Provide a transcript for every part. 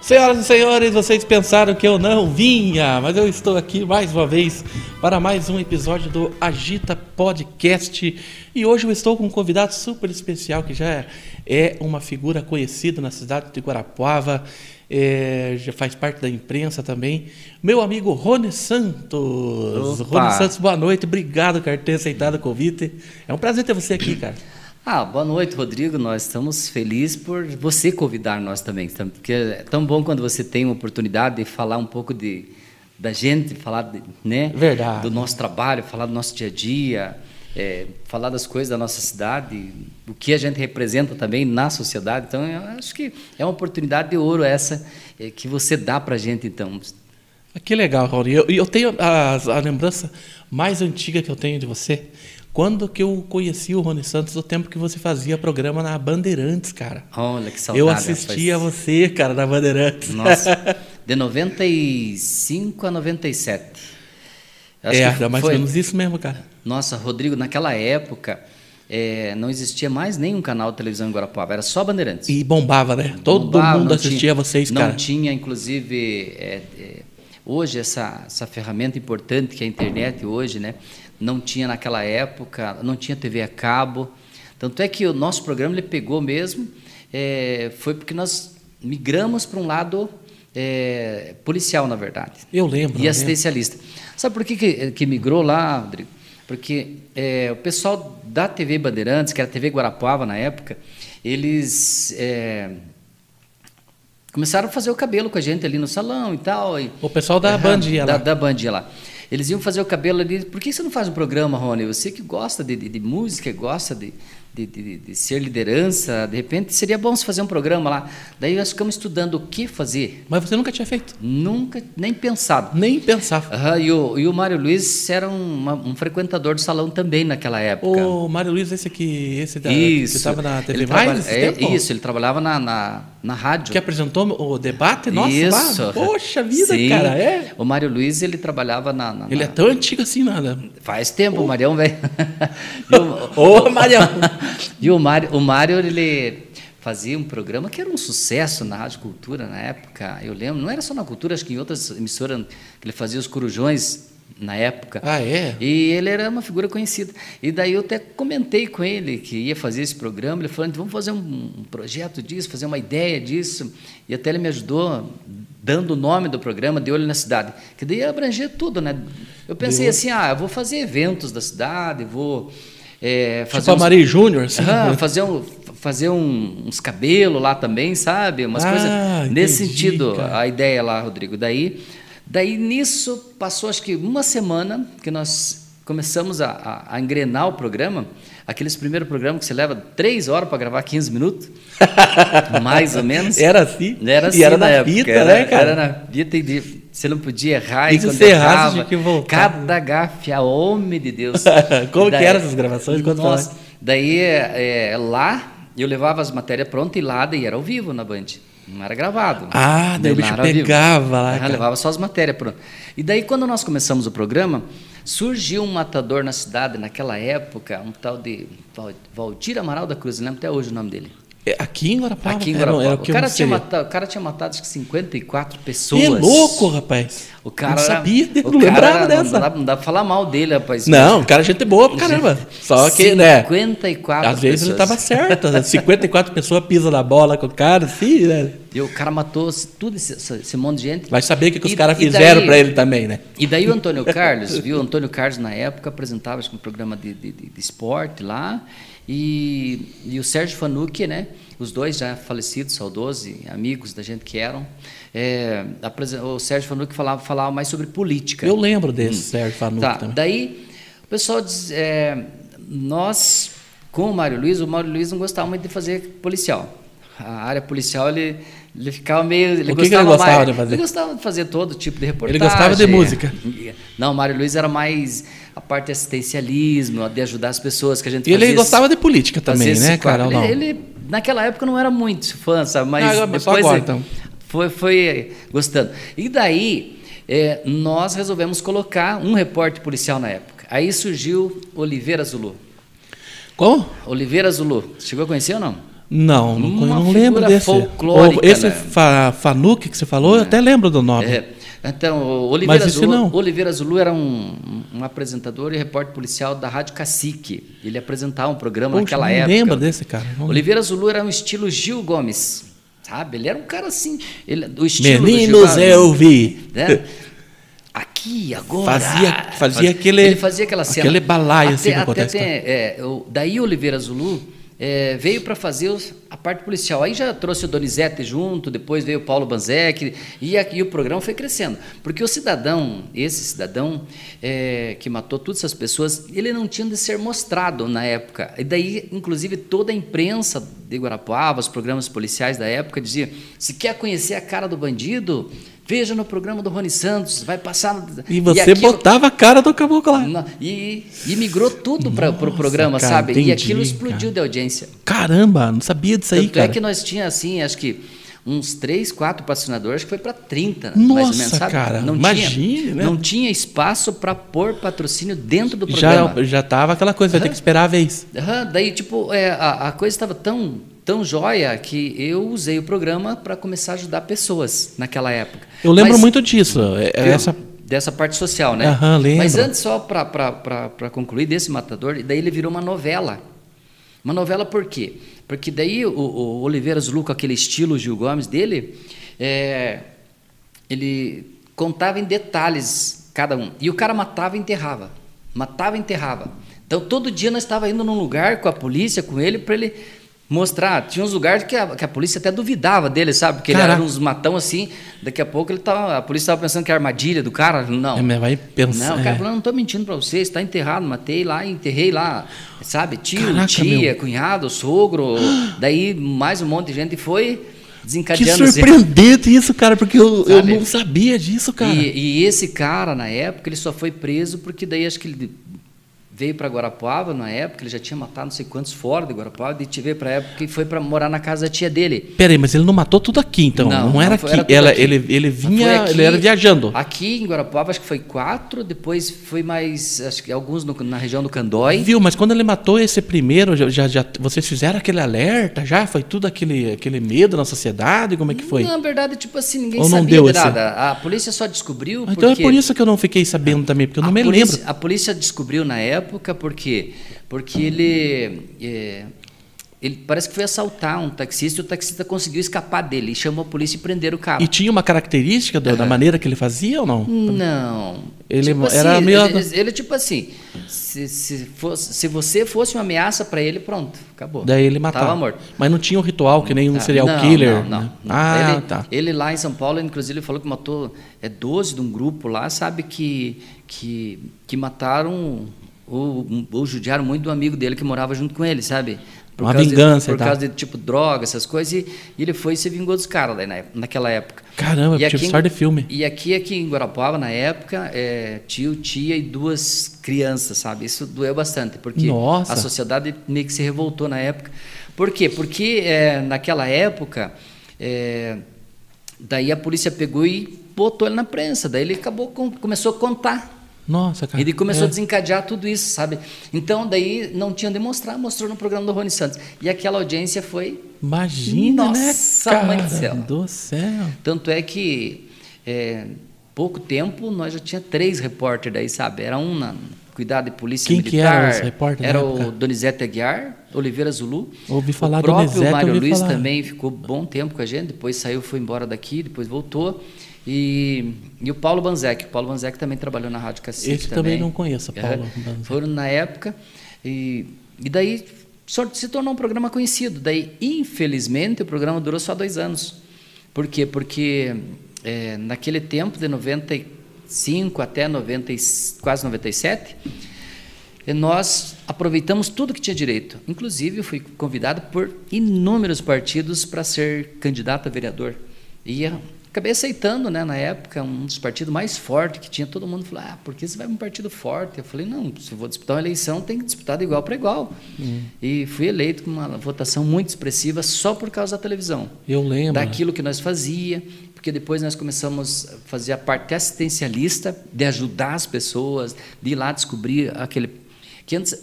Senhoras e senhores, vocês pensaram que eu não vinha, mas eu estou aqui mais uma vez para mais um episódio do Agita Podcast. E hoje eu estou com um convidado super especial que já é uma figura conhecida na cidade de Guarapuava, é, já faz parte da imprensa também. Meu amigo Rony Santos. Opa. Rony Santos, boa noite. Obrigado, cara, por ter aceitado o convite. É um prazer ter você aqui, cara. Ah, boa noite, Rodrigo. Nós estamos felizes por você convidar nós também, tam- porque é tão bom quando você tem uma oportunidade de falar um pouco de da gente, falar, de, né, Verdade. do nosso trabalho, falar do nosso dia a dia, é, falar das coisas da nossa cidade, o que a gente representa também na sociedade. Então, eu acho que é uma oportunidade de ouro essa é, que você dá para gente. Então, Ah, Que legal, Raoni. Eu, eu tenho a, a lembrança mais antiga que eu tenho de você. Quando que eu conheci o Rony Santos, o tempo que você fazia programa na Bandeirantes, cara. olha que saudade. eu assistia rapaz. você, cara, na Bandeirantes. Nossa, de 95 a 97. Eu é, era mais ou foi- menos isso mesmo, cara. Nossa, Rodrigo, naquela época eh, não existia mais nenhum canal de televisão em Guarapuava, era só Bandeirantes. E bombava, né? Todo Bombava, mundo não assistia tinha- vocês, não cara. tinha, inclusive, eh, eh, hoje essa, essa ferramenta importante que é a internet hoje, né? Não tinha naquela época, não tinha TV a cabo. Tanto é que o nosso programa ele pegou mesmo, eh, foi porque nós migramos para um lado eh, policial, na verdade Eu lembro. e eu assistencialista. Sabe por que, que, que migrou lá, Rodrigo? Porque eh, o pessoal da TV Bandeirantes, que era a TV Guarapuava na época, eles eh, começaram a fazer o cabelo com a gente ali no salão e tal. e- O pessoal da Band ia É, da, lá. da Band ia lá. Eles iam fazer o cabelo ali. Por que você não faz um programa, Rony? Você que gosta de, de- de música, gosta de, de- de- de ser liderança, de repente seria bom você fazer um programa lá. Daí nós ficamos estudando o que fazer. Mas você nunca tinha feito. Nunca, nem pensado. Nem pensava. Aham, e, o, e o Mário Luiz era um, uma- um frequentador do salão também naquela época. O Mário Luiz, esse aqui, esse da, que isso. estava na TV ele Mais, trabalha- esse é, tempo? Isso, ele trabalhava na, na, na rádio. Que apresentou o debate, nossa, isso. lá. Poxa vida, Sim. cara, é. O Mário Luiz, ele trabalhava na... na- Ele é na- tão antigo assim, nada. Faz tempo, o Marião velho. Ô, Marião. e o Mário, o Mário, ele fazia um programa que era um sucesso na Rádio Cultura na época, eu lembro. Não era só na Cultura, acho que em outras emissoras que ele fazia os corujões na época. Ah, é? E ele era uma figura conhecida. E daí eu até comentei com ele que ia fazer esse programa. Ele falou: "Então, vamos fazer um projeto disso, fazer uma ideia disso. E até ele me ajudou dando o nome do programa De Olho na Cidade, que daí ia abranger tudo, né? Eu pensei assim: ah, eu vou fazer eventos da cidade, vou. eh, fazer Tipo a uns- Mari Júnior, assim. Aham, fazer um, fazer um- uns cabelos lá também, sabe? Umas Ah, coisas nesse entendi, sentido, cara. a ideia lá, Rodrigo. Daí, daí nisso passou acho que uma semana que nós começamos a, a- a engrenar o programa, aqueles primeiros programas que você leva três horas para gravar 15 minutos, mais ou menos. Era assim. Era assim e era na da época, fita, era, né, cara? Era na fita e de- você não podia errar. E se quando você errasse, errava, tinha que voltar. Cada gafe, a homem de Deus. Como que eram essas gravações? Quando Nossa, daí é, é, lá eu levava as matérias prontas e lá daí era ao vivo na Band. Não era gravado. Ah, daí o lá bicho era ao vivo. pegava lá, Ah, cara. levava só as matérias prontas. E daí quando nós começamos o programa, surgiu um matador na cidade naquela época, um tal de Val- Valdir Amaral da Cruz, eu lembro até hoje o nome dele. É Aqui em Guarapava? Aqui em Era- Guarapuava. Era, o que o, cara eu tinha tinha matado, o cara tinha matado acho que 54 pessoas. Que louco, rapaz. O cara não era- sabia, o não lembrava cara- dessa. Não dá, não dá pra falar mal dele, rapaz. Não, o cara é gente boa pra caramba. Só que, né? 54 Às vezes ele pessoas. tava certo. né? 54 pessoas pisam na bola com o cara, assim, né? E o cara matou esse- tudo esse, esse- esse monte de gente. Vai saber o que, que os E- caras e fizeram daí- pra ele também, né? E daí o Antônio Carlos, viu? O Antônio Carlos, na época, apresentava acho que, um programa de, de- de- de esporte lá. E, e o Sérgio Fanucchi, né? Os dois já falecidos, saudosos, e amigos da gente que eram. É, apresen- o Sérgio Fanucchi falava, falava mais sobre política. Eu lembro desse Sérgio Fanucci Tá, também. daí o pessoal diz, é, nós com o Mário Luiz, o Mário Luiz não gostava muito de fazer policial. A área policial ele, ele ficava meio. Ele O que que ele gostava mais- de fazer? Ele gostava de fazer todo tipo de reportagem. gostava de música. Não, o Mário Luiz era mais a parte de assistencialismo, de ajudar as pessoas que a gente E ele fazia gostava de política fazer também, esse né, cara? quadro. ou não? Ele, ele, naquela época não era muito fã, sabe? Mas Ah, agora- mas depois só agora, ele então. foi, foi eh, gostando. E daí eh, nós resolvemos colocar um repórter policial na época. Aí surgiu Oliveira Zulu. Como? Oliveira Zulu, chegou a conhecer ou não? Não, não, Uma não lembro figura desse. folclórica, O- esse né? fa- Fanuc que você falou, eu até lembro do nome. É, então, o Oliveira, Mas isso Zulu, não. Oliveira Zulu era um, um apresentador e repórter policial da Rádio Cacique. Ele apresentava um programa Poxa, naquela não época. lembro desse cara. Não Oliveira Zulu era um estilo Gil Gomes, sabe? Ele era um cara assim, ele, o estilo do Gil Meninos, Gomes, eu vi. né? Aqui, agora. Fazia- fazia aquele- Ele fazia aquela cena. aquele balaio, assim, Até, pra contar até a história. tem, é, o- daí Oliveira Zulu é, veio para fazer os- a parte policial. Aí já trouxe o Donizete junto, depois veio o Paulo Banzec, e, aqui o programa foi crescendo. Porque o cidadão, esse cidadão é, que matou todas essas pessoas, ele não tinha de ser mostrado na época. E daí, inclusive, toda a imprensa de Guarapuava, os programas policiais da época, dizia: se quer conhecer a cara do bandido, veja no programa do Rony Santos, vai passar. E você aquilo- Hum. botava a cara do caboclo lá. na- E, e migrou tudo para o pro Nossa, programa, cara, sabe? entendi, e aquilo explodiu de audiência. Caramba, não sabia disso aí, Tanto cara. é que nós tinha assim, acho que uns 3, 4 patrocinadores, acho que foi para 30, mais ou Nossa, menos, sabe? cara, não imagine, tinha, né? Não tinha espaço para pôr patrocínio dentro do programa. já, um já tava aquela coisa, vai ter que esperar a vez. Aham, daí, tipo, é, a, a coisa estava tão, tão joia que eu usei o programa para começar a ajudar pessoas naquela época. Eu lembro Mas- muito disso. é- é Viu? Essa Dessa parte social, né? Aham, lembro. Mas antes, só para concluir desse matador, e daí ele virou uma novela. Uma novela por quê? Porque daí o, o Oliveira Zulu, com aquele estilo Gil Gomes dele, é, ele contava em detalhes cada um. E o cara matava e enterrava. Matava e enterrava. Então todo dia nós estava indo num lugar com a polícia, com ele, para ele mostrar. Tinha uns lugares que a, que a polícia até duvidava dele, sabe? Porque ele Caraca. era uns matão assim. Daqui a pouco ele tava, a polícia estava pensando que era armadilha do cara. Não. É, mas vai pensar, Não, o cara é. falou, não estou mentindo para você, está enterrado, matei lá, enterrei lá. Sabe? Tio, Caraca, tia, cunhado, sogro. daí mais um monte de gente foi Que desencadeando. os erros. surpreendente isso, cara, porque eu, eu Sabe? não sabia disso, cara. E, e esse cara, na época, ele só foi preso porque daí acho que ele veio para Guarapuava, na época, ele já tinha matado não sei quantos fora de Guarapuava, e te veio para época e foi para morar na casa da tia dele. Peraí, mas ele não matou tudo aqui, então. Não, era foi- aqui. tudo Ela- aqui. Ele, ele Mas foi vinha, aqui- ele era viajando. Aqui em Guarapuava, acho que foi quatro, depois foi mais, acho que alguns no- na região do Candói. Viu, mas quando ele matou esse primeiro, já, já, já- vocês fizeram aquele alerta já? Foi tudo aquele, aquele medo na sociedade? Como é que foi? Na verdade, tipo assim, ninguém Ou não sabia deu de esse? nada. A polícia só descobriu então é porque... Ah, por isso que eu não fiquei sabendo também, porque eu não A me polícia- lembro. A polícia descobriu na época porque porque ele é, ele parece que foi assaltar um taxista e o taxista conseguiu escapar dele e chamou a polícia e prenderam o cara. E tinha uma característica do- da maneira que ele fazia ou não? Não. Ele era assim, meio- ele, ele tipo assim, se, se, fosse- se você fosse uma ameaça para ele, pronto, acabou. Daí ele matava. Tava morto. Mas não tinha um ritual que nem um Tá. serial Não, killer. Não, não. né? não. Ah, ele, tá. ele lá em São Paulo, inclusive, ele falou que matou é, 12 de um grupo lá, sabe, que, que, que mataram ou, ou judiaram muito do amigo dele que morava junto com ele, sabe? Uma causa de- vingança e Por tal. causa de, tipo, droga, essas coisas. E, e ele foi e se vingou dos caras lá na- naquela época. Caramba, E tipo aqui em- história de filme. E aqui, aqui em Guarapuava, na época, é, tio, tia e duas crianças, sabe? Isso doeu bastante, porque Nossa. a sociedade meio que se revoltou na época. Por quê? Porque é, naquela época, é, daí a polícia pegou e botou ele na prensa, daí ele acabou com- começou a contar. Nossa, cara. Ele começou É. a desencadear tudo isso, sabe? Então, daí não tinha onde mostrar, mostrou no programa do Rony Santos. E aquela audiência foi Imagina, Nossa, né, cara? mãe do céu. Do céu. Tanto é que é, pouco tempo nós já tinha três repórter daí, sabe? Era um na cuidado de polícia Quem que militar. eram os repórter na Era época? o Donizete Aguiar, Oliveira Zulu. Ouvi falar O do próprio Donizete, Mário ouvi Luiz falar. também ficou bom tempo com a gente, depois saiu, foi embora daqui, depois voltou. E, e o Paulo Banzec. O Paulo Banzec também trabalhou na Rádio Cacique. Esse também não conheço, Paulo né? É, Banzec. foram na época e, e daí só se tornou um programa conhecido. Daí, infelizmente, o programa durou só dois anos. Por quê? Porque é, naquele tempo, de 95 até 90, e- quase 97, e nós aproveitamos tudo que tinha direito. Inclusive, eu fui convidado por inúmeros partidos para ser candidato a vereador. E eu acabei aceitando, né, na época, um dos partidos mais fortes que tinha. Todo mundo falou: ah, por que você vai para um partido forte? Eu falei: não, se eu vou disputar uma eleição, tem que disputar de igual para igual. E fui eleito com uma votação muito expressiva só por causa da televisão Eu lembro. daquilo que nós fazia, porque depois nós começamos a fazer a parte assistencialista de ajudar as pessoas, de ir lá descobrir aquele que antes,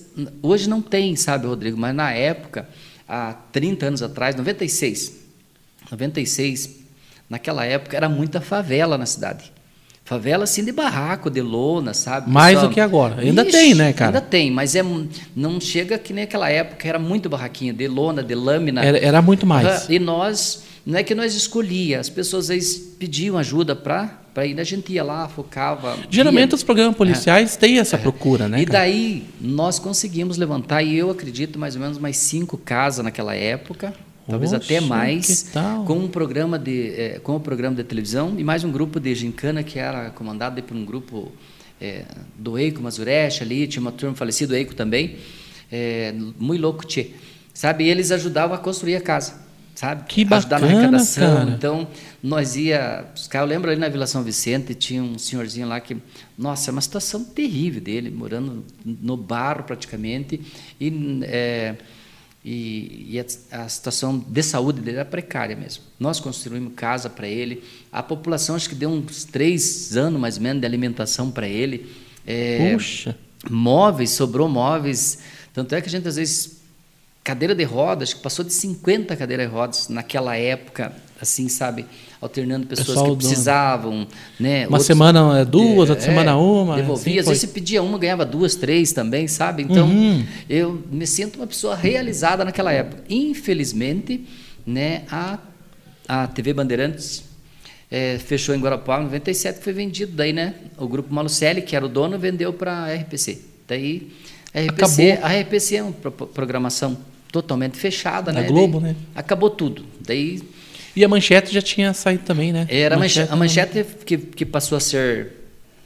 hoje não tem, sabe, Rodrigo, mas na época há 30 anos atrás, 96. 96, naquela época era muita favela na cidade. Favela assim de barraco, de lona, sabe? Mais do que agora. Ainda tem, né, cara? Ainda tem, mas é, não chega que nem aquela época, era muito barraquinha, de lona, de lâmina. Era, era muito mais. né? E nós, não é que nós escolhia, as pessoas aí pediam ajuda para para ir, né? a gente ia lá, focava. Geralmente ia. os programas policiais têm essa procura, né? é. E cara? daí nós conseguimos levantar, e eu acredito, mais ou menos mais cinco casas naquela época, talvez Oxe, até mais, que tal? com um programa de eh, com um programa de televisão e mais um grupo de gincana que era comandado por um grupo eh, do Eico Mazureste ali, tinha uma turma falecida do Eico também, eh, muito louco tchê. Sabe, e eles ajudavam a construir a casa. Sabe? Que Ajudar na bacana, arrecadação. cara. Então, nós ia buscar. Eu lembro ali na Vila São Vicente, tinha um senhorzinho lá que. Nossa, é uma situação terrível dele, morando no barro praticamente. E, eh, e, e a, a situação de saúde dele era precária mesmo. Nós construímos casa para ele. A população, acho que deu uns três anos mais ou menos de alimentação para ele. Eh, Puxa. móveis, sobrou móveis. Tanto é que a gente às vezes cadeira de rodas, acho que passou de 50 cadeiras de rodas naquela época, assim, sabe, alternando pessoas Pessoal que dono. precisavam, né? Uma semana é duas, outra é, semana uma. Devolvia, assim às foi. vezes você pedia uma, ganhava duas, três também, sabe? Então, Uhum. eu me sinto uma pessoa realizada naquela época. Infelizmente, né, a, a TV Bandeirantes eh, fechou em Guarapá em 97, foi vendido daí, né? O grupo Malucelli, que era o dono, vendeu para a RPC. Daí, a RPC, a RPC é uma pro- programação totalmente fechada, Da né? Globo, Daí né? Acabou tudo. Daí E a manchete já tinha saído também, né? É, era a manche- a não- manchete que, que passou a ser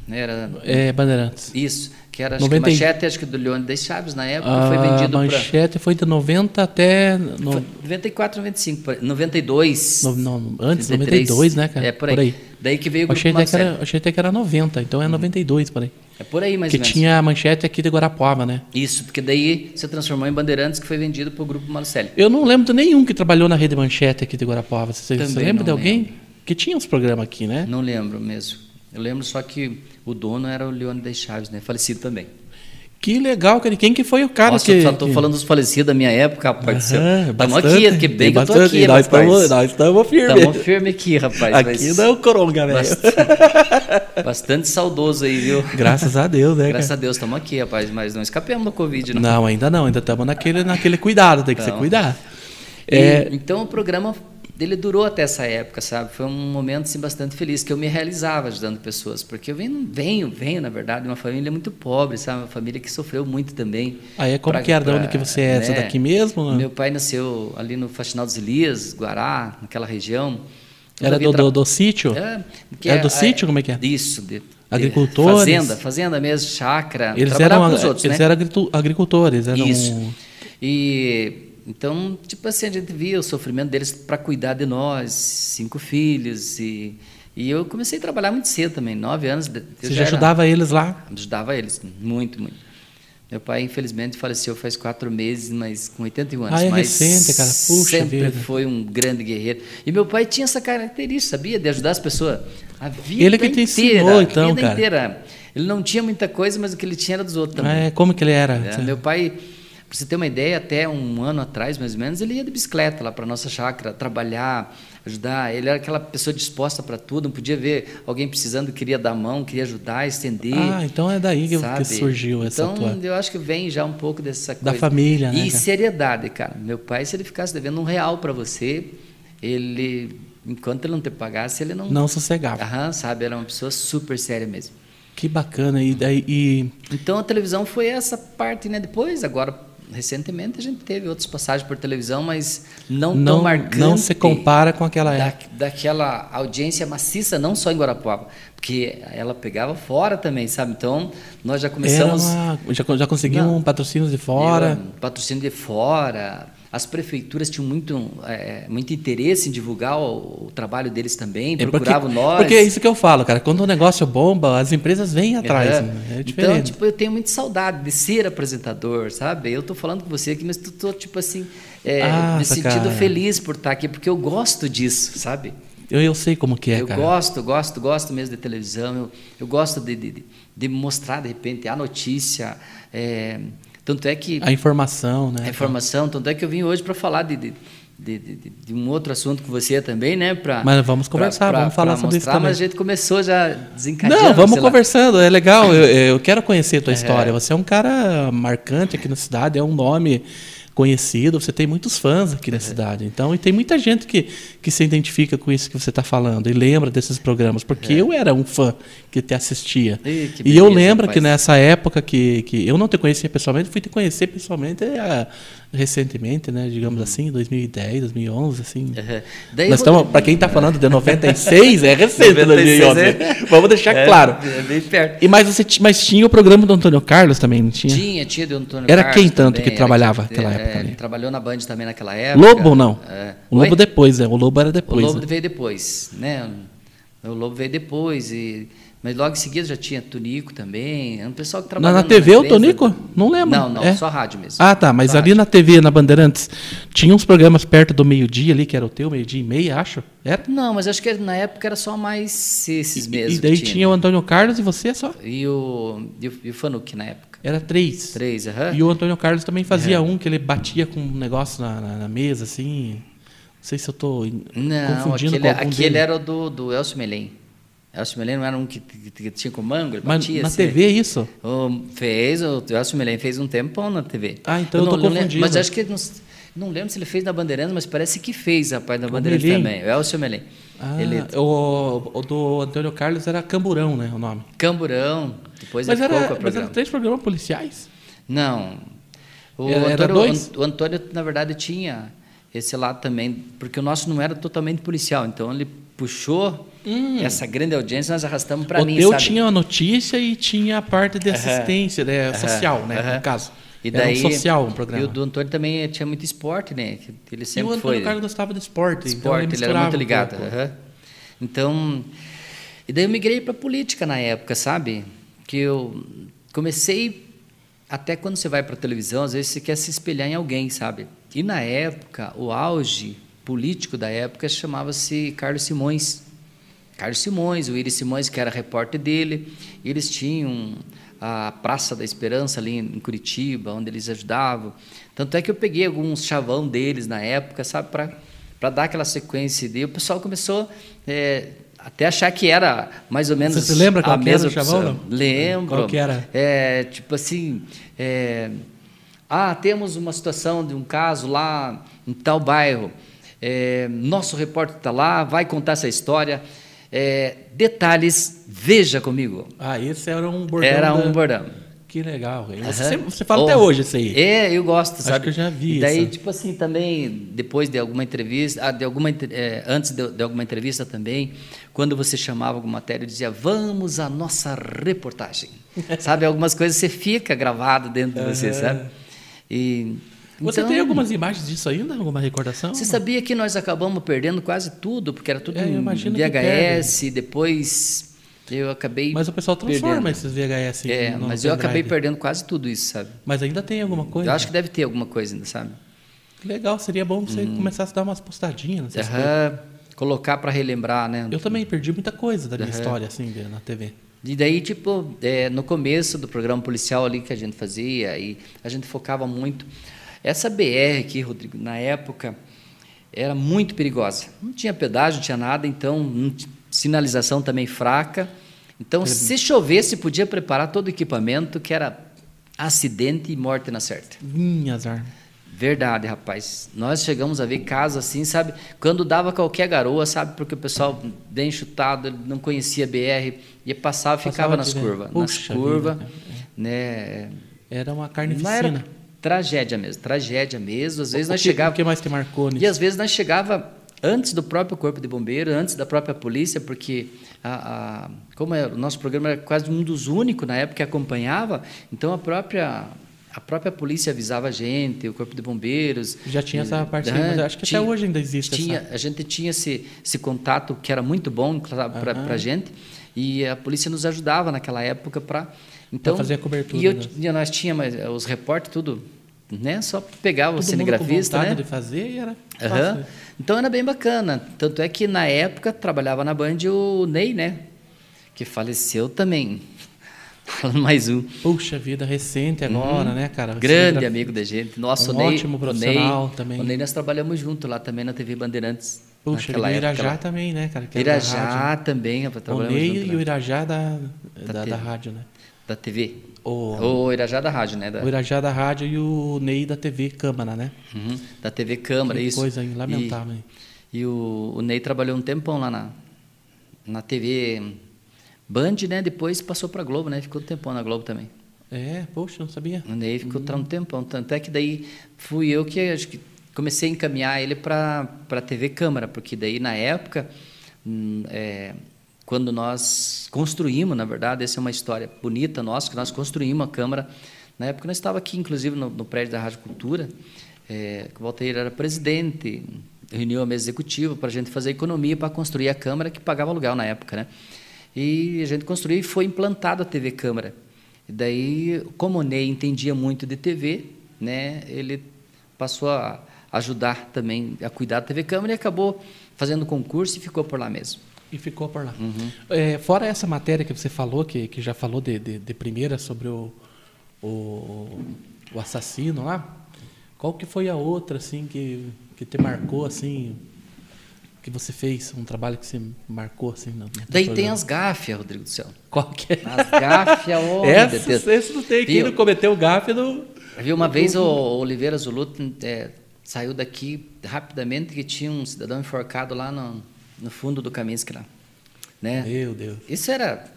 né, era É, Bandeirantes. isso, que era acho 90 e- que manchete, acho que do Leônidas Chaves na época A foi vendido para manchete foi de 90 até. no- 94, 95, por aí, 92. no- não, antes, 93, 92, né, cara? É por aí. Daí que veio o Eu achei, até grupo é que Marcelo. era, achei até que era 90, então é 92, por aí. É por aí mais Que ou menos. tinha a manchete aqui de Guarapuava, né? Isso, porque daí se transformou em Bandeirantes que foi vendido para o grupo Marcelo. Eu não lembro de nenhum que trabalhou na rede manchete aqui de Guarapuava. Você, você Também lembra não de alguém? lembro. Hum. Que tinha uns programas aqui, né? Não lembro mesmo. Eu lembro só que o dono era o Leônidas Chaves, né? Falecido também. Que legal, cara. E Quem que foi o cara Nossa, que. eu só tô que- falando dos falecidos da minha época, rapaz. do céu. Aham, Tamo bastante. aqui, Tá que bem que eu tô Bastante. aqui, nós rapaz. estamos, nós estamos firmes. Tamo firme aqui, rapaz. Aqui mas não é o coronga, velho. Bastante saudoso aí, viu? Graças a Deus, né, Graças cara? a Deus, estamos aqui, rapaz. Mas não escapemos do Covid, não. Não, ainda não. Ainda estamos naquele, naquele cuidado. Tem que se Não. cuidar. E, É, Então o programa dele durou até essa época, sabe? Foi um momento assim, bastante feliz que eu me realizava ajudando pessoas, porque eu venho, venho, venho na verdade, de uma família muito pobre, sabe? Uma família que sofreu muito também. Aí, Ah, é? como Pra- que era? De pra- onde que você é? Você é daqui mesmo, né? Meu pai nasceu ali no Faxinal dos Elias, Guará, naquela região. Eu era já vim do, tra- do, do sítio? É, Era do sítio? Como é que é? Isso, de, de Agricultores? Fazenda, fazenda mesmo, chácara. Eles trabalhava eram, com os outros, eles né? eram agritu- agricultores, eram Isso. E então, tipo assim, a gente via o sofrimento deles para cuidar de nós, cinco filhos e e eu comecei a trabalhar muito cedo também, nove anos. de- eu Você já era- ajudava eles lá? Ajudava eles muito, muito. Meu pai infelizmente faleceu faz quatro meses, mas com 81 anos. Ah, é mas recente, cara. Puxa sempre vida. foi um grande guerreiro. E meu pai tinha essa característica, sabia, de ajudar as pessoas. A vida Ele que te inteira, ensinou, então, a vida cara. inteira. Ele não tinha muita coisa, mas o que ele tinha era dos outros também. É, como que ele era? É, Você- Meu pai, para você ter uma ideia, até um ano atrás, mais ou menos, ele ia de bicicleta lá para nossa chácara, trabalhar, ajudar. Ele era aquela pessoa disposta para tudo, não podia ver alguém precisando, queria dar a mão, queria ajudar, estender. Ah, então é daí que, que sabe? surgiu essa então, tua. eu acho que vem já um pouco dessa coisa. Da família, né, E cara? seriedade, cara. Meu pai, se ele ficasse devendo um real para você, ele, enquanto ele não te pagasse, ele não. Não sossegava. Aham, sabe? Era uma pessoa super séria mesmo. Que bacana. E, daí- e Então a televisão foi essa parte, né? Depois, agora recentemente a gente teve outras passagens por televisão, mas não, não, tão marcante. não se compara com aquela da, época. daquela audiência maciça, não só em Guarapuava, porque ela pegava fora também, sabe? Então nós já Era começamos É uma, já, já conseguiam Não. patrocínios de fora. eu, patrocínio de fora. As prefeituras tinham muito, eh, muito interesse em divulgar o, o trabalho deles também, É porque, procuravam nós. porque é isso que eu falo, cara. Quando o negócio bomba, as empresas vêm atrás. É. né? É então, diferente. tipo, eu tenho muita saudade de ser apresentador, sabe? Eu tô falando com você aqui, mas tu tô, tipo assim, é, Ah, me tá, sentindo cara. feliz por estar aqui, porque eu gosto disso, sabe? eu, eu sei como que é, eu cara. gosto, gosto, gosto mesmo de televisão, eu, eu gosto de, de, de- de mostrar, de repente, a notícia, é, Tanto é que A informação, né? a informação, tanto é que eu vim hoje para falar de, de, de- de- de um outro assunto com você também, né? Pra, Mas vamos conversar, vamos falar sobre isso mostrar, também. Mas a gente começou já desencadeando. Não, vamos sei lá. conversando, é legal. Eu, eu quero conhecer a tua história. Você é um cara marcante aqui na cidade, é um nome conhecido, você tem muitos fãs É. aqui na cidade. Então, e tem muita gente que, que se identifica com isso que você está falando e lembra desses programas, porque eu era um fã que te assistia. É. Ih, que e eu beleza, lembro que rapaz. nessa época que, que eu não te conhecia pessoalmente, fui te conhecer pessoalmente eh, recentemente, né, digamos Uhum. assim, 2010, 2011, assim. É. Daí Nós eu vou- estamos, para quem está falando de 96, é recente 96, 2011. é. Vamos deixar É, claro. É bem perto. E mas você ti- mas tinha o programa do Antônio Carlos também, não tinha? Tinha, tinha um do Antônio Era Carlos quem tanto também, que era trabalhava quem- naquela é, época ali? Ele trabalhou na Band também naquela época. Lobo ou não? É. O Lobo Oi? depois, é. O Lobo era O depois. Lobo né? veio depois, né? O Lobo veio depois e mas logo em seguida já tinha Tonico também, era um pessoal que Na, trabalhava na TV, o empresa. Tonico? Não lembro. Não, não, É? só rádio mesmo. Ah, tá. Mas Só ali rádio. na TV, na Bandeirantes, tinha uns programas perto do meio-dia ali, que era o teu, meio-dia e meia, acho. Era? Não, mas acho que na época era só mais esses mesmos. e daí que tinha, o Antônio Carlos e você só. E o, e o, e o Fanuc na época. Era três. Três, É. aham. E o Antônio Carlos também fazia um que ele batia com um negócio na, na- na mesa, assim. Não sei se eu tô em- Não, confundindo aquele, é- com algum aquele dele. era o do, do Elcio Melém. Elcio Melém não era um que, que- que tinha com mango, ele Mas batia na assim, né? TV é isso? O- fez, o Elcio Melém fez um tempão na TV. Ah, então eu não- tô não lembro, confundindo. Mas acho que, não, s- não lembro se ele fez na Bandeirantes, mas parece que fez a parte da Bandeirantes Melém. também. O Elcio Melém. Ah, Ele, o, o do Antônio Carlos era Camburão, né? O nome. Camburão, depois Mas ele é, ficou era, com o mas programa. era três programas policiais? Não. O Era- era Antônio, dois? o Antônio, na verdade, tinha esse lado também, porque o nosso não era totalmente policial, então ele puxou essa grande audiência nós arrastamos para Hum. o mim, teu sabe? tinha a notícia e tinha a parte de assistência, né? social, né? aham. No caso. E era um social, um programa. E o do Antônio também tinha muito esporte, né? que Ele E o sempre Antônio foi. Carlos gostava de esporte. então esporte, ele era misturava muito um ligado. né? pouco. aham. Então, e daí eu migrei para política na época, sabe? Que eu comecei até quando você vai para televisão, às vezes você quer se espelhar em alguém, sabe? E na época, o auge político da época chamava-se Carlos Simões. Carlos Simões, o Iris Simões, que era repórter dele, e eles tinham ah, a Praça da Esperança ali em Curitiba, onde eles ajudavam. Tanto é que eu peguei alguns chavão deles na época, sabe, para dar aquela sequência. E o pessoal começou é, até achar que era mais ou menos. Você se lembra qual a que era o mesma chavão, pessoa. não? Lembro. Qual que era? É, tipo assim. é, ah, temos uma situação de um caso lá em tal bairro. É, nosso repórter está lá, vai contar essa história. É, detalhes, veja comigo. Ah, esse era um bordão. Era um da- bordão. Que legal. velho. Você, Aham. sempre- você fala Oh, até hoje isso aí. É, eu gosto, sabe? que eu já vi E daí, isso. tipo assim, também, depois de alguma entrevista, ah, de alguma, entre- eh, antes de, de alguma entrevista também, quando você chamava alguma matéria, eu dizia, vamos à nossa reportagem. sabe, algumas coisas você fica gravado dentro de você, sabe? E, Você então, tem algumas imagens disso ainda? Alguma recordação? Você sabia que nós acabamos perdendo quase tudo, porque era tudo É, eu em imagino que VHS, depois eu acabei... Mas o pessoal transforma esses VHS. É, no- no mas eu acabei pendrive. perdendo quase tudo isso, sabe? Mas ainda tem alguma coisa? Eu acho que deve ter alguma coisa ainda, sabe? Que Legal, seria bom você Uhum. começar a dar umas postadinhas. É nessas coisas. Aham, Colocar para relembrar, né? Eu também perdi muita coisa É. da minha história, assim, de- na TV. E daí, tipo, é, no começo do programa policial ali que a gente fazia, e a gente focava muito. Essa BR aqui, Rodrigo, na época, era muito perigosa. Não tinha pedágio, não tinha nada, então, não ti- sinalização também fraca. Então, se chovesse, podia preparar todo o equipamento, que era acidente e morte na certa. Hum, azar. Verdade, rapaz. Nós chegamos a ver casos assim, sabe? Quando dava qualquer garoa, sabe? Porque o pessoal bem chutado, ele não conhecia BR, ia Passava passava, ficava nas direto. curvas, nas Puxa curvas, vida, né? Era uma Não carnificina. era tragédia mesmo, tragédia mesmo. Às vezes o nós que, o chegava que mais te marcou nisso? e às vezes nós chegava antes do próprio corpo de bombeiro, antes da própria polícia, porque a, a- como é, o nosso programa era quase um dos únicos na época que acompanhava, então a própria a própria polícia avisava a gente, o corpo de bombeiros. Já tinha E- essa parte aí, né, mas eu acho que até hoje ainda existe Tinha, essa. a gente tinha esse, esse contato que era muito bom para a gente e a polícia nos ajudava naquela época para então fazer a cobertura, E eu, né? e nós tínhamos os repórteres tudo, né? Só pegava Todo o mundo com cinegrafista, vontade né? de fazer e era Aham. fácil. Então era bem bacana. Tanto é que na época trabalhava na Band o Ney, né? Que faleceu também. falando mais um. Puxa vida, recente agora, né, cara? Uhum. Grande Recente- amigo da gente. Nosso Um Ney. ótimo o profissional Ney, também. O Ney, nós trabalhamos junto lá também na TV Bandeirantes. Puxa vida, naquela o época Irajá lá. também, né, cara? que era da rádio. Irajá também, O rapaz, trabalhamos Ney junto né? e o lá. Irajá da, da, da TV. rádio, né? Da TV. O, O Irajá da rádio, né? Da, o Irajá da rádio e o Ney da TV Câmara, né? Uhum, da TV Câmara, Que isso. coisa E- lamentável. hein? E o, o Ney trabalhou um tempão lá na, na TV Band, né? Depois passou para Globo, né? Ficou um tempão na Globo também. É, poxa, não sabia. O Ney ficou tra- um tempão. Tanto é que daí fui eu que acho que comecei a encaminhar ele para a TV Câmara, porque daí na época, hum, é, quando nós construímos, na verdade, essa é uma história bonita nossa, que nós construímos a Câmara. Na época nós estava aqui, inclusive, no, no prédio da Rádio Cultura, é, que o Walter era presidente, reuniu a mesa executiva para a gente fazer economia para construir a Câmara, que pagava aluguel na época. Né? E a gente construiu e foi implantada a TV Câmara. E daí, como o Ney entendia muito de TV, né, ele passou a ajudar também, a cuidar da TV Câmara e acabou fazendo concurso e ficou por lá mesmo. E ficou por lá. Uhum. É, fora essa matéria que você falou, que, que já falou de, de, de primeira sobre o, o, o assassino lá, qual que foi a outra, assim, que, que te marcou, assim, que você fez, um trabalho que você marcou, assim? No, no Daí tem programa? as gáfias, Rodrigo do Céu. Qual que é? As gáfias, ô, meu Deus. Essas, esse não tem. Quem Viu? não cometeu gafe não... Viu, uma vez o Oliveira Zulu é, saiu daqui rapidamente que tinha um cidadão enforcado lá no, no fundo do Kaminski lá. Né? Meu Deus. Isso era.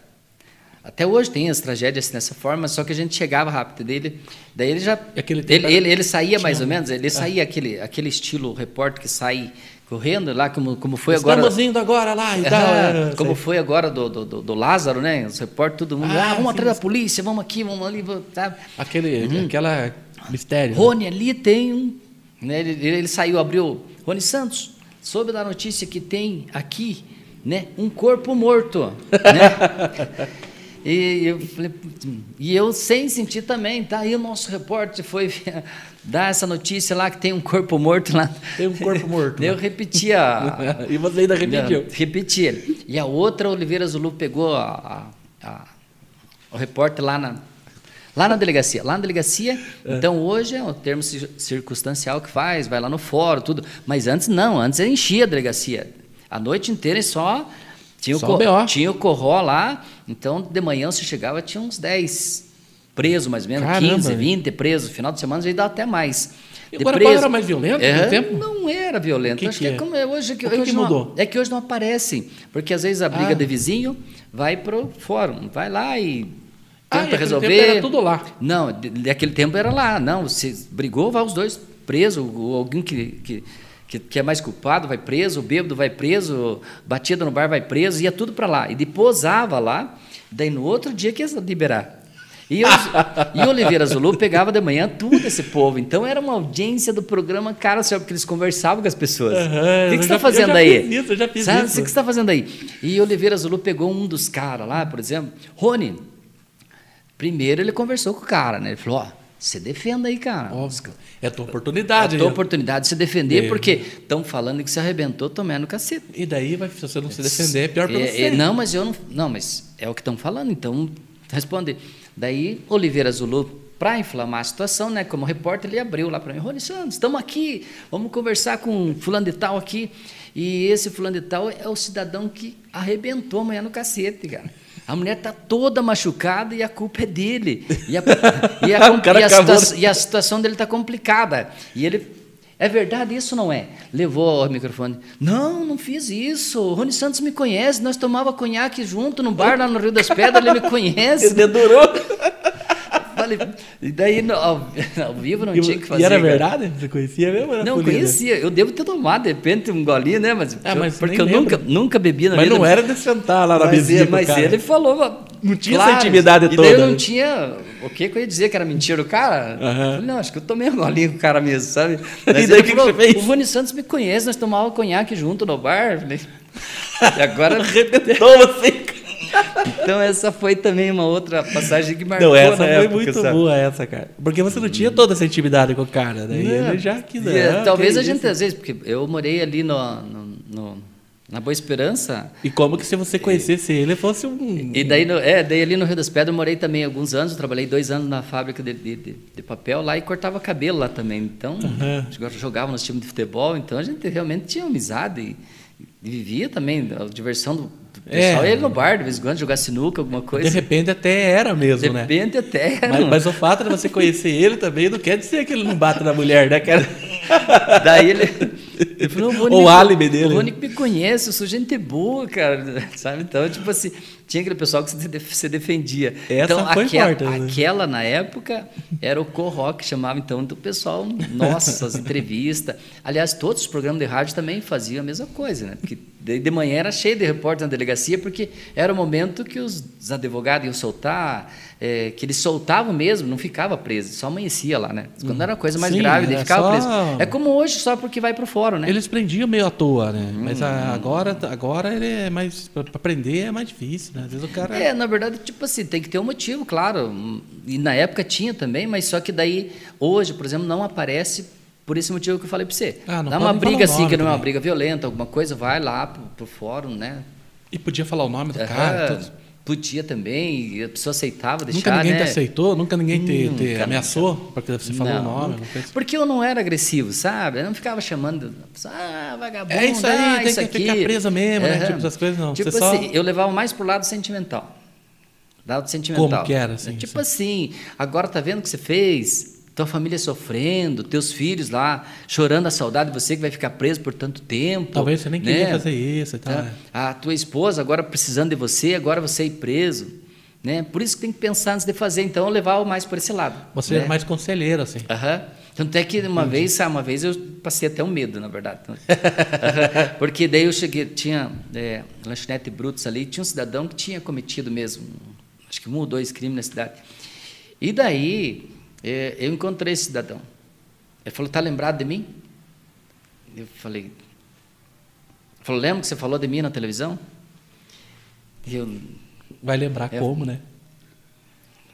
Até hoje tem as tragédias dessa forma, só que a gente chegava rápido dele. Daí ele já. E aquele tempo ele, era- ele, ele saía mais Tinha- um- É. ou menos, ele saía aquele, aquele estilo repórter que sai correndo lá, como, como foi Estamos agora. indo agora lá e tal. Aham, é, como sei. foi agora do, do, do- do Lázaro, né? Os repórteres, todo mundo. Ah, Ah, vamos sim, atrás da polícia, vamos aqui, vamos ali. vamos- Tá? Aquele, Aquela mistério. né? Rony, ali tem um. né, ele, ele- ele saiu, abriu. Rony Santos, soube da notícia que tem aqui né, um corpo morto. né? E eu, falei, "Putz", e eu sem sentir também, tá? E o nosso repórter foi dar essa notícia lá que tem um corpo morto lá. Tem um corpo morto, Eu né? repeti a, e você ainda repetiu. não, repeti ele. E a outra, Oliveira Zulu, pegou a- a- a- o repórter lá na, lá na delegacia. Lá na delegacia, então hoje é o termo ci- circunstancial que faz, vai lá no fórum, tudo. Mas antes não, antes ele enchia a delegacia. A noite inteira e só. Tinha o, Só o co- BO. tinha o corró lá, então de manhã você chegava, tinha uns 10 presos, mais ou menos, Caramba, 15, velho. 20 presos. Final de semana já dava até mais. E De agora, preso- qual era mais violento no É, tempo? Não era violento. O que Acho que que, é? é como é hoje que, O que hoje que não- mudou? é que hoje não aparecem, porque às vezes a briga Ah. de vizinho vai pro fórum, vai lá e Ah, e tenta aquele resolver. tempo era tudo lá. Não, de- daquele tempo era lá, não, se brigou, vai os dois preso, ou alguém que, que que, que é mais culpado vai preso, o bêbado vai preso, batida no bar vai preso, ia tudo para lá. E depois posava lá, daí no outro dia que ia liberar. E, os, e o Oliveira Zulu pegava de manhã tudo esse povo. Então era uma audiência do programa, cara, senhor, porque eles conversavam com as pessoas. Aham, O que, eu que você já- está fazendo eu já aí? fiz isso, eu já fiz Sabe, isso. O que você está fazendo aí? E Oliveira Zulu pegou um dos caras lá, por exemplo. Rony, primeiro ele conversou com o cara, né? Ele falou, ó, se defenda aí, cara. Óbvio. É a tua É oportunidade. a tua né? oportunidade de se defender, É. porque estão falando que se arrebentou tomando cacete. E daí, vai, se você não se defender, é pior pra É, você. é, não, mas eu não. Não, mas é o que estão falando, então responde. Daí, Oliveira Zulu, para inflamar a situação, né? Como repórter, ele abriu lá para mim, Rony Santos, estamos aqui, vamos conversar com fulano de tal aqui. E esse fulano de tal é o cidadão que arrebentou amanhã no cacete, cara. A mulher tá toda machucada e a culpa é dele. E a, e a, O cara e a acabou situa- e a situação dele está complicada. E ele. É verdade isso ou não é? Levou o microfone. Não, não fiz isso. O Rony Santos me conhece. Nós tomava conhaque junto no bar lá no Rio das Pedras. Ele me Você conhece. dedurou. Falei, e daí no- ao, ao vivo não tinha o que E, fazer. e era cara. verdade? Você conhecia mesmo? Era Não, polida? conhecia. Eu devo ter tomado, de repente, um golinho, né? Mas, Ah, mas porque nem eu nunca, lembro. nunca bebi na Mas vida. não era de sentar lá na Mas, mesinha ele- do mas cara. ele falou. Não tinha essa intimidade e daí toda, eu né? não tinha. O que, que eu ia dizer que era mentira o cara? Eu Aham. falei, não, acho que eu tomei um golinho com o cara mesmo, sabe? E Mas daí ele o que que falou, você fez? O Rony Santos me conhece, nós tomávamos conhaque junto no bar. Eu falei, E agora. Arrebentou você. cara. então, essa foi também uma outra passagem que marcou. Não, essa na foi época, muito sabe? boa, essa, cara. Porque você não tinha toda essa intimidade com o cara, né? E Não. ele já quis. E, eh, ah, talvez que a gente, isso. às vezes, porque eu morei ali no, no, no- Na Boa Esperança. E como que se você conhecesse ele fosse um. E daí, no- é, daí ali no Rio das Pedras eu morei também alguns anos, eu trabalhei dois anos na fábrica de, de- de- de papel lá e cortava cabelo lá também. Então, agora jogava nos times de futebol, então a gente realmente tinha amizade e, e vivia também a diversão do, do É. pessoal. Ele no bar, de vez em quando, jogar sinuca, alguma De coisa. repente até era mesmo, né? repente até. era Mas, um- mas o fato de você conhecer ele também não quer dizer que ele não bate na mulher, né, cara? Daí ele. ele falou, "O Rony O me- álibi dele. O Rony me conhece, eu sou gente boa, cara. Sabe? Então, tipo assim, tinha aquele pessoal que se de- se defendia. Essa então, foi aquela, forte, né? aquela, na época, era o Corrock, chamava então do pessoal, nossa, as entrevistas. Aliás, todos os programas de rádio também faziam a mesma coisa, né? Porque de, de manhã era cheio de repórter na delegacia, porque era o momento que os, os advogados iam soltar, eh, que eles soltavam mesmo, não ficava preso, só amanhecia lá, né? Quando era uma coisa mais Hum. Sim, grave, ele era ficava só- preso. É como hoje, só porque vai pro fórum, né? Hum. Eles prendiam meio à toa, né? Mas a- agora, agora ele é mais. Pra pra prender é mais difícil, né? Às vezes o cara. É, na verdade, tipo assim, tem que ter um motivo, claro. E na época tinha também, mas só que daí, hoje, por exemplo, não aparece por esse motivo que eu falei pra você. Ah, não Dá pode nem falar uma briga o assim, nome que não é uma também. briga violenta, alguma coisa, vai lá pro, pro fórum, né? E podia falar o nome do cara. Aham, tudo. Podia também, e a pessoa aceitava deixar, Nunca ninguém né? te aceitou, nunca ninguém te, te Nunca, ameaçou, porque você falou o Não, nome. nunca. alguma coisa. Porque eu não era agressivo, sabe? Eu não ficava chamando, ah, vagabundo, É isso aí, ah, tem que isso aqui. ficar preso mesmo, né? Aham. Tipo, essas coisas não. Tipo Você só- assim, eu levava mais pro lado sentimental. Lado sentimental. Como que era, assim, Tipo assim, agora tá vendo o que você fez? Tua família sofrendo, teus filhos lá chorando a saudade de você que vai ficar preso por tanto tempo. Talvez você nem queria né? fazer isso e tal. Tá? A tua esposa agora precisando de você, agora você ir preso. Né? Por isso que tem que pensar antes de fazer. Então, eu levava mais por esse lado. Você né? era mais conselheiro, assim. Aham. Tanto é que uma vez, ah, uma vez eu passei até um medo, na verdade. Aham. Porque daí eu cheguei, tinha é, lanchonete Brutus ali, tinha um cidadão que tinha cometido mesmo, acho que um ou dois crimes na cidade. E daí é, eu encontrei esse cidadão. Ele falou, tá lembrado de mim? Eu falei, ele falou, lembra que você falou de mim na televisão? E eu, Vai lembrar É. como, né?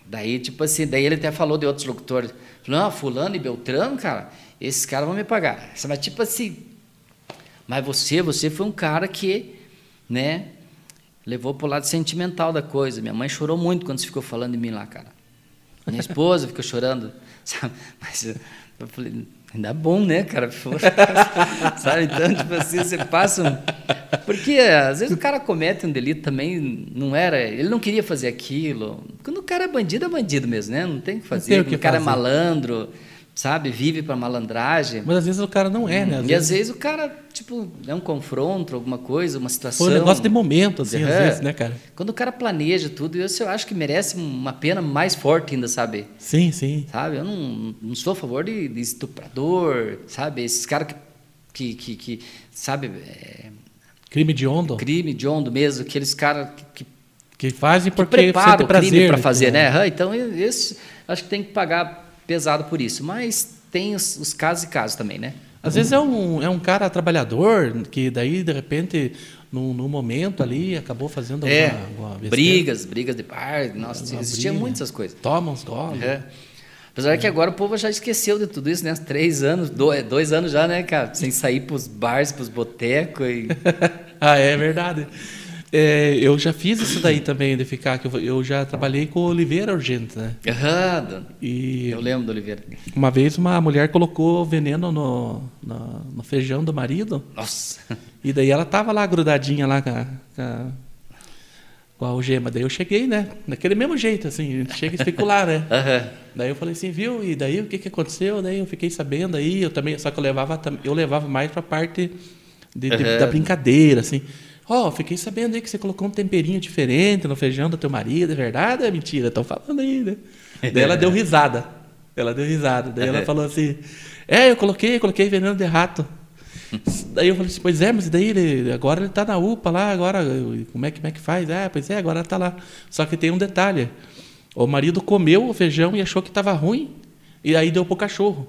Daí, tipo assim, daí ele até falou de outros locutores. Falou, não, fulano e Beltrano, cara, esses caras vão me pagar. Mas tipo assim, mas você, você foi um cara que, né, levou pro lado sentimental da coisa. Minha mãe chorou muito quando você ficou falando de mim lá, cara. Minha esposa ficou chorando, sabe? Mas eu, eu falei, ainda bom, né, cara? sabe? Então, tipo assim, você passa um... Porque às vezes o cara comete um delito também, não era... Ele não queria fazer aquilo. Quando o cara é bandido, é bandido mesmo, né? Não tem o que fazer. tem o Quando que o cara fazer. é malandro, sabe? Vive pra malandragem. Mas às vezes o cara não é, né? Às E vezes às vezes o cara, tipo, é um confronto, alguma coisa, uma situação. foi um negócio de momento, assim, às É. vezes, né, cara? Quando o cara planeja tudo, isso eu acho que merece uma pena mais forte ainda, sabe? Sim, sim. Sabe? Eu não, não sou a favor de, de estuprador, sabe? Esses caras que, que, que, que, sabe, é, Crime de onda, crime de ondo mesmo, aqueles caras que, que que fazem que porque prepara sente o crime prazer. para né? fazer, né? Aham, Então, esse, acho que tem que pagar pesado por isso. Mas tem os, os casos e casos também, né? Às vezes é um, é um cara trabalhador que daí, de repente, num, num momento ali, acabou fazendo É, alguma, alguma besteira. É brigas, brigas de bar, nossa, Uma existia briga. muitas coisas. Toma uns goles. É. Apesar que agora o povo já esqueceu de tudo isso, né? Três anos, dois, dois anos já, né, cara? Sem sair pros bars, pros botecos e... ah, é verdade. É, eu já fiz isso daí também, de ficar, que eu, eu já trabalhei com o Oliveira Urgente, né? Aham, dona. E eu lembro do Oliveira. uma vez uma mulher colocou veneno no, no, no feijão do marido, Nossa! e daí ela tava lá grudadinha lá com a, com a, com a algema. Daí eu cheguei, né? Daquele mesmo jeito, assim, a gente chega e fico lá, né? Aham. Daí eu falei assim, viu? E daí o que que aconteceu? Daí eu fiquei sabendo aí, eu também, só que eu levava, tam- eu levava mais pra parte de- de- Aham. da brincadeira, assim. Ó, fiquei sabendo aí que você colocou um temperinho diferente no feijão do teu marido, é verdade? ou É mentira, estão falando aí, né? daí ela deu risada. Ela deu risada. Daí ela Aham. falou assim: "É, eu coloquei, coloquei veneno de rato". daí eu falei assim: "Pois é, mas e daí ele agora ele tá na UPA lá, agora eu- como é que como é que faz? Ah, pois é, agora ela tá lá. Só que tem um detalhe. O marido comeu o feijão e achou que estava ruim, e aí deu pro cachorro.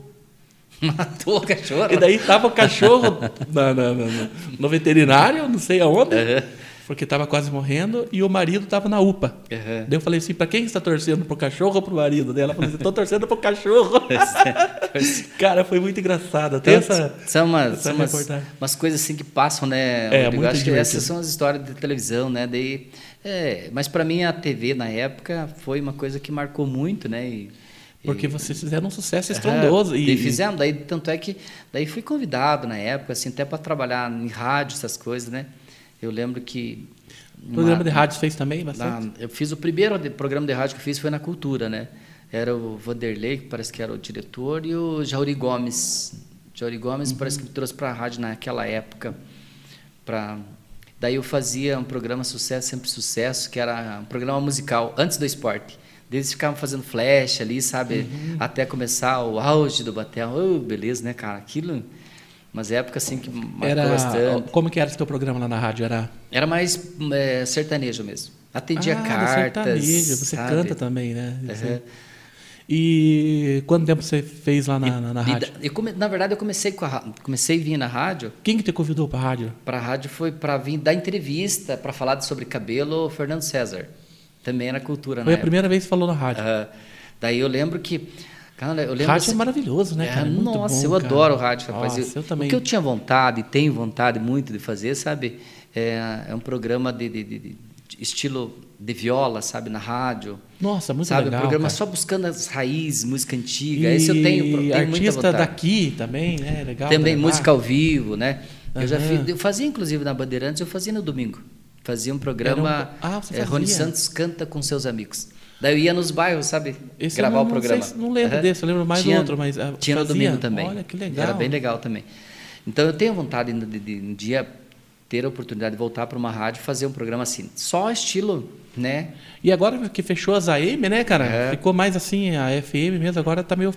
Matou o cachorro. E daí tava o cachorro na- na- na- no veterinário, não sei aonde. Aham. porque estava quase morrendo e o marido estava na UPA. Uhum. Daí eu falei assim: para quem está torcendo? Pro cachorro ou pro marido? Daí ela falou assim: tô torcendo pro cachorro. é, Cara, foi muito engraçado. Até Então, essa. são umas, essa são umas, reportagem. umas coisas assim que passam, É, né? Rodrigo? muito Acho que divertido. essas são as histórias de televisão, né? Daí, é, mas para mim a TV na época foi uma coisa que marcou muito, né? E, e- Porque vocês fizeram um sucesso Aham, estrondoso. daí E, fizemos, daí tanto é que daí fui convidado na época, assim, até para trabalhar em rádio, essas coisas, né? Eu lembro que e programa uma- de rádio fez também bastante? na- eu fiz o primeiro de- programa de rádio que eu fiz foi na Cultura, né? Era o Vanderlei, que parece que era o diretor, e o Jauri Gomes. Jauri Gomes Uhum. parece que me trouxe para a rádio naquela época. Pra... Daí eu fazia um programa Sucesso Sempre Sucesso, que era um programa musical, antes do esporte. Daí Eles ficavam fazendo flash ali, sabe? Uhum. Até começar o auge do batel. Oh, beleza, né, cara? Aquilo. Mas época assim que marcou Era, bastante. como que era esse teu programa lá na rádio? Era Era mais é, sertanejo mesmo. Atendia Ah, do cartas. sertanejo. Você sabe? canta também, né? Aham. E quanto tempo você fez lá na, na- na E rádio? da- eu come- na verdade, eu comecei, com a ra- comecei a vir na rádio. Quem que te convidou para a rádio? Para a rádio foi para vir dar entrevista, para falar de- sobre cabelo, o Fernando César. Também era cultura, Foi né? a primeira vez que falou na rádio. Ah, daí eu lembro que. Cara, eu lembro rádio assim- é maravilhoso, né, É, cara? É muito nossa, bom, eu cara. adoro rádio, rapaz. Nossa, eu, também. O que eu tinha vontade, tenho vontade muito de fazer, sabe? É, é um programa de, de- de- de estilo de viola, sabe? Na rádio. Nossa, muito sabe? legal. um programa cara. só buscando as raízes, música antiga. Esse eu tenho, pro- E tenho muita artista vontade. daqui também, né? Legal. Também gravar. música ao vivo, né? Eu já Aham. fiz, eu fazia inclusive na Bandeirantes, eu fazia no domingo. Fazia um Era programa um- Ah, você eh, Rony fazia. Santos canta com seus amigos. Daí eu ia nos bairros, sabe? Esse eu gravar não- o não programa. sei se- não lembro Aham. desse, eu lembro mais do outro, mas, ah, tinha no fazia? domingo também. Olha, que legal. Era bem legal também. Então eu tenho vontade ainda de, de um dia ter a oportunidade de voltar para uma rádio e fazer um programa assim, só estilo, né? Ah, E agora que fechou as AM, né, cara? É. Ficou mais assim, a FM mesmo, agora tá meio.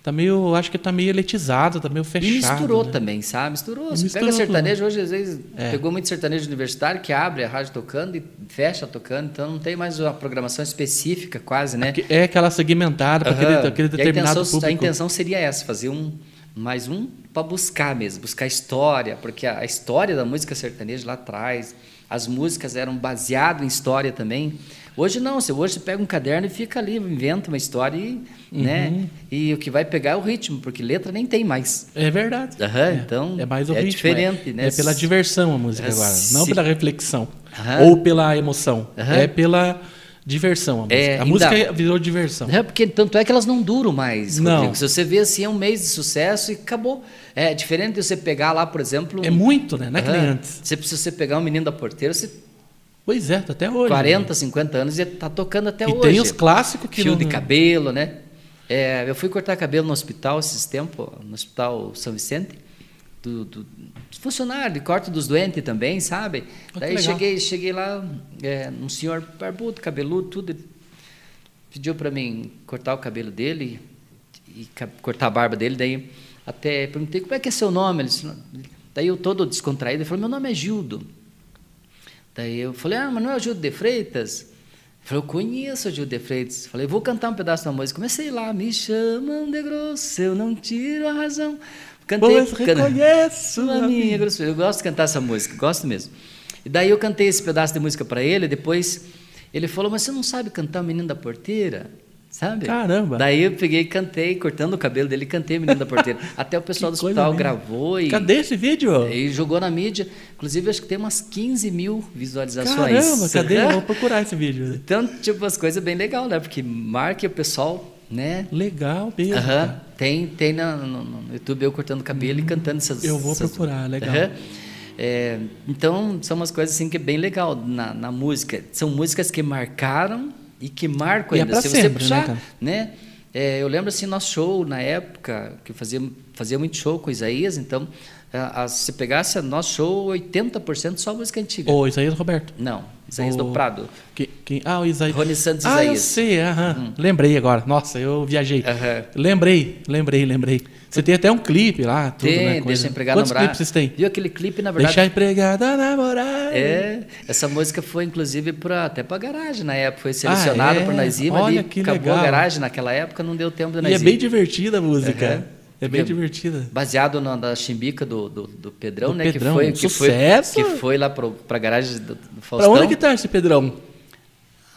Tá meio. Acho que tá meio eletizado, tá meio fechado. E misturou né? também, sabe? Misturou. E Você misturou pega sertanejo, hoje às vezes É. pegou muito sertanejo universitário que abre a rádio tocando e fecha tocando, então não tem mais uma programação específica quase, né? Que- É aquela segmentada para aquele, Aham. aquele E a determinado intenção- A público. intenção seria essa, fazer um mais um para buscar mesmo, buscar história, porque a, a história da música sertaneja lá atrás, as músicas eram baseadas em história também. Hoje não, você hoje você pega um caderno e fica ali, inventa uma história e, Uhum. né? E o que vai pegar é o ritmo, porque letra nem tem mais. É verdade. Aham, é. então, é mais o é ritmo, diferente, é, né? É pela diversão a música É, agora, se- não pela reflexão Aham. ou pela emoção. Aham. É pela diversão a música. É, a ainda- música virou diversão. É, porque tanto é que elas não duram mais, Não. Rodrigo. Se você vê assim, é um mês de sucesso e acabou. É diferente de você pegar lá, por exemplo. É muito, né? Não é que nem Aham. antes. Você, se você pegar um menino da porteira, você Pois é, tá até hoje. 40, 50 anos e tá tocando até E hoje. tem os clássicos que Fio não- de cabelo, né? É, eu fui cortar cabelo no hospital esses tempos, no hospital São Vicente, do, do dos funcionário de corte dos doentes também, sabe? Ah, que Daí legal. cheguei, cheguei lá, é, um senhor barbudo, cabeludo, tudo, ele pediu para mim cortar o cabelo dele e ca- cortar a barba dele, daí até perguntei como é que é seu nome, ele disse, "Não." daí eu todo descontraído, ele falou, meu nome é Gildo. Daí eu falei, ah, mas não é o Gil de Freitas? Ele falou, eu conheço o Gil de Freitas. Falei, vou cantar um pedaço da música. Comecei lá, me chamam de grosso, eu não tiro a razão. Cantei, Pois reconheço Can... a a minha minha. grossura. Eu gosto de cantar essa música, gosto mesmo. E daí eu cantei esse pedaço de música para ele, depois ele falou, mas você não sabe cantar o Menino da Porteira? Sabe? Caramba. Daí eu peguei e cantei, cortando o cabelo dele, cantei o Menino da Porteira. Até o pessoal do Que coisa hospital linda. gravou e... Cadê esse vídeo? E jogou na mídia. Inclusive, acho que tem umas 15 mil visualizações. Caramba, cadê? Eu Vou procurar esse vídeo. Então, tipo, as coisas bem legal, né? Porque marca o pessoal, né? Legal mesmo. Aham. Tem, tem na- no, no YouTube eu cortando cabelo e cantando essas Uhum. Eu vou essas- procurar, legal. Aham. É, então, são umas coisas assim que é bem legal na, na música. São músicas que marcaram e que marcam E é ainda. pra Se sempre, você né, puxar, cara? né? É, eu lembro assim, nosso show na época, que fazia, fazia muito show com o Isaías, então, a, a, se pegasse nosso show, 80% só música antiga. Ô, Isaías Roberto. Não, Isaías Ô, do Prado. Que, quem- ah, o Isaías. Rony Santos ah, eu Isaías. Hum. sei, aham. Lembrei agora. Nossa, eu viajei. Aham. Lembrei, lembrei, lembrei. Você tem até um clipe lá, tudo, tem, né? deixa coisa. a empregada Quantos namorar. clipes vocês têm? Viu aquele clipe, na verdade, Deixa a empregada namorar. É, essa música foi inclusive pra, até para garagem na época, foi selecionada Ah, é? para nós ir, mas Olha ali que acabou legal. a garagem naquela época, não deu tempo de E nós é ir. bem divertida a música. Aham. É bem divertida. Baseado na, na chimbica do, do, do Pedrão, Do né? Pedrão, que foi, que sucesso! Foi, que foi lá pro, pra garagem do, do Pra Faustão. onde que tá esse Pedrão?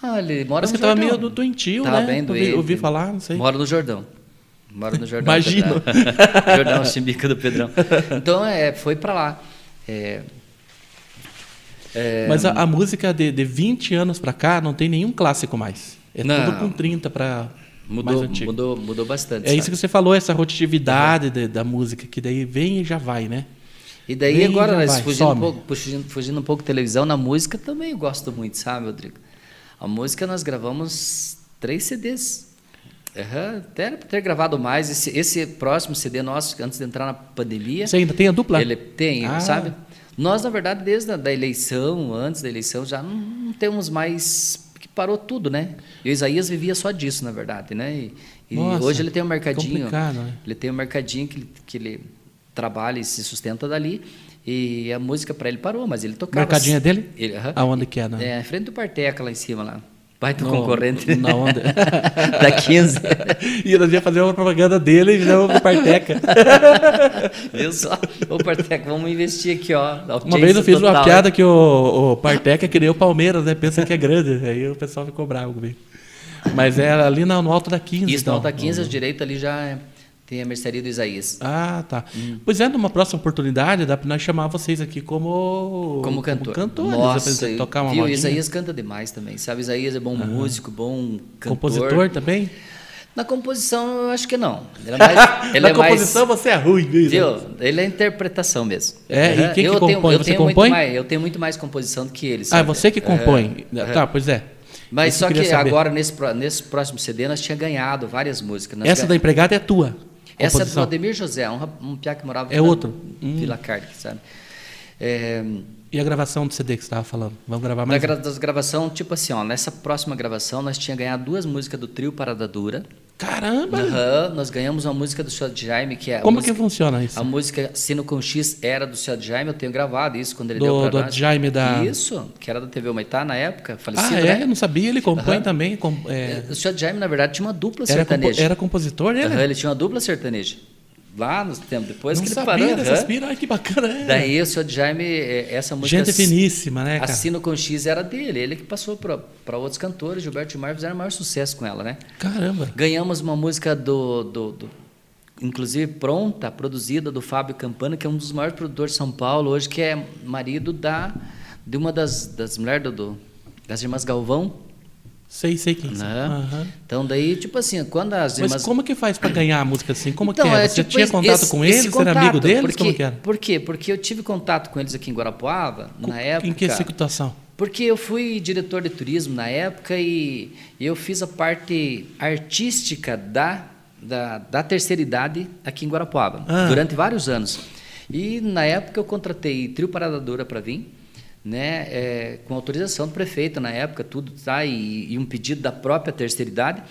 Ah, ele mora Parece no que tava meio Jordão. do doentio, Tava né? bem Eu doente. ouvi- ouvi falar, não sei. Mora no Jordão. Mora no Jordão. Imagino. Pedrão. Jordão, Chimbica do Pedrão. Então, é, foi pra lá. É, é, Mas a, a música de, de 20 anos pra cá não tem nenhum clássico mais. É Não. tudo com 30 pra mais mudou, antigo. mudou, mudou bastante. É sabe? isso que você falou, essa rotatividade de- da música, que daí vem e já vai, né? E daí Vem, agora, já nós vai, fugindo, um some. pouco, fugindo, fugindo um pouco de televisão, na música também eu gosto muito, sabe, Rodrigo? A música nós gravamos três CDs. Aham, até era pra ter gravado mais. Esse, esse próximo CD nosso, antes de entrar na pandemia, Você ainda tem a dupla? ele tem, Ah. sabe? Nós, na verdade, desde a da eleição, antes da eleição, já não, não temos mais. Porque parou tudo, né? E o Isaías vivia só disso, na verdade, né? E, e Nossa, hoje ele tem um mercadinho. complicado, né? Ele tem um mercadinho que, ele- que ele trabalha e se sustenta dali. E a música para ele parou, mas ele O tocava. mercadinho é dele? Ele, aham. Aonde que é? Não? É, em frente do Parteca, lá em cima, lá. Vai do No- concorrente. né? na onda. da 15. E nós ia fazer uma propaganda dele e não do Parteca. Viu só? Ô, Parteca, vamos investir aqui, ó. Uma vez eu fiz uma total. né? piada que o, o Parteca que nem o Palmeiras, né? Pensa que é grande. Aí o pessoal ficou bravo comigo. Mas era ali na- no Alto da 15. Isso, na então. Alta 15, à direita ali já é- tem a mercearia do Isaías. Ah, tá. Hum. Pois é, numa próxima oportunidade, dá pra nós chamar vocês aqui como. Como cantor. cantores, Nossa, pra e- tocar uma viu? O modinha. Isaías canta demais também, sabe? Isaías é bom músico, bom cantor. Compositor também? Na composição, eu acho que não. Ele é mais... ele Na é mais- composição você é ruim, viu? Isaías? Viu? Ele é interpretação mesmo. É, e quem que eu compõe? Tenho, eu Você tenho compõe? Muito mais, eu tenho muito mais composição do que Ah, ele, é sabe? você que compõe. Tá, pois é. Mas Isso eu só que queria saber. agora, nesse, pró- nesse próximo CD, nós tínhamos ganhado várias músicas. Nós Essa da empregada é tua. Essa é do composição. Ademir José, um, rap- um piá que morava É na outro. Hum. Vila Carque, sabe? É, E a gravação do CD que você estava falando? Vamos gravar da mais? gra das gravação, tipo assim, ó, nessa próxima gravação nós tinha ganhado duas músicas do trio Parada Dura. Caramba! Aham, nós ganhamos uma música do Sr. Jaime, que é a Como música, que funciona isso? a música Sino com X era do Sr. Jaime, eu tenho gravado isso quando ele Do- deu pra do nós. Jaime da- Isso, que era da TV Humaitá na época, Ah, falecido, é? Eu né? não sabia. Ele compõe também. com- é, O Sr. Jaime, na verdade, tinha uma dupla era, compo- sertaneja. era compositor, né? Aham, ele tinha uma dupla sertaneja. Lá nos tempos, depois Não que ele sabia parou. dessas aham. piras. Ai, que bacana. é. Daí o Sr. Jaime, é, essa música. Gente finíssima, né, cara? Assino com X era dele, ele que passou para outros cantores, Gilberto Gilmar fizeram o maior sucesso com ela, né? Caramba. Ganhamos uma música do, do, do- inclusive pronta, produzida do Fábio Campana, que é um dos maiores produtores de São Paulo hoje, que é marido da de uma das, das mulheres do, do- das irmãs Galvão, Sei, sei quem. são. né? Aham. Então daí tipo assim, quando as Mas, irmãs como que faz pra ganhar a música assim? Como que Então, é? Você tipo tinha esse- contato esse- com esse eles? Você era amigo contato, deles? Porque, Como que era? Por quê? Porque eu tive contato com eles aqui em Guarapuava, na época. Em que situação? Porque eu fui diretor de turismo na época e eu fiz a parte artística da, da, da terceira idade aqui em Guarapuava, Ah. durante vários anos. E na época eu contratei Trio Parada Dura para vir, né, é, com autorização do prefeito na época, tudo, tá? E, e um pedido da própria terceira idade.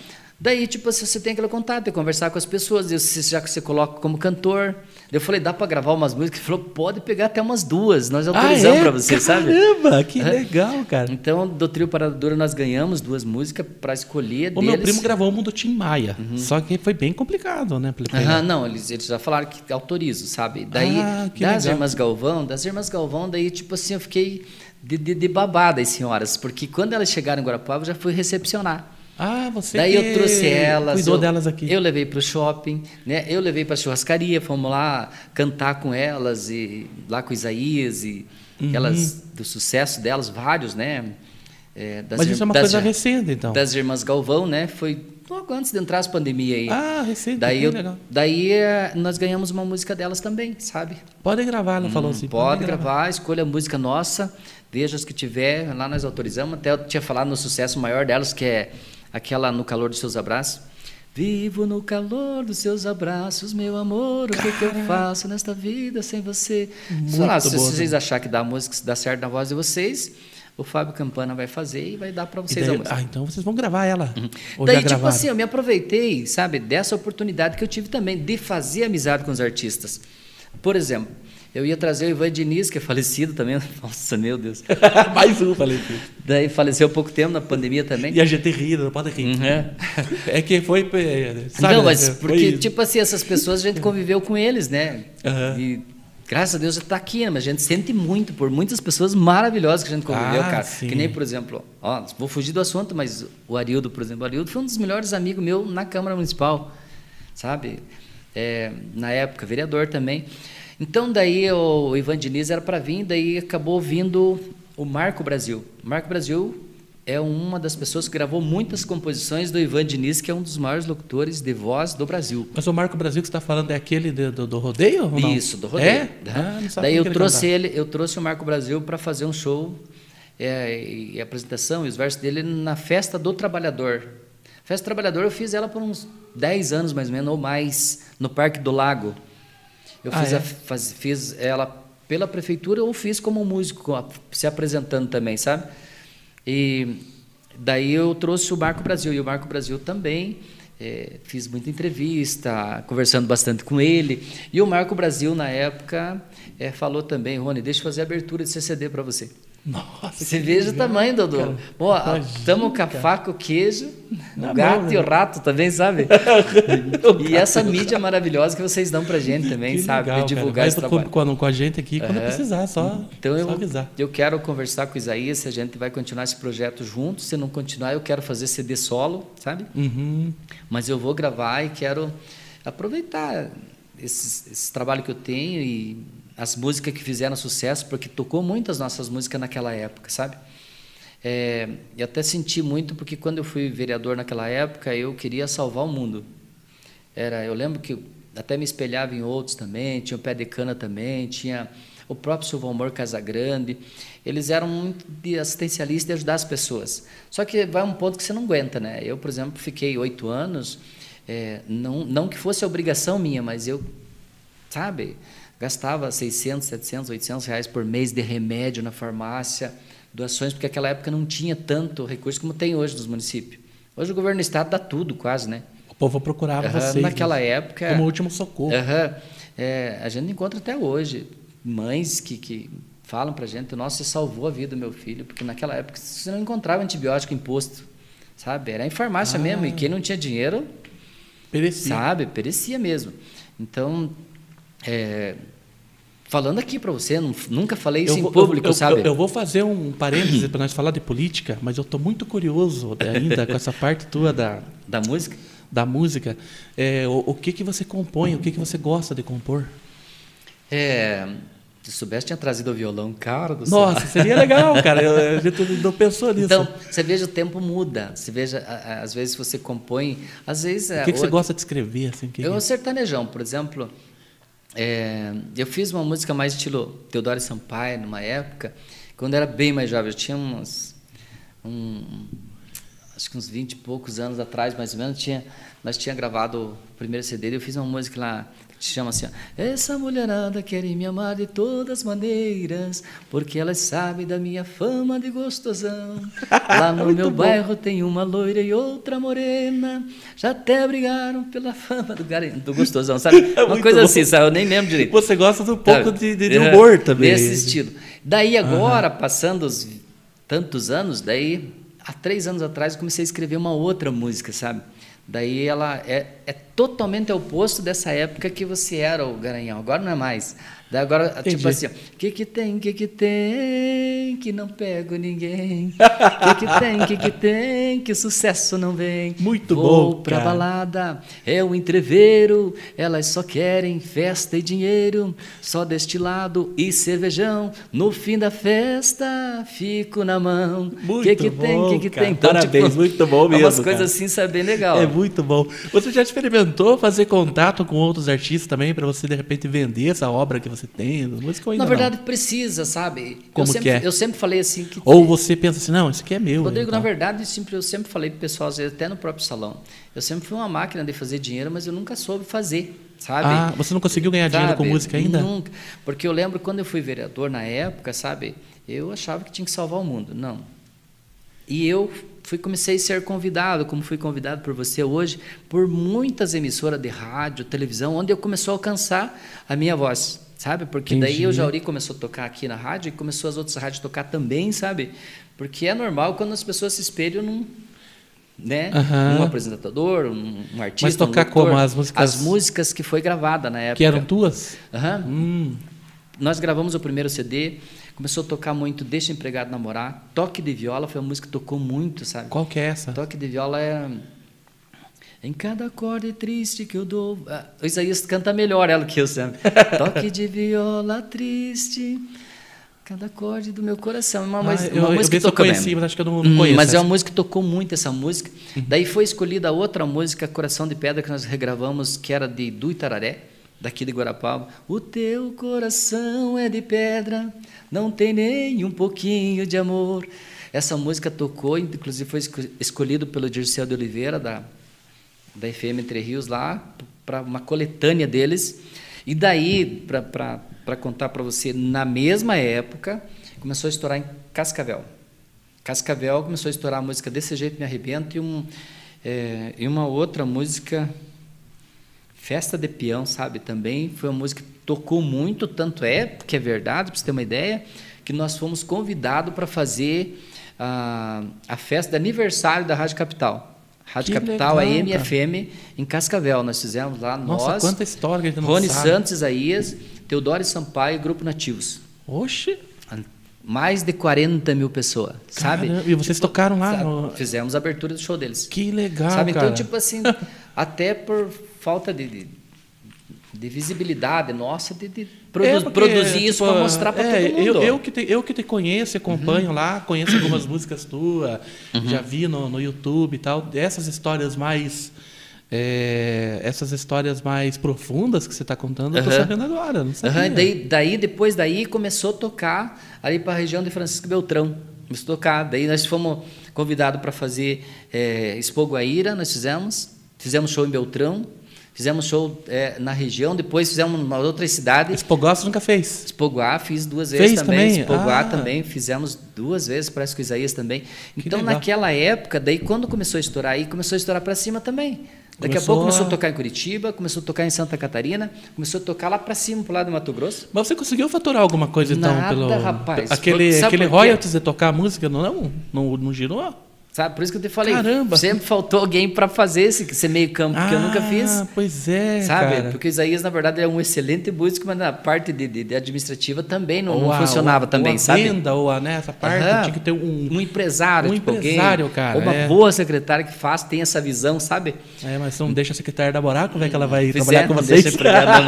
Daí, tipo, assim, você tem aquele contato, de conversar com as pessoas, e você- já que você coloca como cantor. Eu falei, dá para gravar umas músicas? Ele falou, pode pegar até umas duas, nós Ah, é? autorizamos para você, sabe? Caramba, que É. legal, cara. Então, do trio Parada Dura, nós ganhamos duas músicas para escolher O deles. Uhum. meu primo gravou o Mundo Tim Maia. Só que foi bem complicado, né? pra ele pegar. Aham, não, eles, eles já falaram que autorizo, sabe? Daí, Ah, que das legal. Irmãs Galvão, das Irmãs Galvão, daí, tipo assim, eu fiquei de, de, de babada, as senhoras, porque quando elas chegaram em Guarapuava, eu já fui recepcionar. Ah, você Daí que eu trouxe elas. cuidou eu, delas aqui. Eu levei para o shopping, né? Eu levei para a churrascaria, fomos lá cantar com elas e lá com o Isaías e Uhum. elas do sucesso delas vários, né? É, das Mas ir- isso é uma das coisa ir- recente, então. das irmãs Galvão, né? Foi logo antes de entrar as pandemias aí. Ah, recente. daí, que eu- legal. daí eh, nós ganhamos uma música delas também, sabe? Pode gravar, ela falou assim. Hum, Pode gravar, escolha a música nossa, veja as que tiver, lá nós autorizamos. Até eu tinha falado no sucesso maior delas, que é aquela No Calor dos Seus Abraços. Vivo no calor dos seus abraços, meu amor, o que, que eu faço nesta vida sem você? Sei lá, Muito se boa, né? vocês acharem que dá a música, se dá certo na voz de vocês, o Fábio Campana vai fazer e vai dar para E vocês daí- a música. ah, então vocês vão gravar ela. Ou Daí, já tipo gravaram. assim, eu me aproveitei, sabe, dessa oportunidade que eu tive também de fazer amizade com os artistas. Por exemplo, Eu ia trazer o Ivan Diniz, que é falecido também. Nossa, meu Deus. Mais um, falei. filho. Daí faleceu há pouco tempo, na pandemia também. E a gente ri, não pode rir. Uhum. É que foi. é, Sabe, não, mas né? porque, Foi- tipo assim, essas pessoas a gente conviveu com eles, né? Aham. E graças a Deus está aqui, né? mas a gente sente muito por muitas pessoas maravilhosas que a gente conviveu, Ah, cara. sim. Que nem, por exemplo, ó, vou fugir do assunto, mas o Arildo, por exemplo, o Arildo foi um dos melhores amigos meu na Câmara Municipal, sabe? É, na época, vereador também. Então, daí o Ivan Diniz era para vir, daí acabou vindo o Marco Brasil. O Marco Brasil é uma das pessoas que gravou muitas composições do Ivan Diniz, que é um dos maiores locutores de voz do Brasil. Mas o Marco Brasil que você está falando é aquele de- do, do rodeio? ou não? Isso, do rodeio. É? Aham. Ah, não sabia Daí eu que ele trouxe cantava. ele, eu trouxe o Marco Brasil para fazer um show é, e apresentação e os versos dele na Festa do Trabalhador. Festa do Trabalhador eu fiz ela por uns 10 anos mais ou menos ou mais no Parque do Lago. Eu Ah, fiz, é? a- faz- fiz ela pela prefeitura ou fiz como músico a- se apresentando também, sabe? E daí eu trouxe o Marco Brasil e o Marco Brasil também eh, fiz muita entrevista, conversando bastante com ele. E o Marco Brasil na época eh, falou também, Rony, deixa eu fazer a abertura de CCD para você. Nossa, Você tá que veja o legal, tamanho, Dodô. cara. Pô, Imagina, estamos com a cara. faca, o queijo, Na mão, o gato e né? o rato também, sabe? e essa mídia maravilhosa que vocês dão pra gente também, Que sabe? legal, de cara. divulgar Mas esse com- trabalho. Com, com a gente aqui, quando Aham. precisar, só, Então só eu, avisar. eu quero conversar com o Isaías, se a gente vai continuar esse projeto junto. Se não continuar, eu quero fazer CD solo, sabe? Uhum. Mas eu vou gravar e quero aproveitar esse, esse trabalho que eu tenho e as músicas que fizeram sucesso, porque tocou muito as nossas músicas naquela época, sabe? É, e até senti muito, porque quando eu fui vereador naquela época, eu queria salvar o mundo. Era, eu lembro que eu até me espelhava em outros também, tinha o Pé de Cana também, tinha o próprio Silvalmor Casagrande. Eles eram muito de assistencialista de ajudar as pessoas. Só que vai um ponto que você não aguenta, né? Eu, por exemplo, fiquei oito anos, eh, não, não que fosse obrigação minha, mas eu, sabe, gastava 600, 700, 800 reais por mês de remédio na farmácia, doações, porque naquela época não tinha tanto recurso como tem hoje nos municípios. Hoje o governo do estado dá tudo, quase, né? O povo procurava Aham, vocês. naquela né? época- Como último socorro. Aham. É, a gente encontra até hoje mães que, que falam pra gente, nossa, você salvou a vida do meu filho, porque naquela época você não encontrava antibiótico em posto, sabe? Era em farmácia Ah. mesmo, e quem não tinha dinheiro, Perecia. sabe, perecia mesmo. Então, é, falando aqui pra você, não- nunca falei isso em vou- público, eu- sabe? Uhum. eu- eu vou fazer um parêntese para nós falar de política, mas eu estou muito curioso ainda com essa parte tua da, Da música? da música. É, o, o que, que você compõe, o que, que você gosta de compor? É, se soubesse, tinha trazido o violão, cara do céu. Nossa, seria legal, cara. Eu, a gente não pensou nisso. Então, você veja, o tempo muda. Você veja, a- a- às vezes você compõe, às vezes... é, o que, que você gosta de escrever? Assim, que Eu é sertanejão, por exemplo, é, eu fiz uma música mais estilo Teodoro Sampaio, numa época, quando eu era bem mais jovem, eu tinha uns... um- acho que uns 20 e poucos anos atrás, mais ou menos, tinha, nós tinha gravado o primeiro CD e eu fiz uma música lá que se chama assim, ó, Essa mulherada quer me amar de todas maneiras, porque elas sabem da minha fama de gostosão. Lá no meu bairro tem uma loira e outra morena, já até brigaram pela fama do, gare- do gostosão, sabe? Uma É Muito coisa bom. assim, sabe? Eu nem lembro direito. Você gosta de um pouco Sabe? de, de- de É, humor também. Nesse estilo. Daí agora, passando os tantos anos, daí há três anos atrás eu comecei a escrever uma outra música, sabe? Daí ela é, é totalmente oposto dessa época que você era o Garanhão. Agora não é mais. Daí agora, Entendi. tipo assim, o que que tem, que que tem, que não pego ninguém. O que que tem, que que tem, que o sucesso não vem. Muito Vou bom, pra cara. balada balada, é o entreveiro, elas só querem festa e dinheiro, só destilado e cervejão. No fim da festa, fico na mão. Muito que que tem, bom, que que cara. tem? Então, Parabéns, tipo, muito bom é Umas mesmo, coisas cara. assim, saber legal. É muito bom. Você já experimentou fazer contato com outros artistas também para você de repente vender essa obra que você tem, as músicas ou ainda na não? verdade, precisa, sabe? Como eu, que sempre, é? eu sempre falei assim que Ou você pensa assim, não, isso aqui é meu. Rodrigo, então. na verdade, eu sempre, eu sempre falei pro pessoal, às vezes até no próprio salão, eu sempre fui uma máquina de fazer dinheiro, mas eu nunca soube fazer, sabe? Ah, você não conseguiu ganhar dinheiro com Sabe? música ainda? Nunca. Porque eu lembro quando eu fui vereador na época, sabe? Eu achava que tinha que salvar o mundo. Não. E eu fui comecei a ser convidado, como fui convidado por você hoje, por muitas emissoras de rádio, televisão, onde eu começou a alcançar a minha voz. sabe? Porque daí Entendi. o Jauri começou a tocar aqui na rádio e começou as outras rádios a tocar também, sabe? Porque é normal quando as pessoas se espelham num né? Aham. Um apresentador, um, um artista, Mas tocar um locutor. como? As músicas- As músicas que foi gravada na época. Que eram duas? Aham. Hum, Nós gravamos o primeiro CD, começou a tocar muito Deixa o Empregado Namorar. Toque de Viola foi uma música que tocou muito, sabe? qual que é essa? Toque de Viola é... Em cada acorde triste que eu dou... Ah, o Isaías canta melhor ela que eu, sabe? Toque de viola triste, cada acorde do meu coração. É Uma, Ah, uma eu- eu música vi que se eu tocou conheci, mesmo. mas acho que eu não- não conheço Mas é essa. Uhum. uma música que tocou muito essa música. Daí foi escolhida outra música, Coração de Pedra, que nós regravamos, que era de Du Itararé, daqui de Guarapava. O teu coração é de pedra, não tem nem um pouquinho de amor. Essa música tocou, inclusive foi esco- escolhido pelo Dirceu de Oliveira, da, da FM Entre Rios, lá, para uma coletânea deles. E daí, para contar para você, na mesma época, começou a estourar em Cascavel. Cascavel começou a estourar a música Desse Jeito Me Arrebento e, um, é, e uma outra música, Festa de Peão, sabe? Também foi uma música que tocou muito, tanto é, porque é verdade, para você ter uma ideia, que nós fomos convidados para fazer a, a festa de aniversário da Rádio Capital. Rádio Que Capital, legal, a cara. MFM, em Cascavel. Nós fizemos lá, Nossa, nós, quanta história que a gente não Rony sabe. Santos, Isaías, Teodoro Sampaio e Grupo Nativos. Oxe! Mais de 40 mil pessoas, sabe? Tipo, Caramba, e vocês tocaram lá Sabe? no- Fizemos a abertura do show deles. Que legal, sabe? cara. Então, tipo assim, até por falta de, de, de visibilidade nossa, de, de produ- É, porque, produzir isso tipo, para mostrar para é, todo mundo. Eu, Uhum. eu que te, eu que te conheço, acompanho lá, conheço algumas músicas tuas, já vi no, no YouTube e tal. Essas histórias mais. é, essas histórias mais profundas que você está contando, eu tô Aham. sabendo agora. Não sabia. Aham, daí, daí, depois daí, começou a tocar ali para a região de Francisco Beltrão. Começou a tocar. Daí nós fomos convidados para fazer é, Expo Guaíra, nós fizemos. Fizemos show em Beltrão, fizemos show é, na região, depois fizemos uma outra cidade. Espogócio nunca fez. Spoguá fiz duas Fez vezes também. também? Spoguá Ah. também fizemos duas vezes, parece que o Isaías também. Então, legal. naquela época, daí quando começou a estourar aí, começou a estourar para cima também. Daqui Começou a pouco começou a- a tocar em Curitiba, começou a tocar em Santa Catarina, começou a tocar lá para cima, pro lado do Mato Grosso. Mas você conseguiu faturar alguma coisa então Nada, pelo. rapaz. Aquele, Sabe aquele por quê? royalties de tocar a música, não, não, não, não girou? Sabe? Por isso que eu te falei, Caramba. sempre faltou alguém para fazer esse, esse meio campo que eu nunca fiz. Ah, Pois é. Sabe? Cara. Porque o Isaías, na verdade, é um excelente músico, mas na parte de, de- de administrativa também não, Ou não a- funcionava ou a- também, ou a sabe? Venda, ou a, né, essa parte, Aham. tinha que ter um. um empresário, um tipo alguém, empresário, cara, ou uma é. boa secretária que faz, tem essa visão, sabe? É, mas não deixa a secretária namorar, como é que ela vai Pois trabalhar é, com não vocês? deixa empregado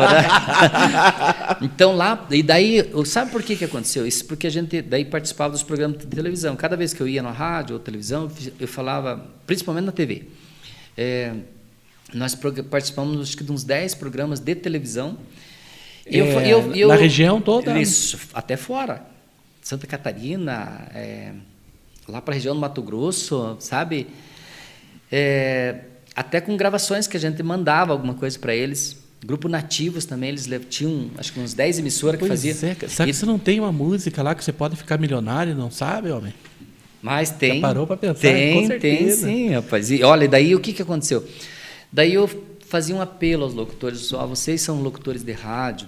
namorar. então lá, e daí, eu- sabe por que que aconteceu? Isso porque a gente daí participava dos programas de televisão. Cada vez que eu ia na rádio ou televisão, eu fiz- eu falava, principalmente na TV. É, nós prog- participamos acho que de uns 10 programas de televisão. E eu fa- É, eu- eu- na região toda? Isso, até fora. Santa Catarina, é, lá para a região do Mato Grosso, sabe? É, até com gravações que a gente mandava alguma coisa para eles. Grupo Nativos também, eles le- tinham acho que uns 10 emissoras que Pois faziam. é, cara. Será E- que você não tem uma música lá que você pode ficar milionário e não sabe, homem? Mas tem. parou pra pensar? Tem, Com tem certeza. sim, rapaz. E olha, daí o que, que aconteceu? Daí eu fazia um apelo aos locutores, ó, vocês são locutores de rádio,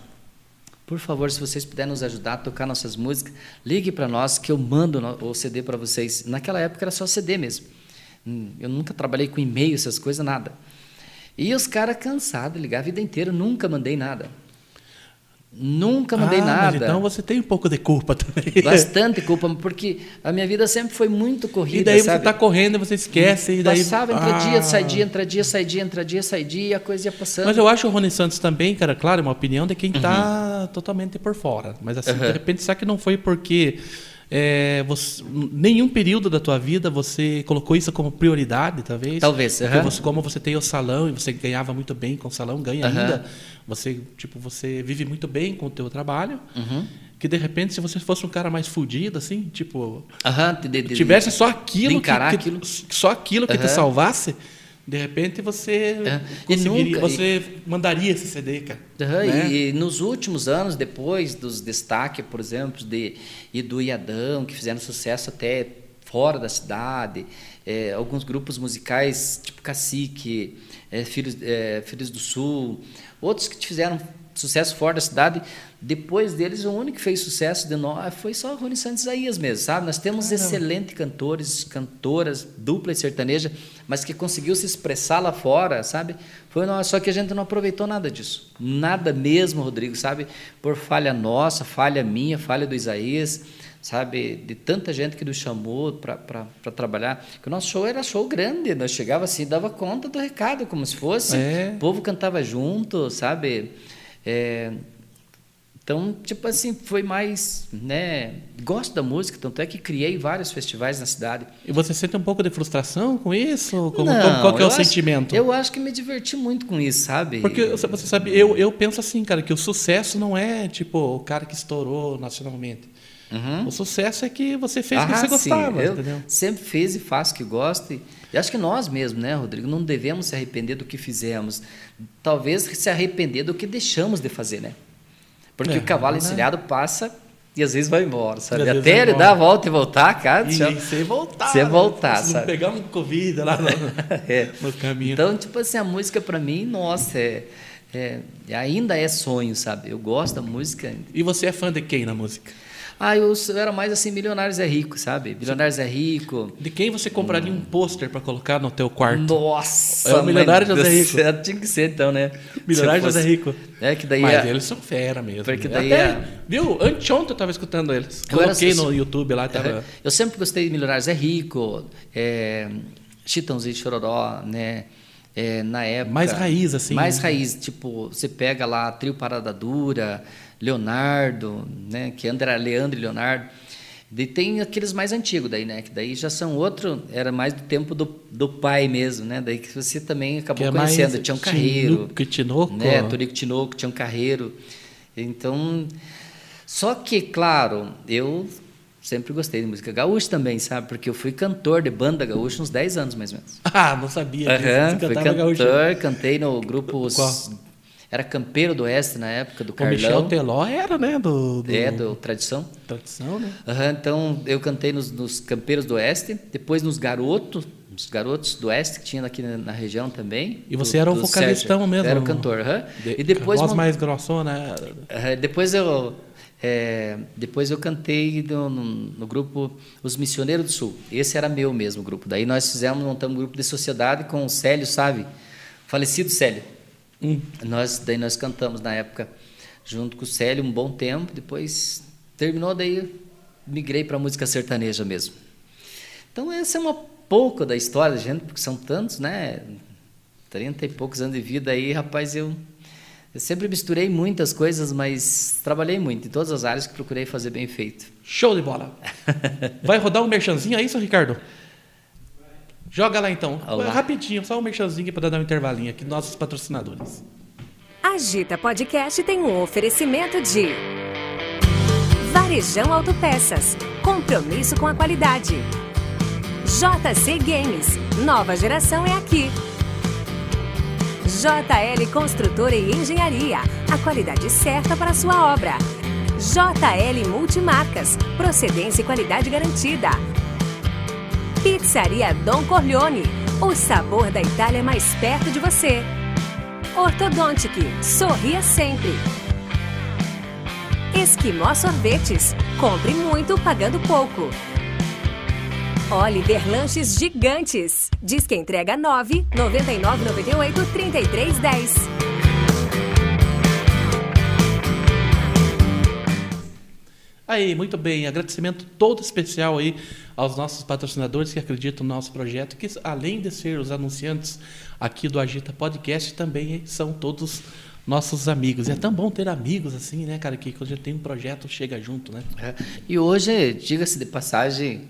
por favor, se vocês puderem nos ajudar a tocar nossas músicas, ligue para nós que eu mando no- o CD para vocês. Naquela época era só CD mesmo. Hum, Eu nunca trabalhei com e-mail, essas coisas, nada. E os caras cansados, ligar a vida inteira, nunca mandei nada. Nunca mandei Ah, mas nada. então você tem um pouco de culpa também. Bastante culpa, porque a minha vida sempre foi muito corrida, E daí você sabe? tá correndo e você esquece. E daí... Passava, entra dia, sai Ah. dia, entra dia, sai dia, entra dia, sai dia, e a coisa ia passando. Mas eu acho o Rony Santos também, cara, claro, é uma opinião de quem tá totalmente por fora. Mas assim, de repente, será que não foi porque é, você- nenhum período da tua vida você colocou isso como prioridade, talvez? Talvez, Porque aham. você- como você tem o salão e você ganhava muito bem com o salão, ganha Aham. ainda. Você, tipo, você vive muito bem com o teu trabalho. Uhum. Que de repente, se você fosse um cara mais fudido, assim, tipo, Aham, de- de- de- tivesse só aquilo de que- encarar que, aquilo. só aquilo que te Aham. salvasse, salvasse, de repente você É. E conseguiria, nunca- você mandaria esse CD, cara. Aham, né? e, e nos últimos anos, depois dos destaques, por exemplo, de Edu e Adão, que fizeram sucesso até fora da cidade, é, alguns grupos musicais, tipo Cacique, é, Filhos, é, Filhos do Sul, outros que fizeram sucesso fora da cidade. Depois deles, o único que fez sucesso de nós foi só Rony Santos Isaías mesmo, sabe? Nós temos Caramba. excelentes cantores, cantoras, dupla e sertaneja, mas que conseguiu se expressar lá fora, sabe? Foi nós, só que a gente não aproveitou nada disso. Nada mesmo, Rodrigo, sabe? Por falha nossa, falha minha, falha do Isaías, sabe? De tanta gente que nos chamou para trabalhar. Que o nosso show era show grande, nós chegava assim, dava conta do recado, como se fosse. É. O povo cantava junto, sabe? É, então, tipo assim, foi mais, né? Gosto da música, tanto é que criei vários festivais na cidade. E você sente um pouco de frustração com isso? Como, como- qual que é eu o acho- sentimento? Eu acho que me diverti muito com isso, sabe? Porque você você sabe, eu, eu penso assim, cara, que o sucesso não é tipo o cara que estourou nacionalmente. Uhum. O sucesso é que você fez o que Ah, você sim, gostava, eu entendeu? Sempre fiz e faço o que gosto. E, e acho que nós mesmos, né, Rodrigo, não devemos se arrepender do que fizemos. Talvez se arrepender do que deixamos de fazer, né? Porque É, o cavalo né? encilhado passa e às vezes vai embora, sabe? às vezes Até vai ele embora. dar a volta e voltar, cara. E tchau. você voltar. né? Você voltar, Se não sabe? pegar um Covid lá no, É. no caminho. Então, tipo assim, a música pra mim, nossa, é, é- ainda é sonho, sabe? Eu gosto da música. E você é fã de quem na música? Ah, eu, sou- eu era mais assim, Milionários é Rico, sabe? Milionários é Rico. De quem você compraria um pôster pra colocar no teu quarto? Nossa! É o Milionário mãe José do Rico. céu, Tinha que ser então, né? Milionário Se eu José fosse- Rico. É, que daí... Mas é- eles são fera mesmo. Porque né? daí Até, é- Viu? Anteontem eu tava escutando eles. Eu era Coloquei assim- no YouTube lá, tava... Uhum. Eu sempre gostei de Milionários é Rico, é, Chitãozinho e Chororó, né? É, na época... Mais raiz, assim, Mais né? raiz, tipo, você pega lá Trio Parada Dura, Leonardo, né? Que antes era Leandro e Leonardo. E tem aqueles mais antigos daí, né? Que daí já são outro... Era mais do tempo do, do pai mesmo, né? Daí que você também é acabou conhecendo. Tinha um carreiro. Tinoco, e Tinoco. Né? Tonico Tinoco, Tião Carreiro. Então, só que, claro, eu sempre gostei de música gaúcha também, sabe? Porque eu fui cantor de banda gaúcha uns 10 anos, mais ou menos. Ah, não sabia. disso. Aham, Você fui cantava gaúcho. né? cantor, cantei no grupo... os- Qual? Era Campeiro do Oeste na época, do O Michel Carlão. Teló era, né? Do, do- É, do Tradição. Tradição, né? Aham, então eu cantei nos, nos Campeiros do Oeste, depois nos Garotos, nos Garotos do Oeste, que tinha aqui na, na região também. E você era o vocalistão Sérgio. mesmo? Era o cantor, aham. De- E depois. Voz mon- mais grossona. aham, depois eu. é, depois eu cantei no, no- no grupo Os Missioneiros do Sul. Esse era meu mesmo grupo. Daí nós fizemos, montamos um grupo de sociedade com o Célio Sabe, falecido Célio. Hum. Nós, daí nós cantamos na época junto com o Célio um bom tempo, depois terminou, daí eu migrei para música sertaneja mesmo. Então essa é uma pouco da história da gente, porque são tantos, né? 30 e poucos anos de vida aí, rapaz, eu, eu sempre misturei muitas coisas, mas trabalhei muito em todas as áreas que procurei fazer bem feito. Show de bola. Vai rodar um merchanzinho aí, seu Ricardo? Joga lá então. Olá. Rapidinho, só um merchanzinho para dar um intervalinho aqui, nossos patrocinadores. Agita Podcast tem um oferecimento de Varejão Autopeças, compromisso com a qualidade. JC Games, nova geração é aqui. JL Construtora e Engenharia, a qualidade certa para a sua obra. JL Multimarcas, procedência e qualidade garantida. Pizzaria Dom Corleone, o sabor da Itália mais perto de você. Ortodontic, sorria sempre. Esquimó Sorvetes, compre muito pagando pouco. Oliver Lanches Gigantes, diz que entrega 9 99 98 33 10. Aí, muito bem. Agradecimento todo especial aí aos nossos patrocinadores que acreditam no nosso projeto, que além de ser os anunciantes aqui do Agita Podcast, também são todos nossos amigos. E é tão bom ter amigos assim, né, cara, que quando a gente tem um projeto, chega junto, né? É. E hoje, diga-se de passagem,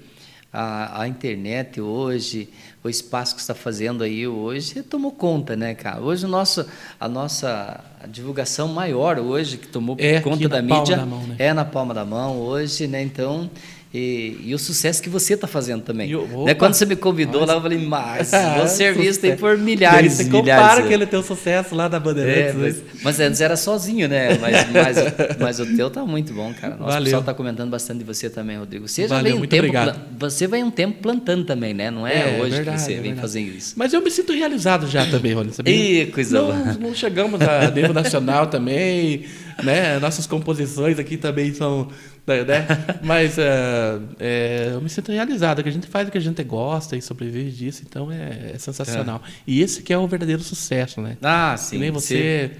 a, a internet hoje, o espaço que está fazendo aí hoje, tomou conta, né, cara? Hoje o nosso, a nossa divulgação maior hoje que tomou É aqui conta da na palma mídia da mão, né? é na palma da mão hoje, né? Então e, e o sucesso que você está fazendo também. E o- Né, opa! Quando você me convidou lá, eu falei, mas meu serviço tem por E Ah, milhares Você e compara milhares. que ele tem o sucesso lá da É, Bandeirantes. mas, né? mas antes era sozinho, né? Mas, mas, o- mas o teu tá muito bom, cara. Nossa, Valeu. O pessoal tá comentando bastante de você também, Rodrigo. Você já Valeu, vem um muito tempo obrigado. plan- Você vai um tempo plantando também, né? Não é, É, hoje verdade, que você é vem verdade. fazendo isso. Mas eu me sinto realizado já também, Rony, sabia? Ih, coisa boa. não, não chegamos a nível nacional também, né? Nossas composições aqui também são, né? né? Mas eh, eh, eu me sinto realizado, que a gente faz o que a gente gosta e sobrevive disso, então é, é sensacional. E esse que é o verdadeiro sucesso, né? Ah, que nem você,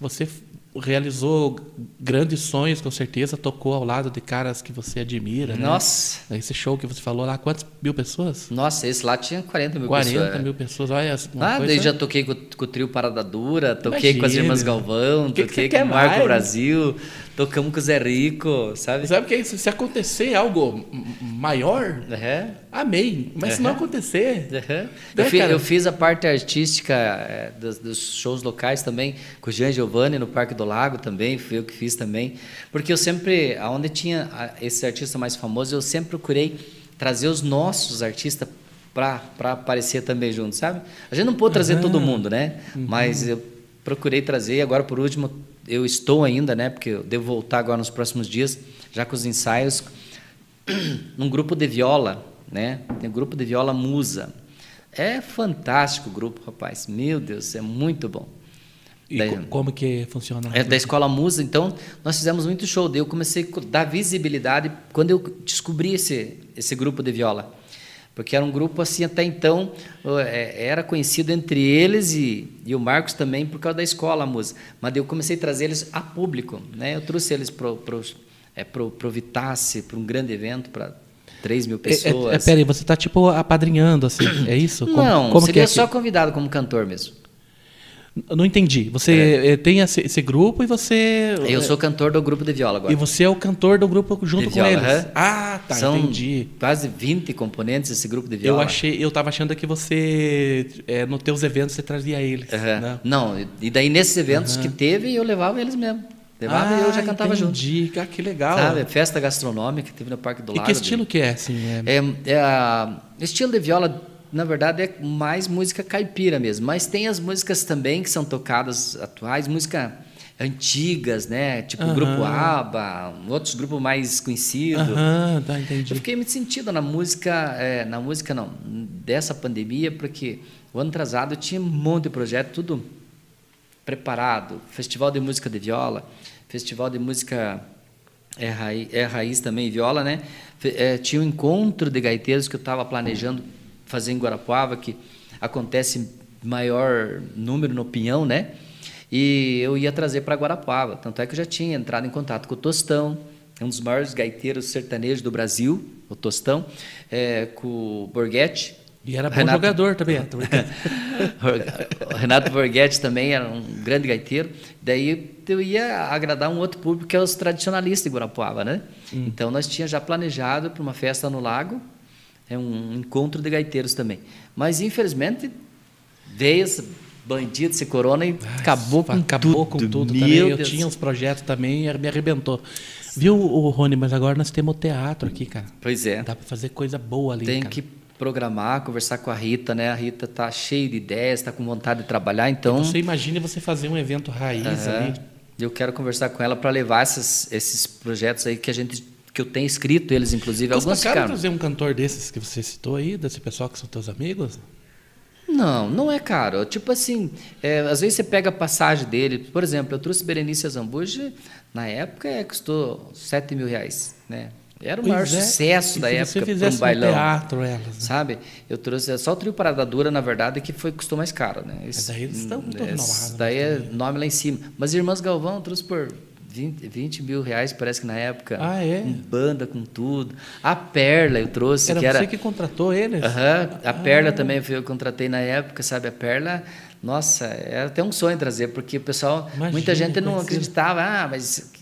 você f- realizou grandes sonhos, com certeza, tocou ao lado de caras que você admira, né? Nossa, Esse show que você falou lá, quantas mil pessoas? nossa, esse lá tinha 40 mil 40 pessoas. né? é. mil pessoas, olha. uma Ah, coisa- daí já toquei com, com o trio Parada Dura, toquei com as Imagina. Irmãs Galvão, Que que toquei você quer com o Marco mais? Brasil, tocamos com o Zé Rico, sabe? Sabe que é isso? Se acontecer algo m- maior, É. amém. Mas se não acontecer, Aham. Né, Eu, fi- cara? eu fiz a parte artística eh, dos, dos shows locais também, com o Jean Giovanni no Parque do Lago também, foi eu que fiz também. Porque eu sempre, onde tinha ah, esses artistas mais famosos, eu sempre procurei trazer os nossos artistas para aparecer também junto, sabe? A gente não pôde trazer todo mundo, né? Uhum. Mas eu procurei trazer, e agora por último, eu estou ainda, né? Porque eu devo voltar agora nos próximos dias, já com os ensaios num grupo de viola, né? Tem um grupo de viola Musa. É fantástico o grupo, rapaz. Meu Deus, é muito bom. e Daí- co- como que funciona? é da escola Musa, então nós fizemos muito show. Daí eu comecei a dar visibilidade quando eu descobri esse, esse grupo de viola. Porque era um grupo assim, até então, ó, é, era conhecido entre eles e, e o Marcos também por causa da escola Musa. Mas daí eu comecei a trazer eles a público. Né? Eu trouxe eles para pro, é, pro, pro Vitasse, para um grande evento, para 3 mil pessoas. É, é, peraí, você tá tipo apadrinhando, assim, é isso? Como- Não, como que seria é que- só convidado como cantor mesmo. Eu Não entendi. Você eh, tem esse, esse grupo e você. É. Eu sou cantor do grupo de viola É, agora. E você é o cantor do grupo junto De com viola, eles. aham. Ah, tá, São entendi. quase 20 componentes esse grupo de Eu viola. achei, eu tava achando que você, eh, nos teus eventos, você trazia eles. Aham. né? Não, e- e daí nesses eventos que teve, eu levava eles mesmo. Levava e eu já cantava junto. entendi. junto. Ah, que legal. Sabe? Festa gastronômica que teve no Parque do e Lago. que estilo que é, assim? é- É, é a- o estilo de viola, na verdade, é mais música caipira mesmo. Mas tem as músicas também que são tocadas atuais, música antigas, né? Tipo o grupo ABBA, outros grupos mais conhecidos. Aham, tá, Eu entendi. fiquei muito sentido na música, eh, na música não, dessa pandemia, porque o ano atrasado eu tinha um monte de projeto, tudo preparado. Festival de música de viola, festival de música é raiz, é raiz também viola, né? Fe- eh, tinha um encontro de gaiteiros que eu estava planejando fazer em Guarapuava, que acontece maior número no Pinhão, né? E eu ia trazer para Guarapuava. Tanto é que eu já tinha entrado em contato com o Tostão, um dos maiores gaiteiros sertanejos do Brasil, o Tostão, eh, com o Borghetti. E era bom Renato- jogador também. é, tô brincando. o Renato Borghetti também era um grande gaiteiro. Daí eu ia agradar um outro público que é os tradicionalistas de Guarapuava, né? Hum. Então nós tínhamos já planejado para uma festa no lago, é um encontro de gaiteiros também. Mas infelizmente veio esse bandido, esse corona e acabou com Acabou tudo. com tudo Meu também. Eu Deus. tinha um uns projetos também e me arrebentou. Viu, o Rony, mas agora nós temos o teatro aqui, cara. Pois é. Dá pra fazer coisa boa ali, Tem Tá cara. que programar, conversar com a Rita, né? A Rita tá cheia de ideias, está com vontade de trabalhar, então Você imagina você fazer um evento raiz Aham. ali. Eu quero conversar com ela para levar esses, esses projetos aí que a gente que eu tenho escrito eles inclusive Custa alguns caro ficaram. trazer um cantor desses que você citou aí, desse pessoal que são teus amigos? Não, não é caro. Tipo assim, é, às vezes você pega a passagem dele. Por exemplo, eu trouxe Berenice Zambuji, na época é, custou 7 mil reais, né? Era o maior Pois é. sucesso E da se época você pra fizesse um no bailão. teatro elas, né? Sabe? Eu trouxe só o trio Parada Dura, na verdade, que foi, custou mais caro, né? Isso- daí eles estão todos isso renomados, né, Daí é nome lá em cima. Mas Irmãs Galvão eu trouxe por 20, 20 mil reais, parece que na época. Ah, é? Com banda, com tudo. A Perla eu trouxe, Era que era... você que Ah. contratou eles? Aham, a Perla também foi, eu contratei na época, sabe? A Perla, nossa, era até um sonho trazer, porque o pessoal, Imagina, muita gente não conhecida. Uhum. acreditava, ah, mas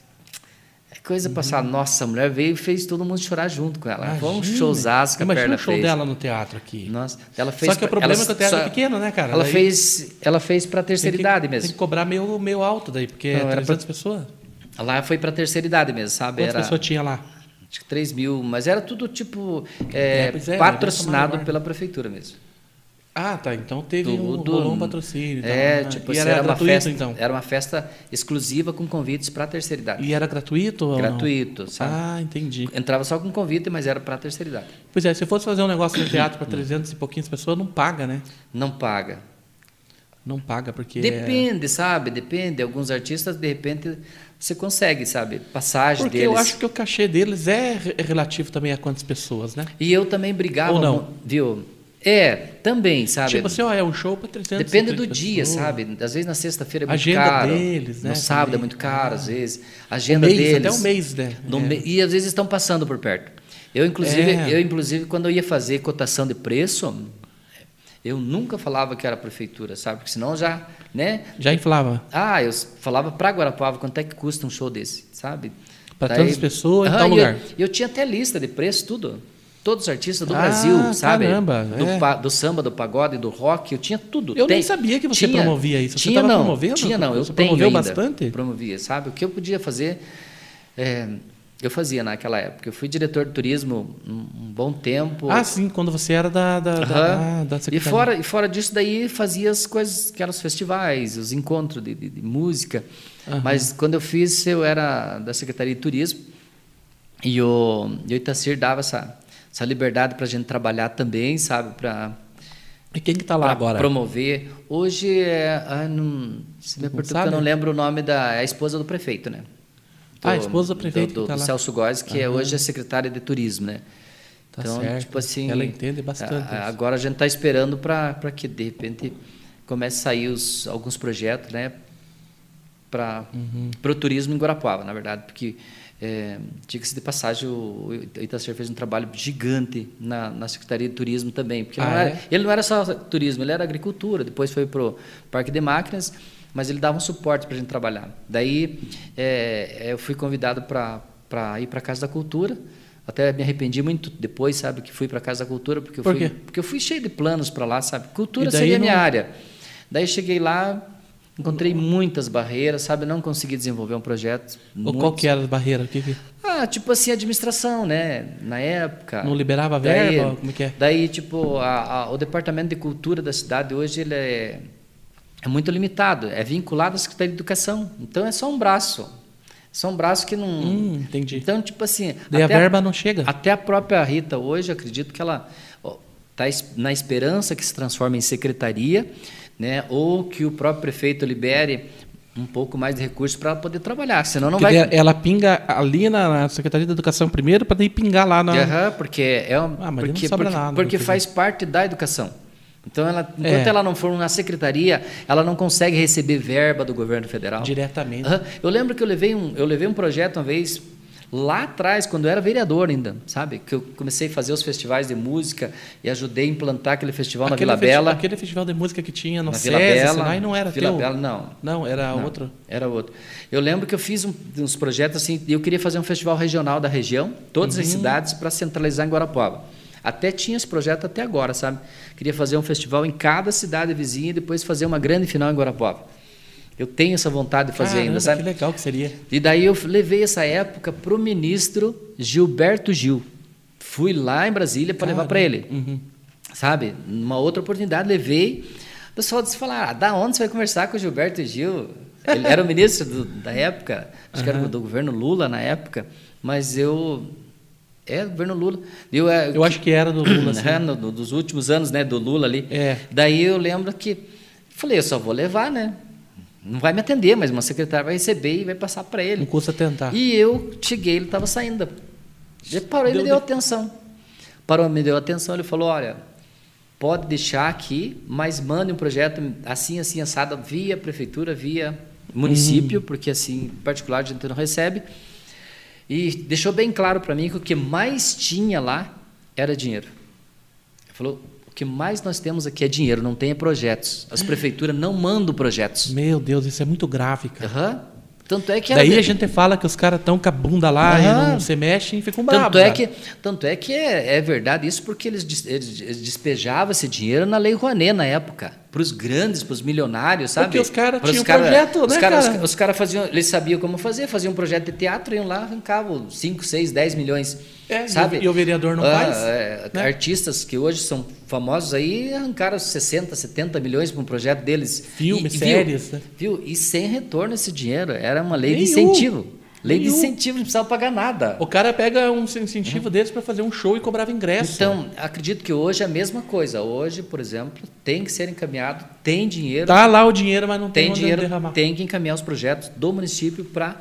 é coisa passada. Nossa, a mulher veio e fez todo mundo chorar junto com ela. Foi um Imagina. showzaço que a Imagina Perla o show fez. dela no teatro aqui. Nossa, ela fez Só que o problema ela é que o teatro só- é pequeno, né, cara? Ela Daí- fez, ela fez para Tem terceira que- idade Tem que mesmo. cobrar meio, meio alto daí, porque Não, é era 300 pessoas. Lá foi para terceira idade mesmo, sabe? Quantas Era pessoas tinha lá? acho que 3 mil, mas era tudo tipo é, É, pois é, evento patrocinado maior. pela prefeitura mesmo. Ah, tá. Então teve um, Tudo- rolou um patrocínio. Então, é, né? tipo, e assim, era, era, uma gratuito, festa, então. era uma festa exclusiva com convites para a terceira idade. E era gratuito? ou não? é. Gratuito, sabe? Ah, entendi. Entrava só com convite, mas era para a terceira idade. Pois é, se fosse fazer um negócio no Hum. teatro para 300 e pouquinhas pessoas, não paga, né? Não paga. Não paga, porque. é- Depende, sabe? Depende. Alguns artistas, de repente, você consegue, sabe? Passagem Porque deles. eu acho que o cachê deles é re- relativo também a quantas pessoas, né? E eu também brigava. Ou não? mu- Viu? É, também, sabe? Tipo assim, ó, é um show para 300 Depende do dia, sabe? Às vezes na sexta-feira é muito tipo, oh. Agenda caro. deles, né, No sábado também. Ah. Um é muito caro, às vezes. Agenda Mês, deles. até um mês, né? No É. me- E às vezes estão passando por perto. Eu inclusive, É. eu inclusive quando eu ia fazer cotação de preço, eu nunca falava que era a prefeitura, sabe? Porque senão já, né? Já inflava. Ah, eu s- falava para Guarapuava quanto é que custa um show desse, sabe? Pra Daí- tantas pessoas, em Aham, tal e eu- lugar. Eu, tinha até lista de preço, tudo. Todos os artistas do Ah, Brasil, sabe? caramba, do, é. pa- do samba, do pagode, do rock, eu tinha tudo. Eu nem sabia que você promovia isso. Você tinha, tava não, promovendo? Tinha não, eu Você tenho promoveu ainda. bastante? Promovia, sabe? O que eu podia fazer, é, eu fazia naquela época. Eu fui diretor de turismo um, um bom tempo. Ah, sim, quando você era da, da, da, Aham. da e, secretaria. fora, e fora disso, daí fazia as coisas que eram os festivais, os encontros de, de- de música. Mas quando eu fiz, eu era da Secretaria de Turismo e o, e o Itacir dava essa, essa liberdade para a gente trabalhar também, sabe? Para E quem que tá lá agora? promover. Hoje, é, ah, não, se me Não perturba, sabe? eu não lembro o nome da é a esposa do prefeito, né? Ah, a esposa do prefeito Do, que tá do lá. Celso Góes, que é hoje é secretária de Turismo, né? tipo assim, Tá certo. Ela entende bastante a- a- isso. agora a gente está esperando para que, de repente, comece a sair os, alguns projetos, né? Para Uhum. o turismo em Guarapuava, na verdade, porque, é, diga-se de passagem, o o Itacer fez um trabalho gigante na, na Secretaria de Turismo também, porque não Ah, era- é? ele não era só turismo, ele era agricultura, depois foi para o Parque de Máquinas, mas ele dava um suporte para a gente trabalhar. Daí é, eu fui convidado para ir para a Casa da Cultura, até me arrependi muito depois, sabe, que fui para a Casa da Cultura, porque eu, Por fui, quê? porque eu fui cheio de planos para lá, sabe, cultura E daí seria a minha não- área. Daí cheguei lá, encontrei muitas barreiras, sabe, não consegui desenvolver um projeto. Ou muito- qual que era a barreira? O que que- ah, tipo assim, administração, né? Na época. Não liberava verba? Como que é? Daí, tipo, a- a- o departamento de cultura da cidade hoje ele é, é muito limitado. É vinculado à Secretaria de Educação. Então é só um braço. Só um braço que não. Hum, entendi. Então, tipo assim. Daí a verba não chega. Até a própria Rita hoje, acredito que ela está na esperança que se transforme em secretaria, né? Ou que o próprio prefeito libere um pouco mais de recursos para poder trabalhar, senão não Quer vai. dizer, Ela pinga ali na, na Secretaria da Educação primeiro, para daí pingar lá na. Aham, porque é um, Ah, mas porque, não sobra porque, nada, porque porque- faz parte da educação. Então, ela, enquanto É. ela não for na secretaria, ela não consegue receber verba do governo federal. Diretamente. Aham. Eu lembro que eu levei um, eu levei um projeto uma vez lá atrás, quando eu era vereador ainda, sabe? Que eu comecei a fazer os festivais de música e ajudei a implantar aquele festival na Vila festi- Bela. Aquele festival de música que tinha no Na César, Vila Bela, Bela. Senai, não era Vila teu? Bela, não. Não, era Não, outro? Era outro. Eu lembro que eu fiz um- uns projetos assim, eu queria fazer um festival regional da região, todas Uhum. as cidades, para centralizar em Guarapuava. Até tinha esse projeto até agora, sabe? Queria fazer um festival em cada cidade vizinha e depois fazer uma grande final em Guarapuava. Eu tenho essa vontade de fazer Caramba, ainda, sabe? que legal que seria. E daí eu levei essa época para o ministro Gilberto Gil. Fui lá em Brasília para levar para ele. uhum. Sabe? Numa outra oportunidade, levei. O pessoal disse: falar, ah, da onde você vai conversar com o Gilberto Gil? Ele era o ministro do- da época, acho que era do governo Lula na época, mas eu. É, governo Lula. Eu, é, Eu acho que era do Lula, assim. né, no- no- dos últimos anos, né, do Lula ali. É. Daí eu lembro que falei, eu só vou levar, né? Não vai me atender, mas uma secretária vai receber e vai passar para Não ele. custa tentar. E eu cheguei, ele estava saindo. Ele parou, ele Deu me deu de- atenção. Parou, me deu atenção, ele falou, olha, pode deixar aqui, mas mande um projeto assim, assim, assado, via prefeitura, via município, Hum. porque assim, em particular, a gente não recebe. E deixou bem claro para mim que o que mais tinha lá era dinheiro. Ele falou, o que mais nós temos aqui é dinheiro, não tem é projetos. As prefeituras não mandam projetos. Meu Deus, isso é muito grave, cara. Aham. Tanto é que Daí era- a gente fala que os caras estão com a bunda lá e Aham. não se mexem e ficam bravos. Tanto é, cara. que, tanto é que é, é verdade isso, porque eles, des- eles- eles despejavam esse dinheiro na Lei Rouanet na época. Para os grandes, para os milionários, sabe? Porque os caras Pros tinham cara- projeto, os né, cara- os cara? ca- Os caras faziam, eles sabiam como fazer, faziam um projeto de teatro, iam lá, arrancavam 5, 6, 10 milhões. É, e o- sabe? e o vereador não Ah, faz, é, né? Artistas que hoje são famosos aí arrancaram 60, 70 milhões para um projeto deles. Filmes, E- e viu? séries, né? Viu? E sem retorno esse dinheiro. Era uma lei de Nenhum. incentivo. Lei de Nenhum. incentivo, não precisava pagar nada. O cara pega um incentivo deles para fazer um show e cobrava ingresso. Uhum. Então, acredito que hoje é a mesma coisa. Hoje, por exemplo, tem que ser encaminhado, tem dinheiro, Tá lá o dinheiro, mas não tem, tem onde dinheiro, derramar. tem que encaminhar os projetos do município para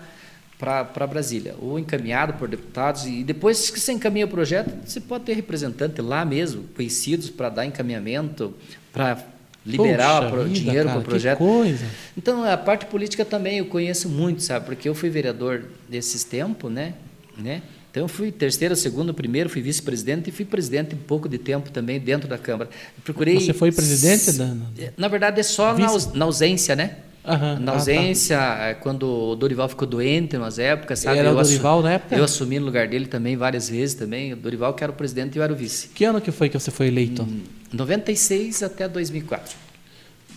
para Brasília, ou encaminhado por deputados, e depois que você encaminha o projeto, você pode ter representante lá mesmo, conhecidos para dar encaminhamento, para liberar Poxa pro- vida, dinheiro para cara, o que projeto. coisa. Então, a parte política também eu conheço muito, sabe? Porque eu fui vereador desses tempos, né? né? Então, eu fui terceiro, segundo, primeiro, fui vice-presidente e fui presidente um pouco de tempo também dentro da Câmara. Procurei... Você foi presidente, S- Dana? Na verdade, é só na, Vice- aus- na ausência, né? Aham, ah, tá. na ausência, eh, quando o Dorival ficou doente, em umas épocas, sabe? Era o Eu assu- Dorival na época? Eu assumi no lugar dele também, várias vezes também. O Dorival que era o presidente e eu era o vice. Que ano que foi que você foi eleito? Em 96 até 2004.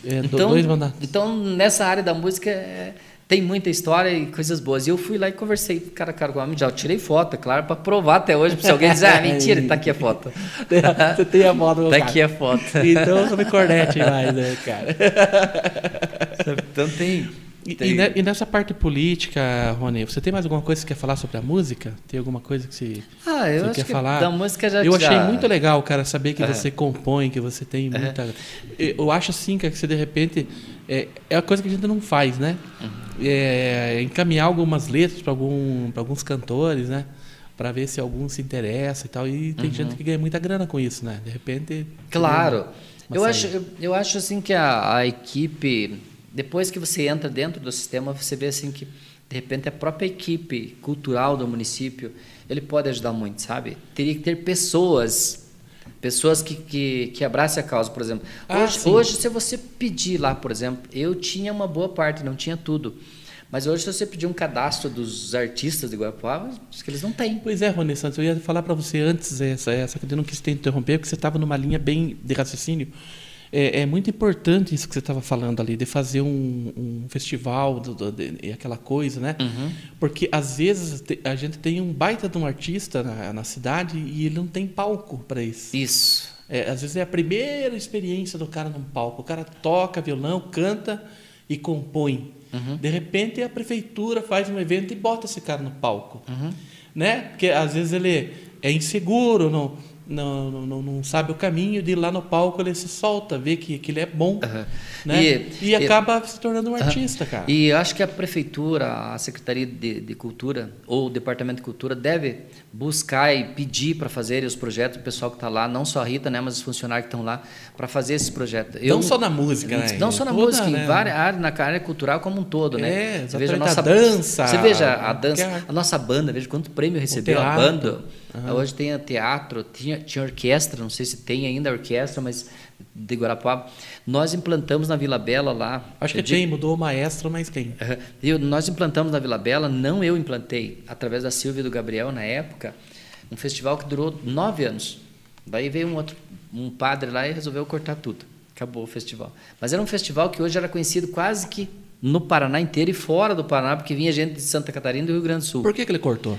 É, do- Então, dois mandatos. então, nessa área da música é, tem muita história e coisas boas. E eu fui lá e conversei cara a cara com o homem, já tirei foto, é claro, para provar até hoje, para se alguém dizer, ah, mentira, tá aqui a foto. É. Você tem a moda, Tá aqui a foto. Então eu não me cornete mais, né, cara? Então tem. E, tem- e né, ne- e nessa parte política, Rony, você tem mais alguma coisa que você quer falar sobre a música? Tem alguma coisa que você, Ah, eu você acho quer que falar? da música já É. Eu já- achei muito legal, cara, saber que você compõe, que você tem É. muita. Eu acho assim, cara, que você de repente. É, é a coisa que a gente não faz, né? Uhum. É, encaminhar algumas letras para algum, pra alguns cantores, né? Pra ver se algum se interessa e tal. E tem gente que ganha muita grana com isso, né? De repente. Uhum. Claro. Uma Eu saída. acho, eu, eu acho assim que a, a equipe, depois que você entra dentro do sistema, você vê assim que de repente a própria equipe cultural do município ele pode ajudar muito, sabe? Teria que ter pessoas, pessoas que que, que abracem a causa, por exemplo. Ah, hoje, sim. hoje, se você pedir lá, por exemplo, eu tinha uma boa parte, não tinha tudo. Mas hoje, se você pedir um cadastro dos artistas de Guarapuava, acho que eles não têm. Pois é, Rony Santos, eu ia falar para você antes essa, essa que eu não quis te interromper, porque você estava numa linha bem de raciocínio. É, é muito importante isso que você estava falando ali, de fazer um, um festival do- do- de- e aquela coisa, né? Porque às vezes te- a gente tem um baita de um artista na, na cidade e ele não tem palco para isso. Isso. É, às vezes é a primeira experiência do cara num palco. O cara toca violão, canta e compõe. Uhum. De repente a prefeitura faz um evento e bota esse cara no palco. Uhum. Né? Porque às vezes ele é inseguro, não, não, não- não, não sabe o caminho, de ir lá no palco ele se solta, vê que, que ele é bom. Aham. Né? E, Uhum. E- e- acaba se tornando um Aham. artista, cara. E eu acho que a prefeitura, a Secretaria de, de Cultura ou o Departamento de Cultura deve buscar e pedir para fazer os projetos, o pessoal que está lá, não só a Rita, né, mas os funcionários que estão lá, para fazer esse projeto. Não só na música, né? Não só na Toda, música, né? em várias áreas, na área cultural como um todo, né? É, Você veja exatamente, a dança, Você veja a a- dança, a nossa banda, veja quanto prêmio recebeu a teatro. banda. Hoje tem a teatro, tinha, tinha orquestra, não sei se tem ainda orquestra, mas de Guarapuava. Nós implantamos na Vila Bela lá. Acho que é eu digo- tem, mudou o maestro, mas tem. Aham. Eu- nós implantamos na Vila Bela, não eu implantei, através da Silvia e do Gabriel na época, um festival que durou nove anos. Daí veio um outro, um padre lá e resolveu cortar tudo. Acabou o festival. Mas era um festival que hoje era conhecido quase que no Paraná inteiro e fora do Paraná, porque vinha gente de Santa Catarina e do Rio Grande do Sul. Por que, que ele cortou?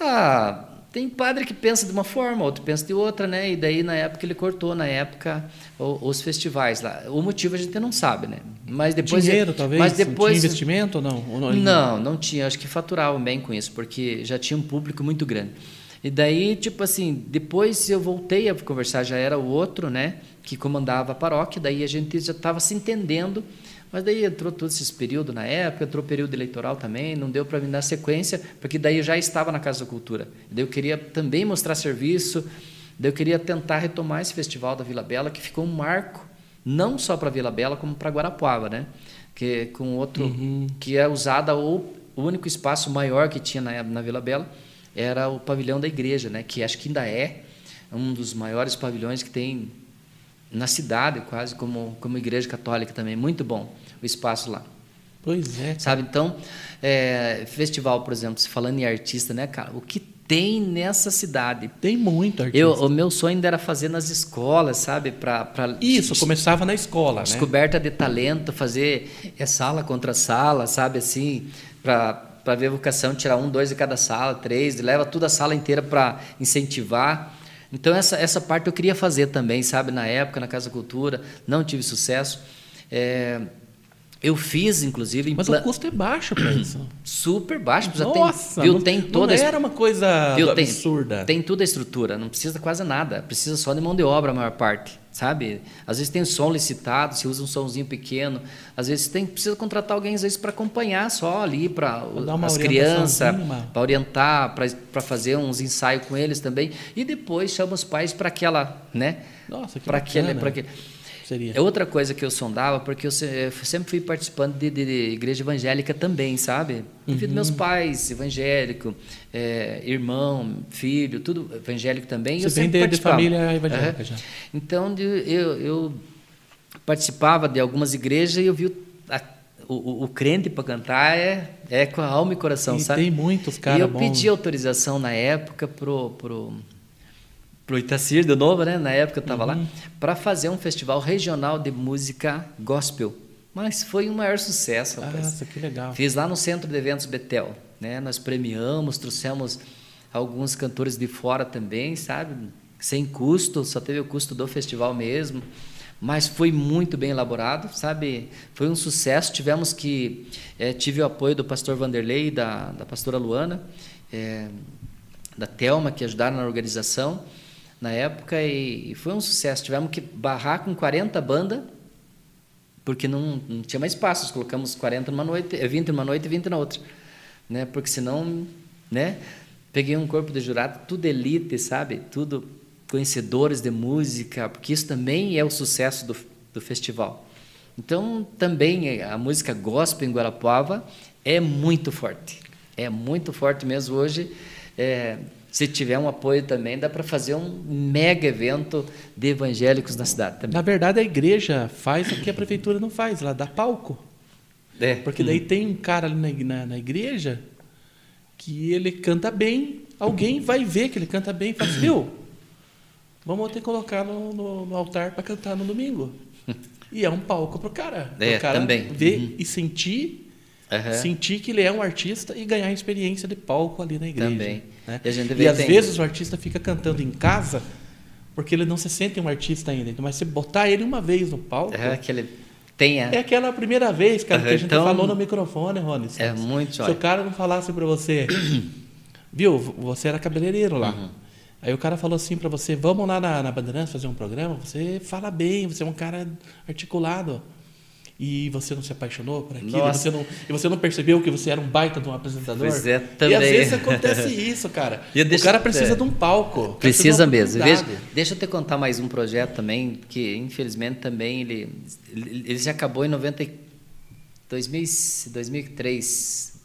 Ah, tem padre que pensa de uma forma, outro pensa de outra, né? E daí na época ele cortou, na época o- os festivais lá. O motivo a gente não sabe, né? Mas depois Dinheiro, talvez? mas depois Tinha investimento ou não? Ou não, ele- não, não tinha. Acho que faturava bem com isso, porque já tinha um público muito grande. E daí, tipo assim, depois eu voltei a conversar, já era o outro, né, que comandava a paróquia, daí a gente já estava se entendendo, mas daí entrou todos esses períodos na época, entrou o período eleitoral também, não deu para mim dar sequência, porque daí eu já estava na Casa da Cultura. Daí eu queria também mostrar serviço, daí eu queria tentar retomar esse festival da Vila Bela, que ficou um marco não só para Vila Bela como para Guarapuava, né? Que com outro Uhum. que é usada o, o único espaço maior que tinha na, na Vila Bela era o pavilhão da igreja, né? Que acho que ainda é um dos maiores pavilhões que tem na cidade, quase como como igreja católica também, muito bom o espaço lá. Pois é. Sabe? Então, é, festival, por exemplo, se falando em artista, né, cara? O que tem nessa cidade? Tem muito artista. Eu, o meu sonho ainda era fazer nas escolas, sabe? Pra, pra Isso, começava na escola, né? descoberta de talento, fazer é sala contra sala, sabe? Assim, pra para ver a vocação, tirar um, dois de cada sala, três, leva toda a sala inteira para incentivar. Então, essa, essa parte eu queria fazer também, sabe? Na época, na Casa Cultura, não tive sucesso. É, eu fiz, inclusive, Mas impla- o custo é baixo para isso. super baixo. já tem- Nossa, viu? não, tem toda a não era uma coisa Viu? Tem- absurda. Tem toda a estrutura, não precisa quase nada, precisa só de mão de obra a maior parte, sabe? Às vezes tem som licitado, se usa um somzinho pequeno, às vezes tem precisa contratar alguém às vezes para acompanhar só ali para dar uma as crianças, orientaçãozinha, uma- para orientar, para fazer uns ensaios com eles também e depois chama os pais para aquela, né? Nossa, que Para aquele, bacana. para aquele. Seria. É outra coisa que eu sondava, porque eu se- eh, sempre fui participando de, de- de igreja evangélica também, sabe? Devido Uhum. meus pais, evangélico, eh, irmão, filho, tudo evangélico também. Você eu vem sempre de- de participava. família evangélica Aham. já. Então, de- eu, eu participava de algumas igrejas e eu vi o, a- o- o- o crente para cantar é, é com a alma e coração, E sabe? tem muitos E cara eu bons. pedi autorização na época pro... pro pro Itacir de novo, né? Na época eu estava lá, para fazer um festival regional de música gospel. Mas foi um maior sucesso, rapaz. Nossa, que legal. Fiz lá no Centro de Eventos Betel, né? Nós premiamos, trouxemos alguns cantores de fora também, sabe? Sem custo, só teve o custo do festival mesmo, mas foi muito bem elaborado, sabe? Foi um sucesso. Tivemos que eh, tive o apoio do pastor Vanderlei e da, da pastora Luana, eh, da Telma que ajudaram na organização na época e, e foi um sucesso. Tivemos que barrar com 40 bandas porque não, não tinha mais espaço. Nós colocamos 40 numa noite, eh, 20 numa noite e 20 na outra, né? Porque senão, né? Peguei um corpo de jurado, tudo elite, sabe? Tudo conhecedores de música, porque isso também é o sucesso do, do festival. Então, também eh, a música gospel em Guarapuava é muito forte. É muito forte mesmo hoje. eh, se tiver um apoio também, dá para fazer um mega evento de evangélicos na cidade também. Na verdade, a igreja faz o que a prefeitura não faz, ela dá palco. É. Porque daí tem um cara ali na, ig- na, na igreja que ele canta bem, alguém vai ver que ele canta bem e fala assim, meu, vamos ter que colocar no, no- no altar para cantar no domingo. E é um palco pro cara. É, o cara também. ver Uhum. e sentir, Aham. sentir que ele é um artista e ganhar experiência de palco ali na igreja. Também. né? E a gente E vê às tem- vezes o artista fica cantando em casa porque ele não se sente um artista ainda. Mas se botar ele uma vez no palco, É, que ele tenha. é aquela primeira vez, cara, que a gente Então- falou no microfone, Rony. Santos. É muito Se joia. o cara não falasse pra você, viu, você era cabeleireiro lá. Uhum. Aí o cara falou assim pra você, vamos lá na, na Bandeirantes fazer um programa, você fala bem, você é um cara articulado. E você não se apaixonou por aquilo, e Nossa. você, não, e você não percebeu que você era um baita de um apresentador. Pois é, E também. às vezes acontece isso, cara. E eu o deixo- cara precisa é. de um palco. Precisa mesmo. de uma Veja, oportunidade. deixa eu te contar mais um projeto também, que infelizmente também ele, ele ele já acabou em 90, e- 2000, e- 2003.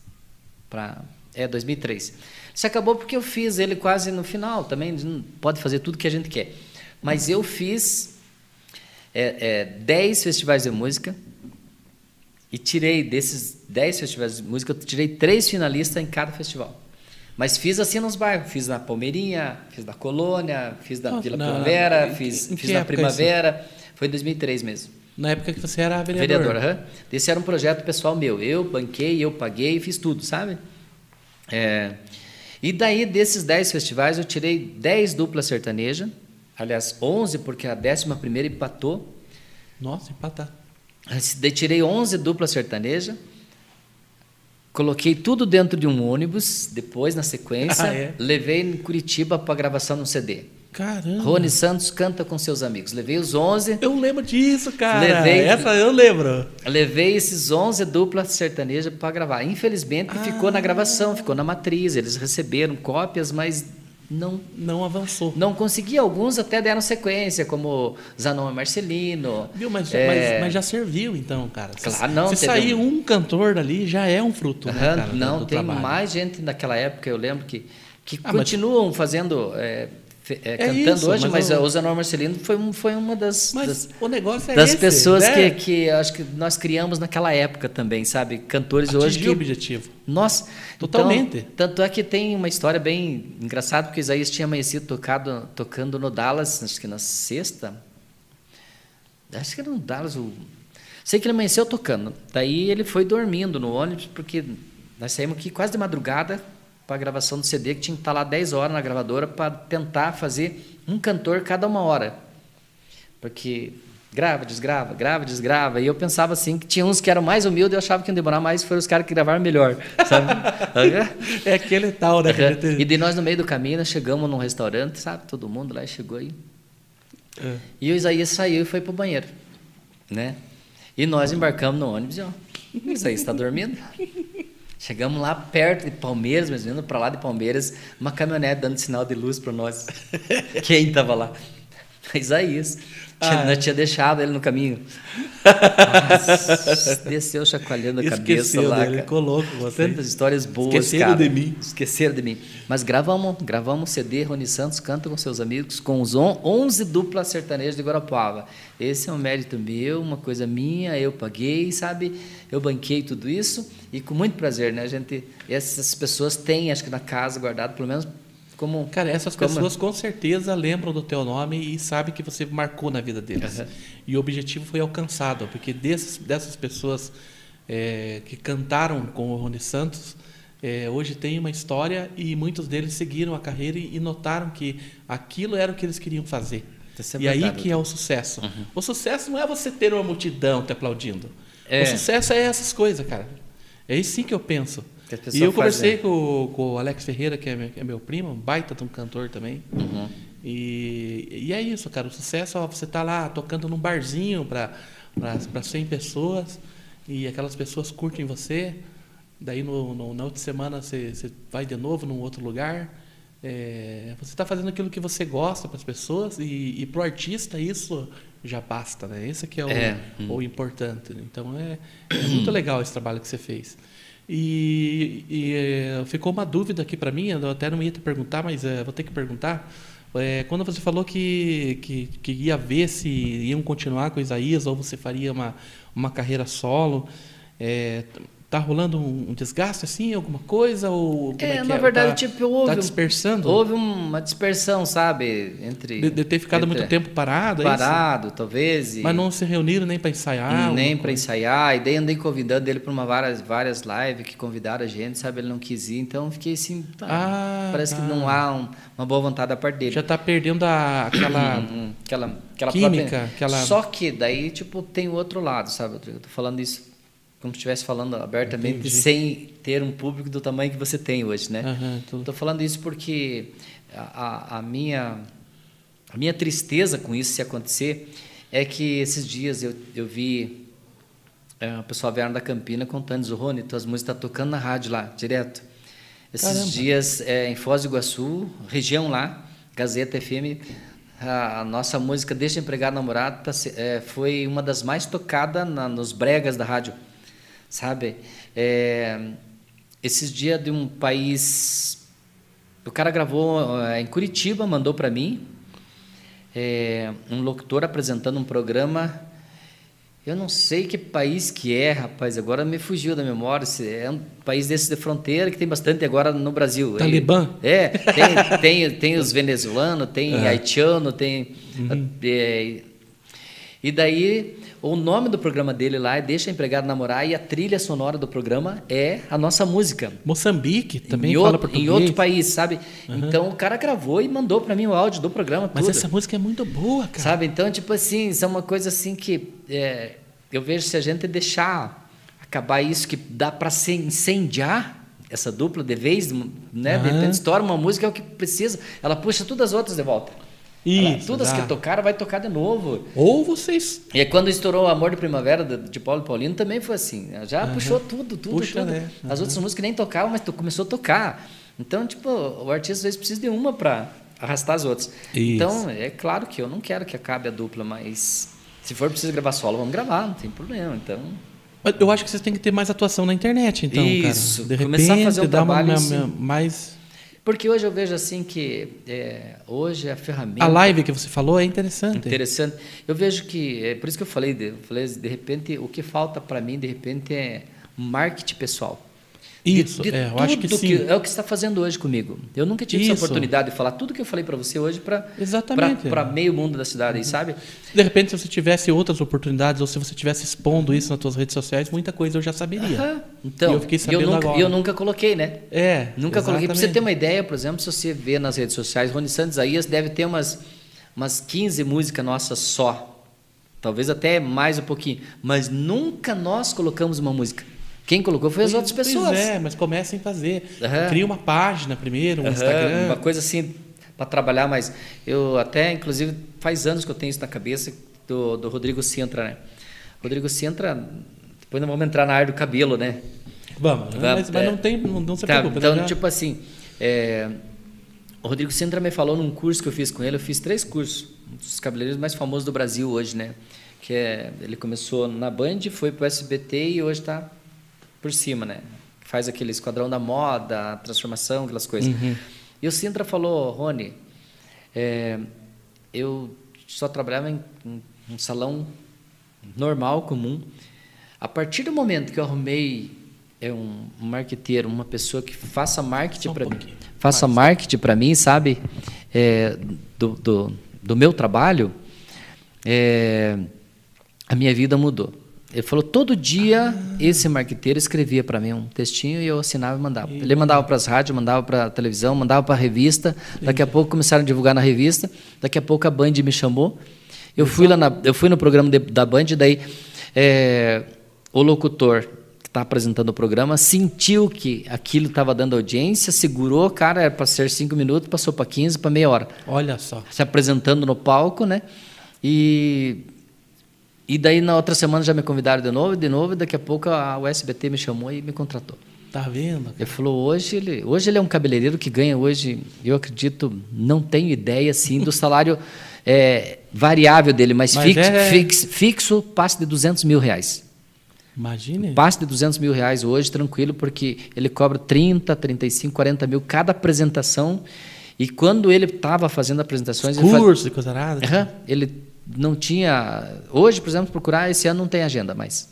Pra, é, 2003. Isso acabou porque eu fiz ele quase no final também. não Pode fazer tudo que a gente quer. Mas eu fiz é, é, 10 festivais de música. E tirei desses 10 festivais de música, eu tirei três finalistas em cada festival. Mas fiz assim nos bairros. Fiz na Palmeirinha, fiz na Colônia, fiz na Nossa, Vila na- Primavera, em que- fiz, em que fiz na época Primavera. Foi em 2003 mesmo. Na época que você era vereador. Vereador, aham. Esse era um projeto pessoal meu. Eu banquei, eu paguei, fiz tudo, sabe? É, E daí, desses 10 festivais, eu tirei 10 duplas sertaneja. Aliás, 11, porque a 11 empatou. Nossa, empatar. Daí Tirei 11 duplas sertaneja. Coloquei tudo dentro de um ônibus, depois, na sequência, Ah, é? levei em Curitiba para gravação no CD. Caramba. Rony Santos canta com seus amigos. Levei os 11, Eu lembro disso, cara. Levei- Essa eu lembro. Levei esses 11 duplas sertanejas para gravar. Infelizmente, Ah. ficou na gravação, ficou na matriz. Eles receberam cópias, mas não Não avançou. não consegui. Alguns até deram sequência, como Zanon e Marcelino. Viu? Mas, É, mas- mas já serviu, então, cara. Se- Claro, não, Se teve sair um... cantor dali, já é um fruto. né, aham, cara, do- não, do tem trabalho. mais gente naquela época, eu lembro, que, que Ah, mas- continuam fazendo é, fe- é, É cantando isso, hoje, mas mas, eu- a Osana Marcelino foi, um- foi uma das, Mas das, o negócio é das esse, pessoas né? que, que acho que nós criamos naquela época também, sabe? Cantores hoje Atingiu que o objetivo. Nossa, então, Totalmente. tanto é que tem uma história bem engraçada, porque Isaías tinha amanhecido tocado, tocando no Dallas, acho que na sexta. Acho que era no Dallas. O... Sei que ele amanheceu tocando. Daí ele foi dormindo no ônibus, porque nós saímos aqui quase de madrugada para a gravação do CD, que tinha que estar lá 10 horas na gravadora para tentar fazer um cantor cada uma hora. Porque grava, desgrava, grava, desgrava. E eu pensava assim, que tinha uns que eram mais humildes, eu achava que iam demorar mais, foram os caras que gravaram melhor, sabe? É aquele tal, né? que a gente- e de nós no meio do caminho, nós chegamos num restaurante, sabe? Todo mundo lá chegou aí. É. E o Isaías saiu e foi pro banheiro, né? E nós embarcamos no ônibus e ó, o Isaías está dormindo. Chegamos lá perto de Palmeiras, mas indo para lá de Palmeiras, uma caminhonete dando sinal de luz para nós. Quem tava lá? Isaías. Tinha, Ah. Nós tinha deixado ele no caminho. Desceu chacoalhando a Esqueceu cabeça lá. dele, cara. ficou louco você. Tantas histórias boas, Esqueceram cara. de mim. Esqueceram de mim. Mas gravamos, gravamos CD, Rony Santos canta com seus amigos, com os on- 11 duplas sertanejas de Guarapuava. Esse é um mérito meu, uma coisa minha, eu paguei, sabe? Eu banquei tudo isso e com muito prazer, né, gente? Essas pessoas têm, acho que na casa, guardado, pelo menos como... um Cara, essas como- pessoas com certeza lembram do teu nome e sabem que você marcou na vida deles. E o objetivo foi alcançado, porque dessas, dessas pessoas é, que cantaram com o Rony Santos, é, hoje tem uma história e muitos deles seguiram a carreira e, e notaram que aquilo era o que eles queriam fazer. Isso é e aí verdade. que é o sucesso. Uhum. O sucesso não é você ter uma multidão te aplaudindo. É. O sucesso é essas coisas, cara. É isso sim que eu penso. Que as E eu pessoas conversei fazem. com, o- com o Alex Ferreira, que é meu, que é meu primo, um baita de um cantor também. E, e é isso, cara. O sucesso, ó, você tá lá tocando num barzinho para para 100 pessoas e aquelas pessoas curtem você. Daí no, no- na outra semana você, você vai de novo num outro lugar. É, você está fazendo aquilo que você gosta para as pessoas e, e para o artista isso já basta, né? Esse que é o, É. o importante. né? Então é, é muito legal esse trabalho que você fez. E, e, eh, ficou uma dúvida aqui para mim, eu até não ia te perguntar, mas eh, vou ter que perguntar. Eh, quando você falou que, que, que ia ver se iam continuar com o Isaías ou você faria uma, uma carreira solo, eh, tá rolando um, um desgaste assim, alguma coisa? Ou como é É, que na é? verdade, Tá- tipo, houve... Tá um- dispersando? Houve uma dispersão, sabe? Entre... de, de ter ficado entre- muito tempo parado, é isso? Parado, talvez. e- Mas não se reuniram nem para ensaiar? nem alguma para ensaiar, e daí andei convidando ele para uma várias várias lives que convidaram a gente, sabe, ele não quis ir, então eu fiquei assim, tá, Ah, parece tá. que não há um- uma boa vontade da parte dele. Já tá perdendo a, aquela. Hum, aquela, aquela Química, própria- aquela- Só que daí, tipo, tem o outro lado, sabe? Rodrigo? Eu tô falando isso como se estivesse falando abertamente, Entendi. sem ter um público do tamanho que você tem hoje, né? Aham, tô- Estou falando isso porque a, a- a minha, a minha tristeza com isso se acontecer é que esses dias eu, eu vi é, o pessoal vieram da Campina contando, Zorrone, tuas músicas estão tocando na rádio lá, direto. Esses Caramba. dias é, em Foz do Iguaçu, região lá, Gazeta FM, a, a nossa música Deixa Empregar Namorado tá se- é, foi uma das mais tocadas na- nos bregas da rádio, sabe? É, esses dias de um país... O cara gravou é, em Curitiba, mandou para mim, é, um locutor apresentando um programa. Eu não sei que país que é, rapaz. Agora me fugiu da memória. se É um país desse de fronteira que tem bastante agora no Brasil. Talibã? É, tem, tem, tem os venezuelanos, tem É. haitiano, tem. Uhum. é, e daí, o nome do programa dele lá é Deixa Empregado Namorar e a trilha sonora do programa é a nossa música Moçambique também em, fala outro, português. em outro país, sabe? Então o cara gravou e mandou pra mim o áudio do programa. Mas tudo, essa música é muito boa, cara. Sabe? Então, tipo assim, isso é uma coisa assim que é, eu vejo se a gente deixar acabar isso, que dá pra se incendiar essa dupla de vez, né? De Aham. repente estoura uma música, é o que precisa. Ela puxa todas as outras de volta. Ela- Isso, todas exato. que tocaram, vai tocar de novo. Ou vocês. E aí, quando estourou o Amor de Primavera de, de Paulo e Paulino também foi assim. Já puxou tudo, tudo, Puxa, tudo. né? As outras músicas nem tocavam, mas to- começou a tocar. Então, tipo, o artista às vezes precisa de uma para arrastar as outras. Isso. Então, é claro que eu não quero que acabe a dupla, mas se for preciso gravar solo, vamos gravar, não tem problema. Então, Mas Eu acho que vocês têm que ter mais atuação na internet, então, Isso, cara. De começar a repente, fazer um dar uma, trabalho uma- assim. uma- mais Porque hoje eu vejo assim que é, hoje a ferramenta. A live que você falou é interessante. Interessante. Eu vejo que, é por isso que eu falei, de, eu falei de repente, o que falta para mim, de repente, é marketing pessoal. De- Isso, de é, eu acho que tudo sim. é o que você está fazendo hoje comigo. Eu nunca tive Isso. essa oportunidade de falar tudo que eu falei para você hoje para Exatamente. Uhum. para meio mundo da cidade, aí, sabe? De repente, se você tivesse outras oportunidades, ou se você tivesse expondo isso nas suas redes sociais, muita coisa eu já saberia. Aham. Então, É. E eu fiquei sabendo nunca, agora. eu nunca coloquei, né? É. Nunca coloquei. Para você exatamente. ter uma ideia, por exemplo, se você vê nas redes sociais, Rony Santos Aías deve ter umas, umas 15 músicas nossas só. Talvez até mais um pouquinho. Mas nunca nós colocamos uma música. Quem colocou foi as outras Pois pessoas. é, mas comecem a fazer. Aham. Cria uma página primeiro, um Aham, Instagram. Uma coisa assim para trabalhar, mas eu até, inclusive, faz anos que eu tenho isso na cabeça do, do Rodrigo Sintra, né? Rodrigo Sintra, depois nós vamos entrar na área do cabelo, né? Vamos, né? mas, mas é. não tem, não, não se Tá, preocupa. Então, né? tipo assim, é, o Rodrigo Sintra me falou num curso que eu fiz com ele, eu fiz três cursos, um dos cabeleireiros mais famosos do Brasil hoje, né? Que é, ele começou na Band, foi pro SBT e hoje tá por cima, né? Faz aquele esquadrão da moda, a transformação, aquelas coisas. E o Sintra falou, Rony, é, eu só trabalhava em em um salão normal, comum. A partir do momento que eu arrumei é um, um marqueteiro, uma pessoa que faça marketing Só um para mim, pouquinho. faça marketing para mim, sabe, É, do, do, do meu trabalho, é, a minha vida mudou. Ele falou, todo dia esse marqueteiro escrevia para mim um textinho e eu assinava e mandava. Ele mandava para as rádios, mandava para a televisão, mandava para a revista. Daqui a pouco começaram a divulgar na revista. Daqui a pouco a Band me chamou. Eu fui lá na, eu fui no programa de- da Band, daí é, o locutor que está apresentando o programa sentiu que aquilo estava dando audiência, segurou, cara, era para ser cinco minutos, passou para 15, para meia hora Olha só. se apresentando no palco, né? E e daí na outra semana já me convidaram de novo, de novo, e daqui a pouco a o SBT me chamou e me contratou. Tá vendo? Ele falou hoje ele, hoje ele é um cabeleireiro que ganha hoje, eu acredito, não tenho ideia assim do salário é, variável dele, mas, Mas fixo, é- fix- fixo passa de 200 mil reais. Imagine. Passa de 200 mil reais hoje, tranquilo, porque ele cobra 30, 35, 40 mil cada apresentação. E quando ele estava fazendo apresentações... ele faz- Curso e coisa nada. Aham, Ele não tinha. Hoje, por exemplo, procurar, esse ano não tem agenda mais.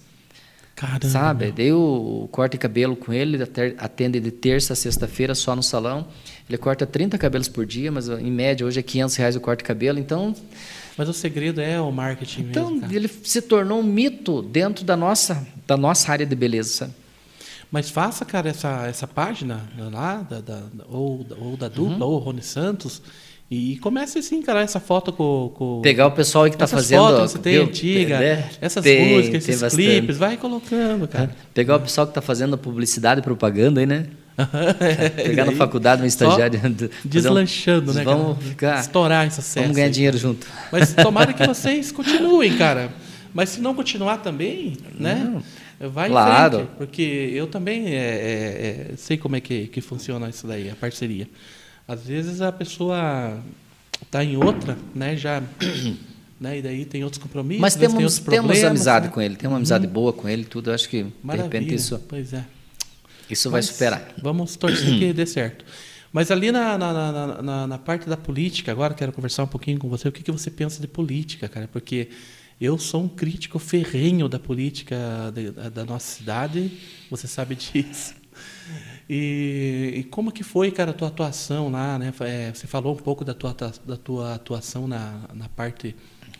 Caramba. Sabe? Dei o corte e cabelo com ele, até- atende de terça a sexta-feira só no salão. Ele corta 30 cabelos por dia, mas ó, em média hoje é 500 reais o corte e cabelo. Então, Mas o segredo é o marketing então mesmo. cara. ele se tornou um mito dentro da nossa, da nossa área de beleza. sabe? Mas faça, cara, essa, essa página né, lá, da, da- da- ou, da- ou da dupla, Uhum. ou Rony Santos, e, e comece assim, cara, essa foto com. com Pegar o pessoal aí que está essas fazendo. fotos que você tem viu? antiga, Né? essas Tem, músicas, tem esses bastante. clipes, vai colocando, cara. Pegar o pessoal que está fazendo publicidade e propaganda aí, né? É Pegar na Daí, faculdade um estagiário. fazer um- Deslanchando, né, cara? Vamos ficar. Estourar esse acesso. Vamos ganhar aí. dinheiro junto. Mas tomara que vocês continuem, cara. Mas se não continuar também, né? Vai Claro. em frente, porque eu também é, é, é, sei como é que, que funciona isso daí, a parceria. Às vezes a pessoa tá em outra, né? Já, né? E daí tem outros compromissos, Mas às vezes temos, tem outros problemas. temos amizade né? com ele, tem uma amizade boa com ele, e tudo. Eu acho que, Maravilha. de repente, isso, Pois é. isso vai Mas superar. Vamos torcer que dê certo. Mas ali na, na, na- na- na- na parte da política, agora quero conversar um pouquinho com você. O que, que você pensa de política, cara? Porque eu sou um crítico ferrenho da política de- da, da nossa cidade, você sabe disso. E, e como que foi, cara, a tua atuação lá, né? Fa- é, você falou um pouco da tua, atua- da tua atuação na, na parte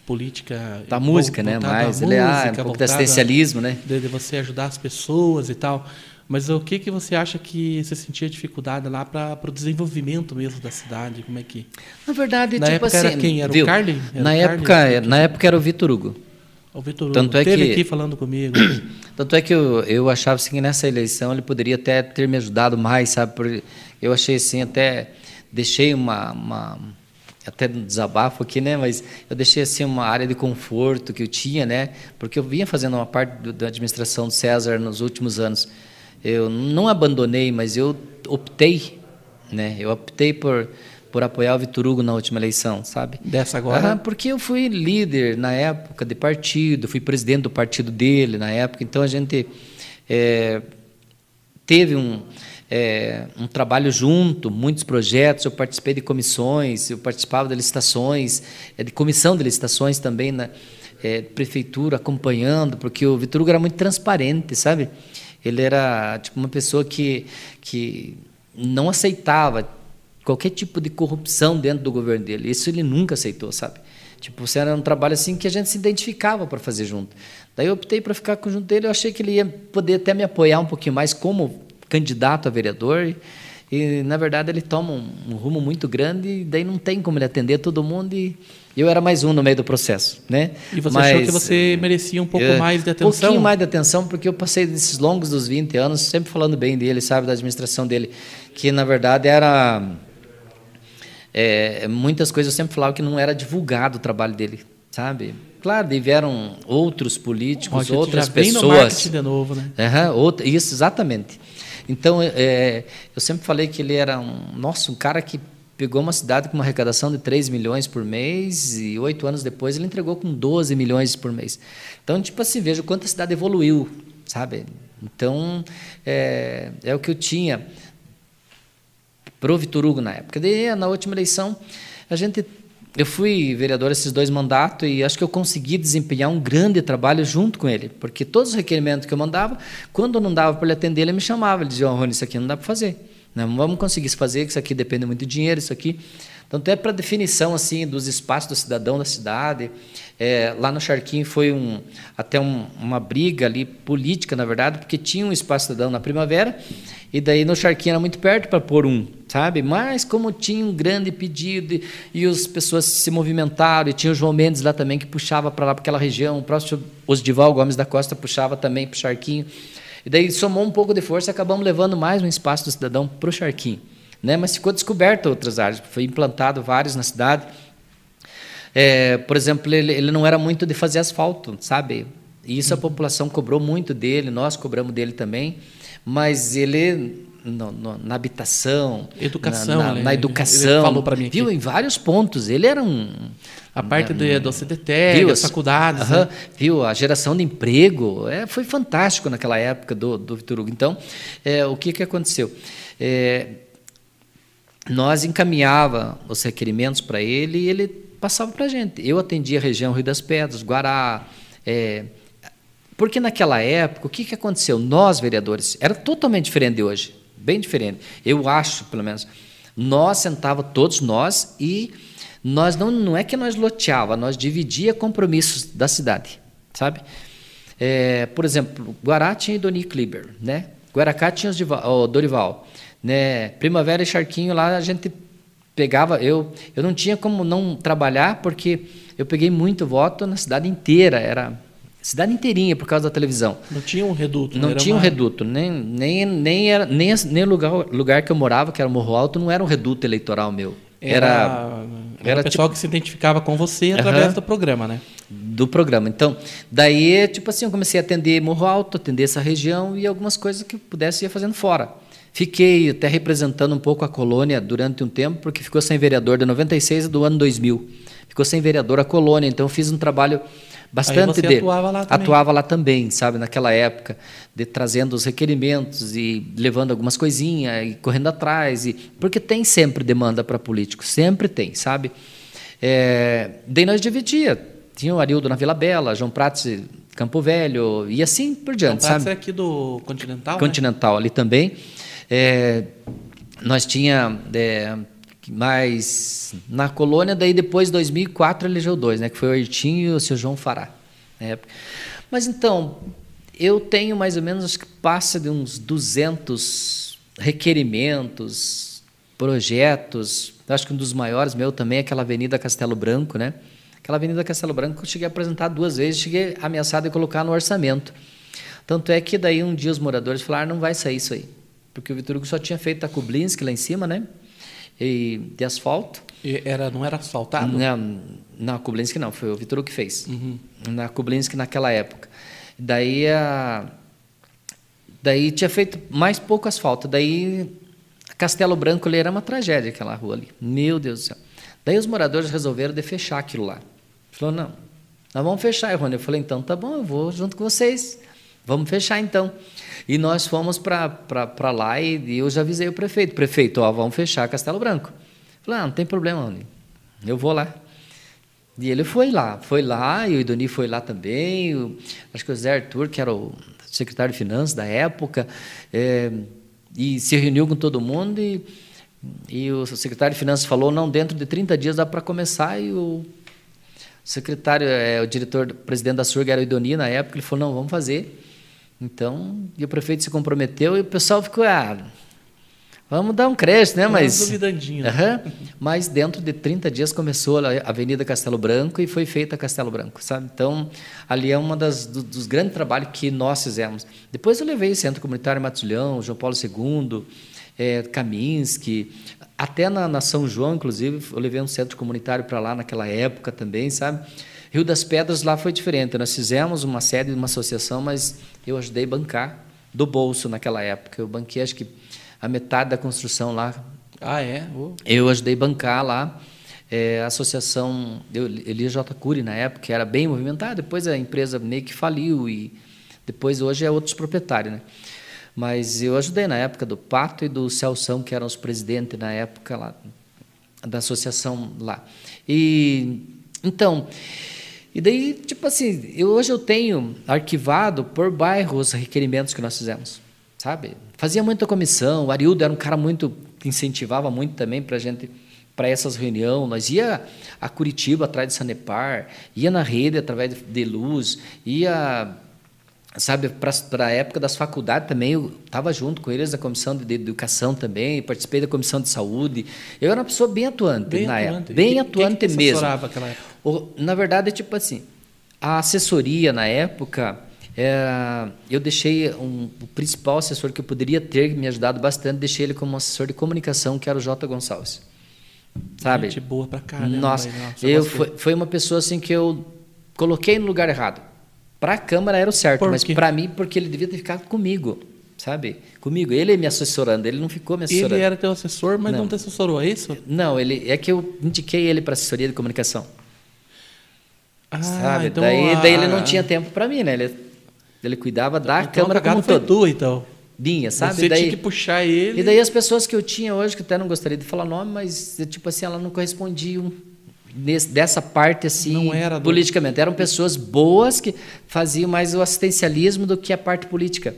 política... Da vol- música, né? voltada à Mais, ele é ah, é um música, pouco de voltada- assistencialismo, né? de, de você ajudar as pessoas e tal. Mas o que que você acha que você sentia dificuldade lá para o desenvolvimento mesmo da cidade? Como é que? Na verdade, Na tipo época assim. era quem? Era o viu? Carlin? Era na, o época, Carlin? é, na época era o Vitor Hugo. O Vitor Hugo Tanto é esteve que- aqui falando comigo. Tanto é que eu, eu achava assim, que nessa eleição ele poderia até ter me ajudado mais, sabe? Por- eu achei assim, até deixei uma, uma- até um desabafo aqui, né? Mas eu deixei assim uma área de conforto que eu tinha, né? Porque eu vinha fazendo uma parte do- da administração do César nos últimos anos. Eu não abandonei, mas eu optei, né? Eu optei por por apoiar o Vitor Hugo na última eleição, sabe? Dessa agora? Ah, porque eu fui líder na época de partido, fui presidente do partido dele na época, então a gente eh, teve um. é, um trabalho junto, muitos projetos. Eu participei de comissões, eu participava de licitações, é, de comissão de licitações também na é, prefeitura, acompanhando, porque o Vitor Hugo era muito transparente, sabe? Ele era tipo uma pessoa que, que não aceitava qualquer tipo de corrupção dentro do governo dele. Isso ele nunca aceitou, sabe? Tipo, era um trabalho assim que a gente se identificava para fazer junto. Daí eu optei para ficar com junto dele. Eu achei que ele ia poder até me apoiar um pouquinho mais como candidato a vereador. E, na verdade, ele toma um, um rumo muito grande e daí não tem como ele atender todo mundo e eu era mais um no meio do processo, né? E você achou que você merecia um pouco eu- mais de eh, Um atenção? pouquinho mais de atenção, porque eu passei desses longos dos 20 anos sempre falando bem dele, sabe, da administração dele, que, na verdade, era... é, muitas coisas eu sempre falava que não era divulgado o trabalho dele, sabe? Claro, daí vieram outros Ó, a políticos, gente outras já vem no pessoas... marketing de novo, né? Aham, outra, isso, exatamente. Então, é, eu sempre falei que ele era um, nossa, um cara que pegou uma cidade com uma arrecadação de 3 milhões por mês e oito anos depois ele entregou com 12 milhões por mês. Então, tipo assim, veja o quanto a cidade evoluiu, sabe? Então, é, é o que eu tinha pro Vitor Hugo na época. Daí, na última eleição, a gente eu fui vereador esses dois mandatos e acho que eu consegui desempenhar um grande trabalho junto com ele, porque todos os requerimentos que eu mandava, quando não dava para ele atender, ele me chamava, ele dizia, "Ó, Rony, isso aqui não dá para fazer, não vamos conseguir isso fazer, que isso aqui depende muito de dinheiro, isso aqui. Então, até para definição assim dos espaços do cidadão da cidade, é, lá no Charquinho foi um, até um- uma briga ali política, na verdade, porque tinha um espaço cidadão na primavera e daí no Charquinho era muito perto para pôr um, sabe? Mas como tinha um grande pedido e, e as pessoas se movimentaram, e tinha o João Mendes lá também que puxava para lá, para aquela região, o próximo Osdival Gomes da Costa puxava também para o Charquinho. E daí somou um pouco de força e acabamos levando mais um espaço do cidadão para o Charquinho. Né? Mas ficou descoberto outras áreas, foi implantado vários na cidade. É, por exemplo, ele, ele não era muito de fazer asfalto, sabe? E Uhum. isso a população cobrou muito dele, nós cobramos dele também, mas ele no- no- na habitação, Educação, na, na, né? na Ele educação, falou pra mim aqui. viu em vários pontos. Ele era um A parte de, do CDT, viu das as- faculdades, Aham, né? viu a geração de emprego é, foi fantástico naquela época do, do Vitor Hugo então é, o que que aconteceu É, nós encaminhava os requerimentos para ele e ele passava para a gente eu atendia a região Rio das Pedras Guará é, porque naquela época, o que, que aconteceu? Nós, vereadores, era totalmente diferente de hoje, bem diferente. Eu acho, pelo menos. Nós sentava todos nós e nós não, não é que nós loteava, nós dividia compromissos da cidade, sabe? É, por exemplo, Guará tinha Idoni Kliber, né? Guaracá tinha os Diva- o Dorival, né? Primavera e Charquinho lá a gente pegava eu eu não tinha como não trabalhar porque eu peguei muito voto na cidade inteira era cidade inteirinha por causa da televisão Não tinha um reduto. não era tinha um uma- reduto nem nem nem era nem, as- nem o lugar lugar que eu morava que era Morro Alto não era um reduto eleitoral meu Era, era era, era tipo- o pessoal que se identificava com você através Aham. do programa, né? do programa. Então, daí, tipo assim, eu comecei a atender Morro Alto, atender essa região e algumas coisas que eu pudesse ia fazendo fora. Fiquei até representando um pouco a colônia durante um tempo, porque ficou sem vereador de 96 e do ano 2000. Ficou sem vereador a colônia, então eu fiz um trabalho bastante você de atuava lá também. atuava lá também, sabe, naquela época, de trazendo os requerimentos e levando algumas coisinhas e correndo atrás e porque tem sempre demanda para político, sempre tem, sabe? É, daí nós dividia, tinha o Arildo na Vila Bela, João Prats Campo Velho e assim por diante, Tá, sabe? Você é aqui do Continental, né? Continental ali também. É, nós tinha é, mais na colônia, daí depois 2004 elegeu dois, né? Que foi o Ertinho e o seu João Fará. na época. Mas então, eu tenho mais ou menos, acho que passa de uns 200 requerimentos, projetos. Eu Acho que um dos maiores meu também é aquela Avenida Castelo Branco, né? Aquela Avenida Castelo Branco eu cheguei a apresentar duas vezes, cheguei ameaçado de colocar no orçamento. Tanto é que daí um dia os moradores falaram, não vai sair isso aí. Porque o Vitor Hugo só tinha feito a Kublinski lá em cima, né? E de asfalto. E Era, não era asfaltado? Na, na Kublinski não, foi o Vitor Hugo que fez. Na Kublinski naquela época. Daí a, daí tinha feito mais pouco asfalto. Daí Castelo Branco ali era uma tragédia aquela rua ali. Meu Deus do céu. Daí os moradores resolveram de fechar aquilo lá. Falou, não, nós vamos fechar, Rony. Eu falei, então tá bom, eu vou junto com vocês. Vamos fechar então. E nós fomos para lá e, e eu já avisei o prefeito. Prefeito, ó, vamos fechar Castelo Branco. Falei, ah, não tem problema, Oni. Eu vou lá. E ele foi lá, foi lá, e o Idoni foi lá também. o- acho que o Zé Arthur, que era o secretário de Finanças da época, eh, e se reuniu com todo mundo. E, e o secretário de Finanças falou: não, dentro de 30 dias dá para começar. E o secretário, eh, o diretor, o presidente da SURG era o Idoni na época, ele falou: não, vamos fazer. Então, e o prefeito se comprometeu, e o pessoal ficou: ah, vamos dar um crédito, né? Uma Mas. duvidandinha, né? Aham. Mas dentro de 30 dias começou a Avenida Castelo Branco e foi feita Castelo Branco, sabe? Então, ali é uma das do- dos grandes trabalhos que nós fizemos. Depois eu levei Centro Comunitário Matulhão, João Paulo II, eh, Kaminski, até na, na São João, inclusive, eu levei um centro comunitário para lá naquela época também, sabe? Rio das Pedras lá foi diferente. Nós fizemos uma sede de uma associação, mas eu ajudei a bancar do bolso naquela época. Eu banquei acho que a metade da construção lá Ah, é? Ô, eu ajudei a bancar lá é, a associação eu, Elias J. Cury, na época, que era bem movimentada, depois a empresa meio que faliu e depois hoje é outros proprietários. Né? Mas eu ajudei na época do Pato e do Celção, que eram os presidentes na época lá, da associação lá. E então, e daí, tipo assim, eu, hoje eu tenho arquivado por bairro os requerimentos que nós fizemos, sabe? Fazia muita comissão, o Ariildo era um cara muito que incentivava muito também para gente para essas reuniões, nós ia a Curitiba atrás de Sanepar, ia na rede através de, de luz, ia sabe, para a época das faculdades também, eu estava junto com eles na comissão de, de educação também, participei da comissão de saúde. Eu era uma pessoa bem atuante Bem na atuante. época, bem Quem- quem atuante que te mesmo. assessorava naquela época? O- na verdade, é tipo assim, a assessoria na época, era- eu deixei um- o principal assessor que eu poderia ter, que me ajudado bastante, deixei ele como um assessor de comunicação, que era o Jota Gonçalves. Sabe? Gente boa pra caramba. Nossa, hein? Nossa, eu gostei. foi, foi uma pessoa assim que eu coloquei no lugar errado. Para a Câmara era o certo, Por mas quê? para mim, porque ele devia ter ficado comigo, sabe? Comigo. Ele me assessorando, ele não ficou me assessorando. Ele é era teu assessor, mas não, Não. te assessorou, é isso? Não, ele é que eu indiquei ele para assessoria de comunicação, Ah, sabe? daí, a- daí ele não tinha tempo para mim, né? Ele, ele cuidava da Então, Câmara a cagada como foi todo. tua, então. Dinha, sabe? Você daí, tinha que puxar ele. E daí as pessoas que eu tinha hoje, que até não gostaria de falar nome, mas eh, tipo assim, elas não correspondiam nesse- dessa parte assim, Não era do- politicamente. Eram pessoas boas que faziam mais o assistencialismo do que a parte política.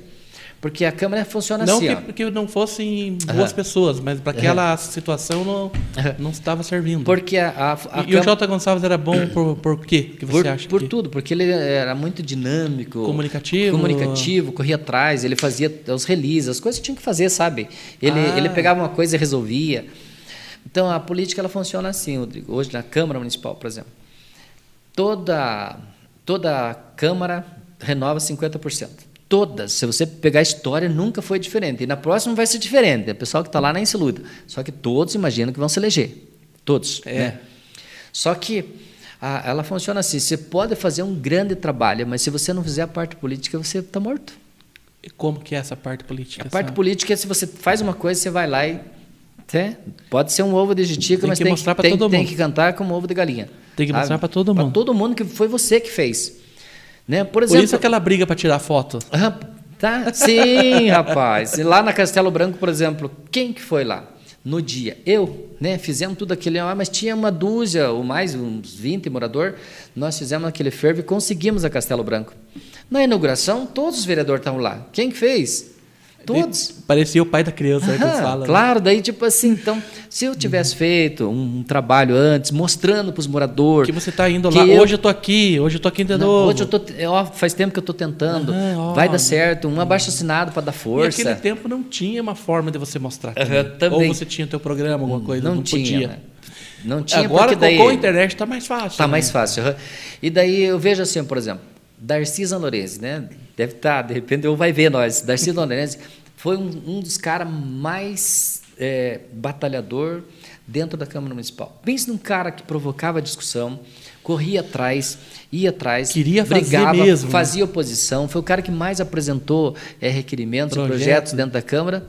Porque a Câmara funciona não assim, que, que não fossem boas Aham. pessoas, mas para aquela situação não, não estava servindo. ó. Porque a, a, a e, e o Jota Gonçalves era bom por, por quê? que você por, acha? por que... tudo, porque ele era muito dinâmico. Comunicativo. Comunicativo, corria atrás, ele fazia os releases, as coisas que tinha que fazer, sabe? Ele, Ah. ele pegava uma coisa e resolvia. Então, a política ela funciona assim, Rodrigo. Hoje, na Câmara Municipal, por exemplo, toda, toda a Câmara renova 50%. Todas, se você pegar a história, nunca foi diferente. E na próxima vai ser diferente. O pessoal que está lá nem se luta. Só que todos imaginam que vão se eleger. Todos. É. né? Só que a- ela funciona assim: você pode fazer um grande trabalho, mas se você não fizer a parte política, você está morto. E Como que é essa parte política? A parte essa- política é se você faz uma coisa, você vai lá e. né? Pode ser um ovo de jitica, Tem mas que tem, mostrar pra tem, todo tem mundo. que cantar como um ovo de galinha. Tem que sabe? mostrar pra todo mundo. Pra todo mundo que foi você que fez. Né? Por Por exemplo. isso aquela briga para tirar foto. Ah, Tá? Sim, rapaz. E Lá na Castelo Branco, por exemplo, quem que foi lá? No dia, eu, né? Fizemos tudo aquele, ah, mas tinha uma dúzia ou mais, uns 20 morador. Nós fizemos aquele fervo e conseguimos a Castelo Branco. Na inauguração, todos os vereadores estavam lá. Quem que fez? Todos. Parecia o pai da criança, aí que Aham, eles falam. né? Uhum. Claro, daí tipo assim, então, se eu tivesse feito um, um trabalho antes, mostrando para os moradores Que você tá indo que lá. eu- Hoje eu tô aqui, hoje eu tô aqui de não, novo. Né? hoje eu tô, é, ó, faz tempo que eu tô tentando. Aham, é, ó. Uhum. vai dar certo, um abaixo assinado para dar força. E naquele tempo não tinha uma forma de você mostrar. Aham, Ou também. Hum, você tinha teu programa, alguma coisa, não, não, tinha, podia. né? Não tinha Agora porque com- daí com a internet tá mais fácil. tá né? mais fácil. aham. E daí eu vejo assim, por exemplo, Darcy Zanlorese, né? Deve estar, de repente, ou vai ver nós. Darcy Zanlorese foi um, um dos caras mais é, batalhador dentro da Câmara Municipal. Pense num cara que provocava discussão, corria atrás, ia atrás, Queria fazer brigava, mesmo, né? fazia oposição. Foi o cara que mais apresentou é, requerimentos, e Projetos. projetos dentro da Câmara.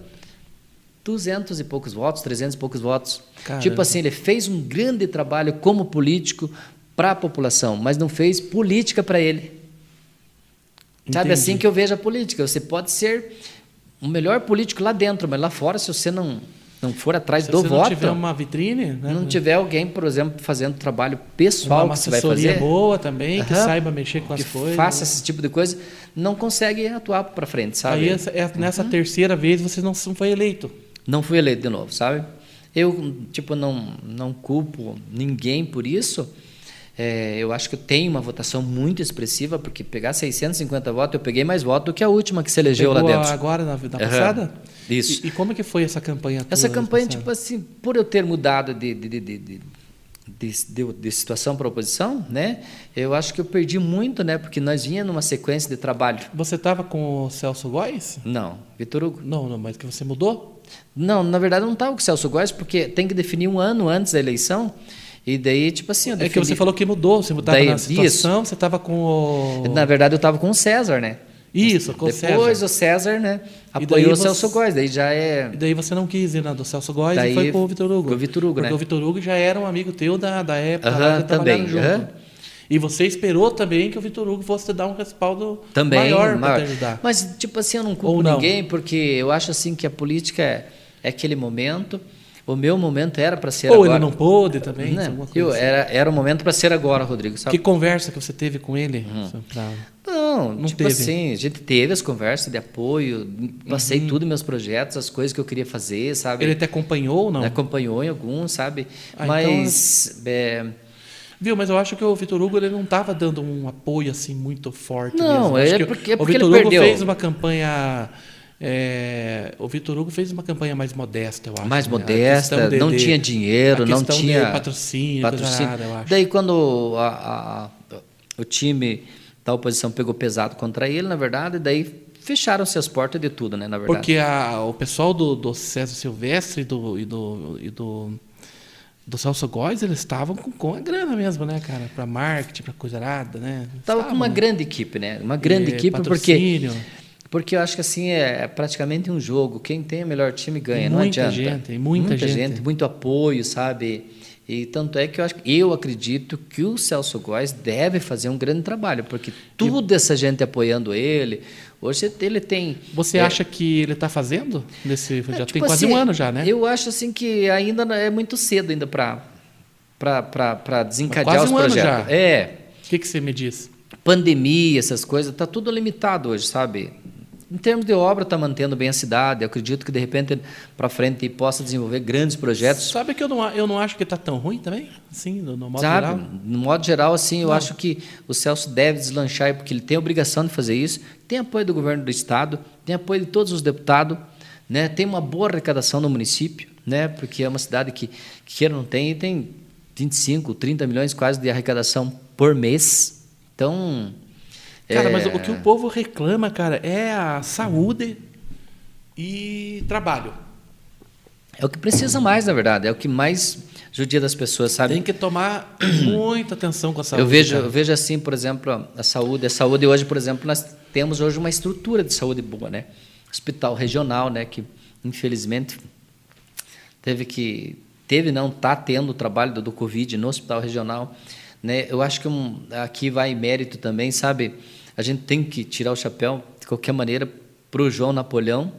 200 e poucos votos, 300 e poucos votos. Caramba. Tipo assim, ele fez um grande trabalho como político para a população, mas não fez política para ele. Sabe, assim que eu vejo a política. Você pode ser o melhor político lá dentro, mas lá fora, se você não, não for atrás Se do você voto, não tiver uma vitrine, né? não tiver alguém, por exemplo, fazendo trabalho uma, pessoal uma que você vai assessoria fazer, boa também, que Aham. saiba mexer com as que coisas. faça né? esse tipo de coisa, não consegue atuar para frente, sabe? Aí essa- é- nessa Uhum. terceira vez você não não foi eleito. não fui eleito de novo, sabe? Eu, tipo, não, não culpo ninguém por isso. É, eu acho que eu tenho uma votação muito expressiva, porque pegar 650 votos, eu peguei mais votos do que a última que se elegeu lá Pegou dentro. Agora na, na Aham. passada? Isso. E, e como é que foi essa campanha? tua Essa ano campanha, passado? tipo assim, por eu ter mudado de, de, de, de, de, de- de- de situação para oposição, né? Eu acho que eu perdi muito, né? Porque nós vinha numa sequência de trabalho. Você estava com o Celso Góes? Não, Vitor Hugo. Não, não, mas que você mudou? Não, na verdade eu não estava com o Celso Góes, porque tem que definir um ano antes da eleição. E daí, tipo assim, eu É que defini- você falou que mudou, você mudava Daí, na situação, você estava com o... Na verdade, eu estava com o César, né? Isso, com o Depois César. o César, né? E daí Apoiou o você- Celso Góes, daí já é. E daí você não quis ir na do Celso Góes e Daí foi com o Vitor Hugo. com o Vitor Hugo, Porque né? o Vitor Hugo já era um amigo teu da, da época, lá, Aham, já trabalharam também, junto. aham. E você esperou também que o Vitor Hugo fosse te dar um respaldo Também. maior para te ajudar. Mas, tipo assim, eu não culpo Ou não. ninguém, porque eu acho assim que a política é, é aquele momento. O meu momento era para ser Ou agora. ele não pôde também, Né? alguma coisa eu, assim. era, era o momento para ser agora, Rodrigo. Sabe? Que conversa que você teve com ele? Uhum. Pra- Não, tipo teve. assim, a gente teve as conversas de apoio, passei Uhum. tudo, meus projetos, as coisas que eu queria fazer, sabe? Ele te acompanhou ou não? Me acompanhou em alguns, sabe? Ah, Mas é, Viu, mas eu acho que o Vitor Hugo ele não estava dando um apoio assim muito forte. Não, mesmo. Acho é que o- porque- é o porque ele Vitor Hugo perdeu. fez uma campanha. é, o Vitor Hugo fez uma campanha mais modesta, eu acho. mais né? A modesta, questão de- não de- tinha dinheiro, a não questão de tinha patrocínio, patrocínio. coisa nada, eu acho. Daí é quando a- a- a- o time da oposição pegou pesado contra ele, na verdade, daí fecharam-se as portas de tudo, né, na verdade. Porque a- o pessoal do, do César Silvestre e do, e do, e do, do Celso Góes, eles estavam com, com a grana mesmo, né, cara? Pra marketing, pra coisa nada, né? Tava com uma Estavam, né? grande equipe, né? Uma grande É, equipe porque patrocínio. porque eu acho que assim é praticamente um jogo. Quem tem o melhor time ganha. E não muita adianta. gente, e muita gente. muito apoio, sabe? E tanto é que eu acho, eu acredito que o Celso Góes deve fazer um grande trabalho, porque toda essa gente apoiando ele. Hoje ele tem. Você é, acha que ele tá fazendo? Nesse, já é, tem tipo quase assim, um ano já, né? Eu acho assim que ainda não- é muito cedo ainda para para desencadear quase os um ano projetos. já. É, O que, que você me diz? pandemia, essas coisas, está tudo limitado hoje, sabe? Em termos de obra, está mantendo bem a cidade. Eu acredito que, de repente, para frente, ele possa desenvolver grandes projetos. Sabe que eu não, a- eu não acho que tá tão ruim também? Assim, no, no modo Sabe? geral. No modo geral, assim, eu acho que o Celso deve deslanchar, porque ele tem a obrigação de fazer isso. Tem apoio do governo do Estado, tem apoio de todos os deputados, né? tem uma boa arrecadação no município, né? porque é uma cidade que, que queira ou não tem, e tem 25, 30 milhões quase de arrecadação por mês. Então. Cara, é, mas o que o povo reclama, cara, é a saúde e trabalho. É o que precisa mais, na verdade. É o que mais judia das pessoas, sabe? Tem que tomar muita atenção com a saúde. eu, vejo, cara. eu vejo assim, por exemplo, a saúde. A saúde hoje, por exemplo, nós temos hoje uma estrutura de saúde boa, né? Hospital regional, né? Que, infelizmente, teve que... Teve, não, está tendo o trabalho do, do Covid no hospital regional. Né? Eu acho que um- aqui vai mérito também, sabe? A gente tem que tirar o chapéu, de qualquer maneira, para o João Napoleão,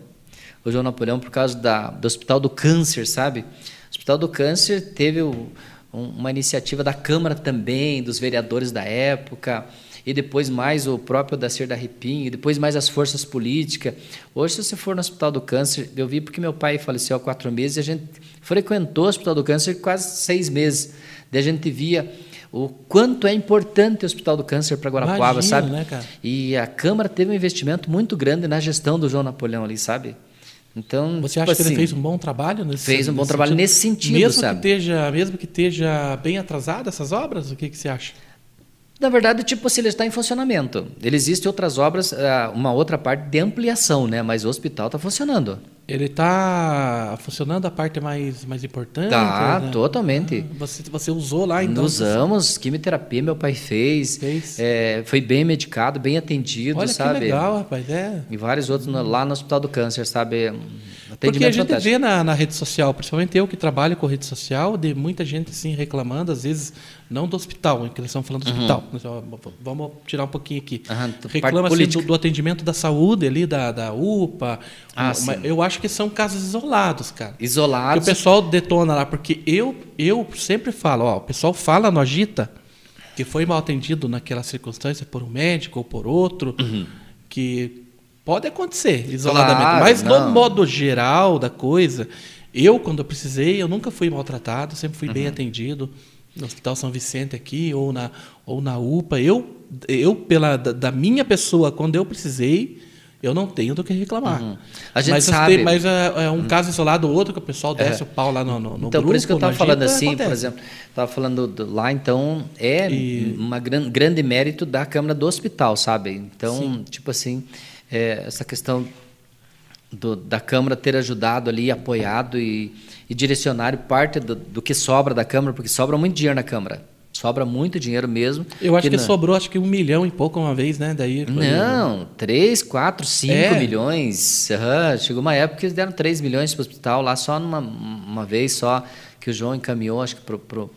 o João Napoleão por causa da, do Hospital do Câncer, sabe? O Hospital do Câncer teve o- um- uma iniciativa da Câmara também, dos vereadores da época, e depois mais o próprio Dacer da Repim, e depois mais as forças políticas. Hoje, se você for no Hospital do Câncer, eu vi porque meu pai faleceu há quatro meses e a gente frequentou o Hospital do Câncer quase seis meses. Daí a gente via o quanto é importante o Hospital do Câncer para Guarapuava, Imagino, sabe? né, cara? E a Câmara teve um investimento muito grande na gestão do João Napoleão ali, sabe? Então, Você tipo acha que ele assim, fez um bom trabalho nesse fez um bom trabalho nesse sentido, mesmo sabe? Que esteja, mesmo que esteja bem atrasada essas obras, o que, que você acha? Na verdade, tipo assim, ele está em funcionamento. Ele existe outras obras, ah, uma outra parte de ampliação, né? Mas o hospital está funcionando. Ele está funcionando a parte mais, mais importante? Tá, né? totalmente. Você, você usou lá, então. Usamos, quimioterapia meu pai fez, Fez. é, foi bem medicado, bem atendido, Olha que sabe? legal, rapaz. É. E vários outros no- lá no Hospital do Câncer, sabe? Porque a gente fantástico. vê na, na rede social, principalmente eu que trabalho com rede social, de muita gente assim reclamando, às vezes Não do hospital, hein, que eles estão falando do hospital. Mas, ó, v- Vamos tirar um pouquinho aqui. Uhum. Aham, do- parte Reclama-se política. do, do atendimento da saúde ali, da, da UPA. Ah, Uma- sim. mas eu acho que são casos isolados, cara. Que o Isolados. pessoal detona lá, porque eu, eu sempre falo, ó, o pessoal fala no Agita que foi mal atendido naquela circunstância por um médico ou por outro, que pode acontecer isoladamente, Claro, mas não. no modo geral da coisa, eu, quando eu precisei, eu nunca fui maltratado, sempre fui Uhum. bem atendido no Hospital São Vicente aqui ou na, ou na UPA. Eu, eu pela, da, da minha pessoa, quando eu precisei, eu não tenho do que reclamar. Uhum. A gente mas eu sabe- Uhum. te- mas é, é um caso isolado ou outro que o pessoal desce É. o pau lá no, no, no Então, por isso que eu grupo, estava no falando Agita, assim, por acontece. exemplo, estava falando do- lá, então, é uma gran, grande mérito da Câmara do Hospital, sabe? Então, tipo assim, é, essa questão do- da Câmara ter ajudado ali, apoiado e, e direcionar parte do, do que sobra da Câmara, porque sobra muito dinheiro na Câmara. Sobra muito dinheiro mesmo. Eu acho que, não- sobrou acho que um milhão e pouco uma vez, né? Daí foi- Não, 3, 4, 5 É. milhões. Aham, Chegou uma época que eles deram 3 milhões para o hospital lá só numa uma vez só que o João encaminhou, acho que pro, pro-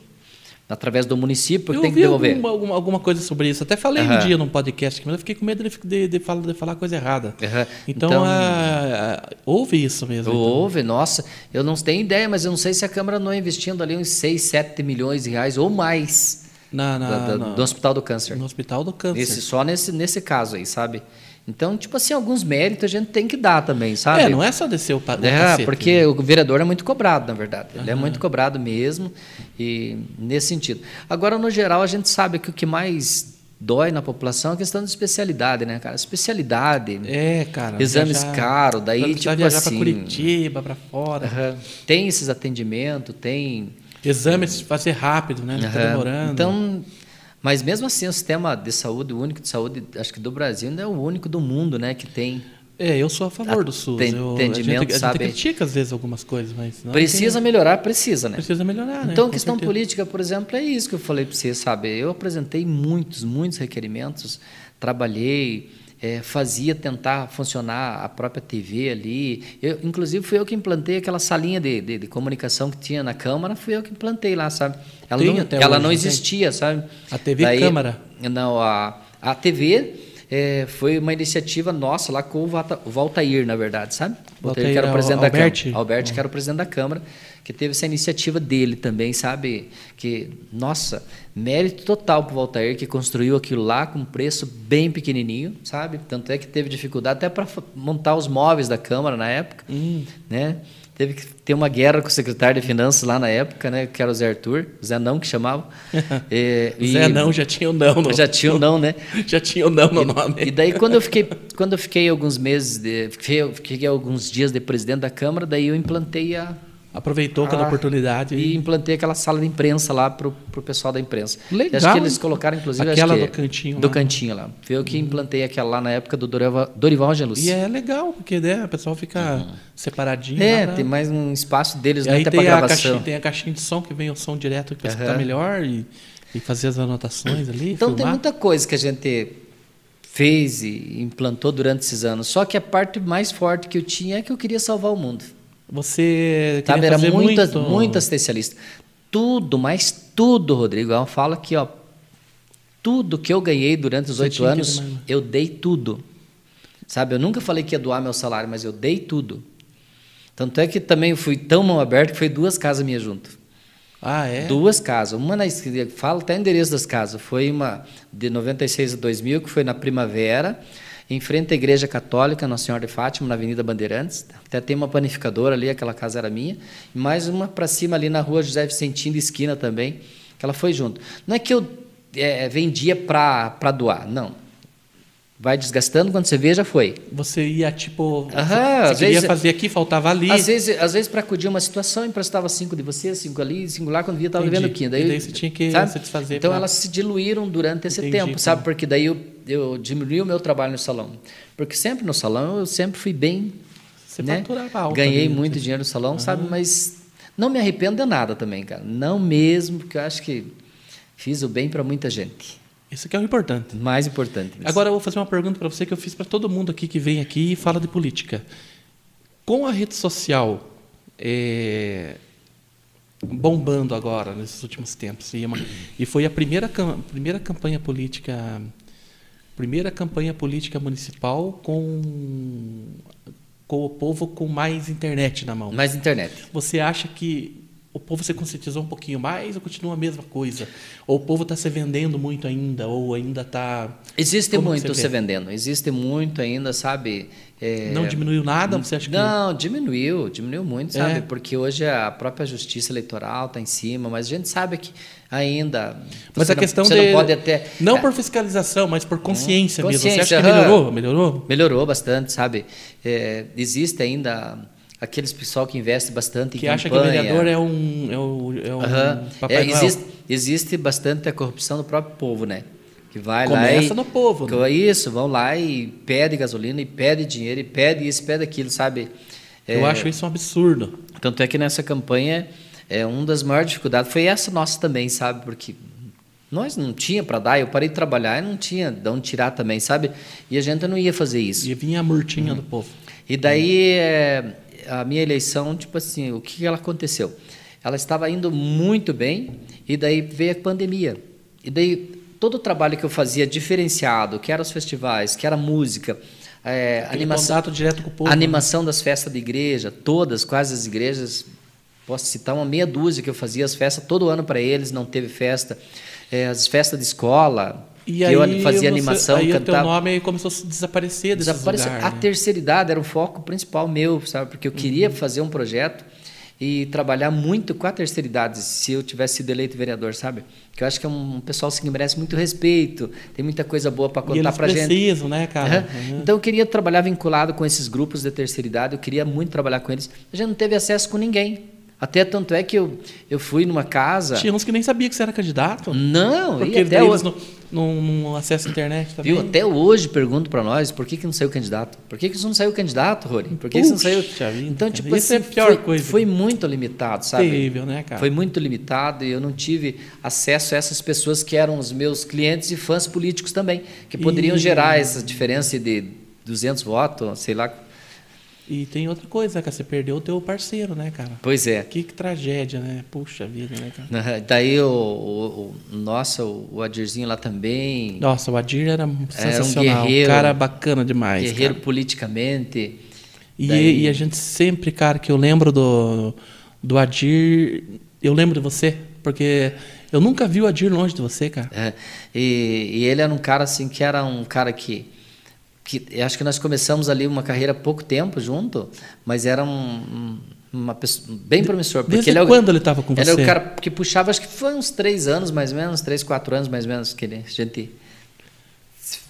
através do município, porque Eu tem que ouvi devolver. alguma, alguma, alguma coisa sobre isso. Até falei um Aham. dia num podcast, aqui, mas eu fiquei com medo de, de, de, falar, de falar coisa errada. Aham. Então, Então- ah, ah, houve isso mesmo. então. Houve, nossa, eu não tenho ideia, mas eu não sei se a Câmara não investindo ali uns 6, 7 milhões de reais ou mais Na, na, da- da- na- do Hospital do Câncer. no Hospital do Câncer. Nesse, só nesse, nesse caso aí, sabe? Então, tipo assim, alguns méritos a gente tem que dar também, sabe? É, não é só descer o, pa- o É, cacete, porque né? o vereador é muito cobrado, na verdade. Ele é muito cobrado mesmo, e nesse sentido. Agora, no geral, a gente sabe que o que mais dói na população é a questão de especialidade, né, cara? Especialidade, É, cara. exames caros, daí, pra- tipo viajar assim- pra Curitiba, pra fora. aham, tem esses atendimentos, tem... Exames fazer rápido, né? Não tá aham, demorando. Então, mas mesmo assim, o sistema de saúde, o único de saúde, acho que do Brasil, ainda é o único do mundo, né, que tem... É, eu sou a favor do SUS. Aten- Eu, a gente, a atendimento, gente sabe? critica às vezes algumas coisas, mas... não Precisa melhorar, precisa, tem- né? precisa melhorar, né? Então, Com questão certeza. política, por exemplo, é isso que eu falei para você, sabe? Eu apresentei muitos, muitos requerimentos, trabalhei, eh, fazia tentar funcionar a própria TV ali. Eu, inclusive, fui eu que implantei aquela salinha de, de, de comunicação que tinha na Câmara, fui eu que implantei lá, sabe? Ela, Tem não, até ela hoje, não não tem? existia, sabe? A TV Câmara? Não, a, a TV eh, foi uma iniciativa nossa lá com o, Vata, o Valtair, na verdade, sabe? O Valtair, que Valtair era o Al- presidente da Alberti? Câmara. Alberti, que era o presidente da Câmara, que teve essa iniciativa dele também, sabe? Que, nossa, mérito total para o Valtair, que construiu aquilo lá com um preço bem pequenininho, sabe? Tanto é que teve dificuldade até para montar os móveis da Câmara na época, Hum. né? Teve que ter uma guerra com o secretário de Finanças lá na época, né? Que era o Zé Arthur, Zé Não que chamava. É, e- Zé não, já tinha o não. No, Já tinha o não, né? já tinha o não no nome. E daí quando eu fiquei, quando eu fiquei alguns meses, de, fiquei, fiquei alguns dias de presidente da Câmara, daí eu implantei a Aproveitou cada Ah, oportunidade. e implantei aquela sala de imprensa lá pro, pro pessoal da imprensa. Legal, Acho que eles hein? colocaram inclusive acho Aquela que- do cantinho Do lá. Uhum. cantinho lá. Foi eu que implantei aquela lá na época do Dorival, Dorival Angelus. E é legal, porque né, o pessoal fica separadinho. É, lá pra- tem mais um espaço deles E né, aí até tem para a, gravação. caixinha, tem a caixinha de som, que vem o som direto para escutar Aham. melhor e, e fazer as anotações ali, Então tem filmar. muita coisa que a gente fez e implantou durante esses anos. Só que a parte mais forte que eu tinha é que eu queria salvar o mundo. Você Sabe, queria era fazer muitas, muito... muito assistencialista. Tudo, mas tudo, Rodrigo. É Eu falo aqui, ó. Tudo que eu ganhei durante os Você oito tinha que anos, demais, né? eu dei tudo. Sabe, eu nunca falei que ia doar meu salário, mas eu dei tudo. Tanto é que também eu fui tão mão aberta que foi duas casas minhas junto. Ah, é? Duas casas. Uma na esquina, fala até o endereço das casas. Foi uma de 96 a 2000, que foi na primavera, em frente à Igreja Católica Nossa Senhora de Fátima, na Avenida Bandeirantes. Até tem uma panificadora ali, aquela casa era minha. E mais uma para cima ali na Rua José Vicentino, esquina também, que ela foi junto. Não é que eu eh, vendia para doar, não. Vai desgastando, quando você vê, já foi. Você ia, tipo... Aham, você às queria vezes- fazer aqui, faltava ali. Às vezes, às vezes para acudir uma situação, emprestava cinco de você, cinco ali, cinco lá, quando via, estava Entendi. devendo 15. E daí você tinha que satisfazer Então pra- elas se diluíram durante esse Entendi, tempo, tá. sabe? Porque daí eu, eu diminui o meu trabalho no salão. Porque sempre no salão eu sempre fui bem. Você né? faturava alto Ganhei ali, né? muito dinheiro no salão, sabe? Mas não me arrependo de nada também, cara. Não mesmo, porque eu acho que fiz o bem para muita gente. Isso que é o importante. Mais importante. nisso. Agora eu vou fazer uma pergunta para você que eu fiz para todo mundo aqui que vem aqui e fala de política. Com a rede social, é, bombando agora, nesses últimos tempos. E, é uma- e foi a primeira, cam- primeira campanha política primeira campanha política municipal com, com o povo com mais internet na mão. Mas internet. Você acha que o povo se conscientizou um pouquinho mais ou continua a mesma coisa? Ou o povo está se vendendo muito ainda? Ou ainda tá está. Existe Como muito você se vê? vendendo, existe muito ainda, sabe? É, Não diminuiu nada? Você acha que. Não, diminuiu, diminuiu muito, sabe? É. Porque hoje a própria justiça eleitoral está em cima, mas a gente sabe que ainda. Mas você a questão não, você de. não pode até. Não é, por fiscalização, mas por consciência, mesmo. Você Consciência, acha que aham. melhorou? Melhorou? Melhorou bastante, sabe? É, existe ainda aqueles pessoal que investe bastante Que em acha que o campanha. vereador é um. É o, é um Aham. Papai É, Noel. existe, existe bastante a corrupção do próprio povo, né? Que vai lá. Começa e- no povo, né? Co- Isso, vão lá e pede gasolina, e pede dinheiro, e pede isso, pede aquilo, sabe? É, Eu acho isso um absurdo. Tanto é que nessa campanha, é, uma das maiores dificuldades foi essa nossa também, sabe? Porque nós não tinha para dar, eu parei de trabalhar e não tinha de onde tirar também, sabe? E a gente não ia fazer isso. E vinha a Uhum. murtinha do povo. E daí é, a minha eleição, tipo assim, o que que ela aconteceu? Ela estava indo muito bem e daí veio a pandemia. E daí todo o trabalho que eu fazia diferenciado, que era os festivais, que era música, é, Aquele animação, contato direto com o povo. a animação das festas da igreja, todas, quase as igrejas, posso citar uma meia dúzia que eu fazia as festas todo ano para eles, não teve festa. É, as festas de escola, E que aí eu fazia você- animação, aí o teu cantava. nome aí começou a se desaparecer desse Desapareceu. lugar. a né? Uhum. terceira idade era o foco principal meu, sabe? Porque eu queria fazer um projeto e trabalhar muito com a terceira idade, se eu tivesse sido eleito vereador, sabe? Que eu acho que é um pessoal assim, que merece muito respeito, tem muita coisa boa para e contar eles para gente. precisam, né, cara? Aham. Então eu queria trabalhar vinculado com esses grupos de terceira idade, eu queria muito trabalhar com eles. A gente não teve acesso com ninguém. Até tanto é que eu, eu fui numa casa. Tinha uns que nem sabia que você era candidato. Não, Porque e até daí eles hoje. não, não, não acessam a internet também. Viu? Até hoje pergunto pra nós por que, que não saiu candidato. Por que, que isso não saiu candidato, Rory? Por que, que isso não saiu? Puxa vida, então, cara. tipo Isso é assim, a pior foi, coisa. foi muito limitado, sabe? Terrível, né, cara? Foi muito limitado e eu não tive acesso a essas pessoas que eram os meus clientes e fãs políticos também, que poderiam E- gerar essa diferença de 200 votos, sei lá. E tem outra coisa, né, cara? Você perdeu o teu parceiro, né, cara? Pois é. Que, que tragédia, né? Puxa vida, né, cara? Daí o, o, o nossa, o o Adirzinho lá também. Nossa, o Adir era um sensacional. um guerreiro. cara bacana demais. guerreiro cara. politicamente. E, Daí- e a gente sempre, cara, que eu lembro do, do Adir, eu lembro de você, porque eu nunca vi o Adir longe de você, cara. É, e, e ele era um cara assim que era um cara que que eu acho que nós começamos ali uma carreira há pouco tempo junto, mas era um- um, uma pessoa bem promissor. Porque Desde ele é o- quando ele tava com ele é você? o cara que puxava, acho que foi uns três anos mais ou menos, três, quatro anos mais ou menos que ele, a gente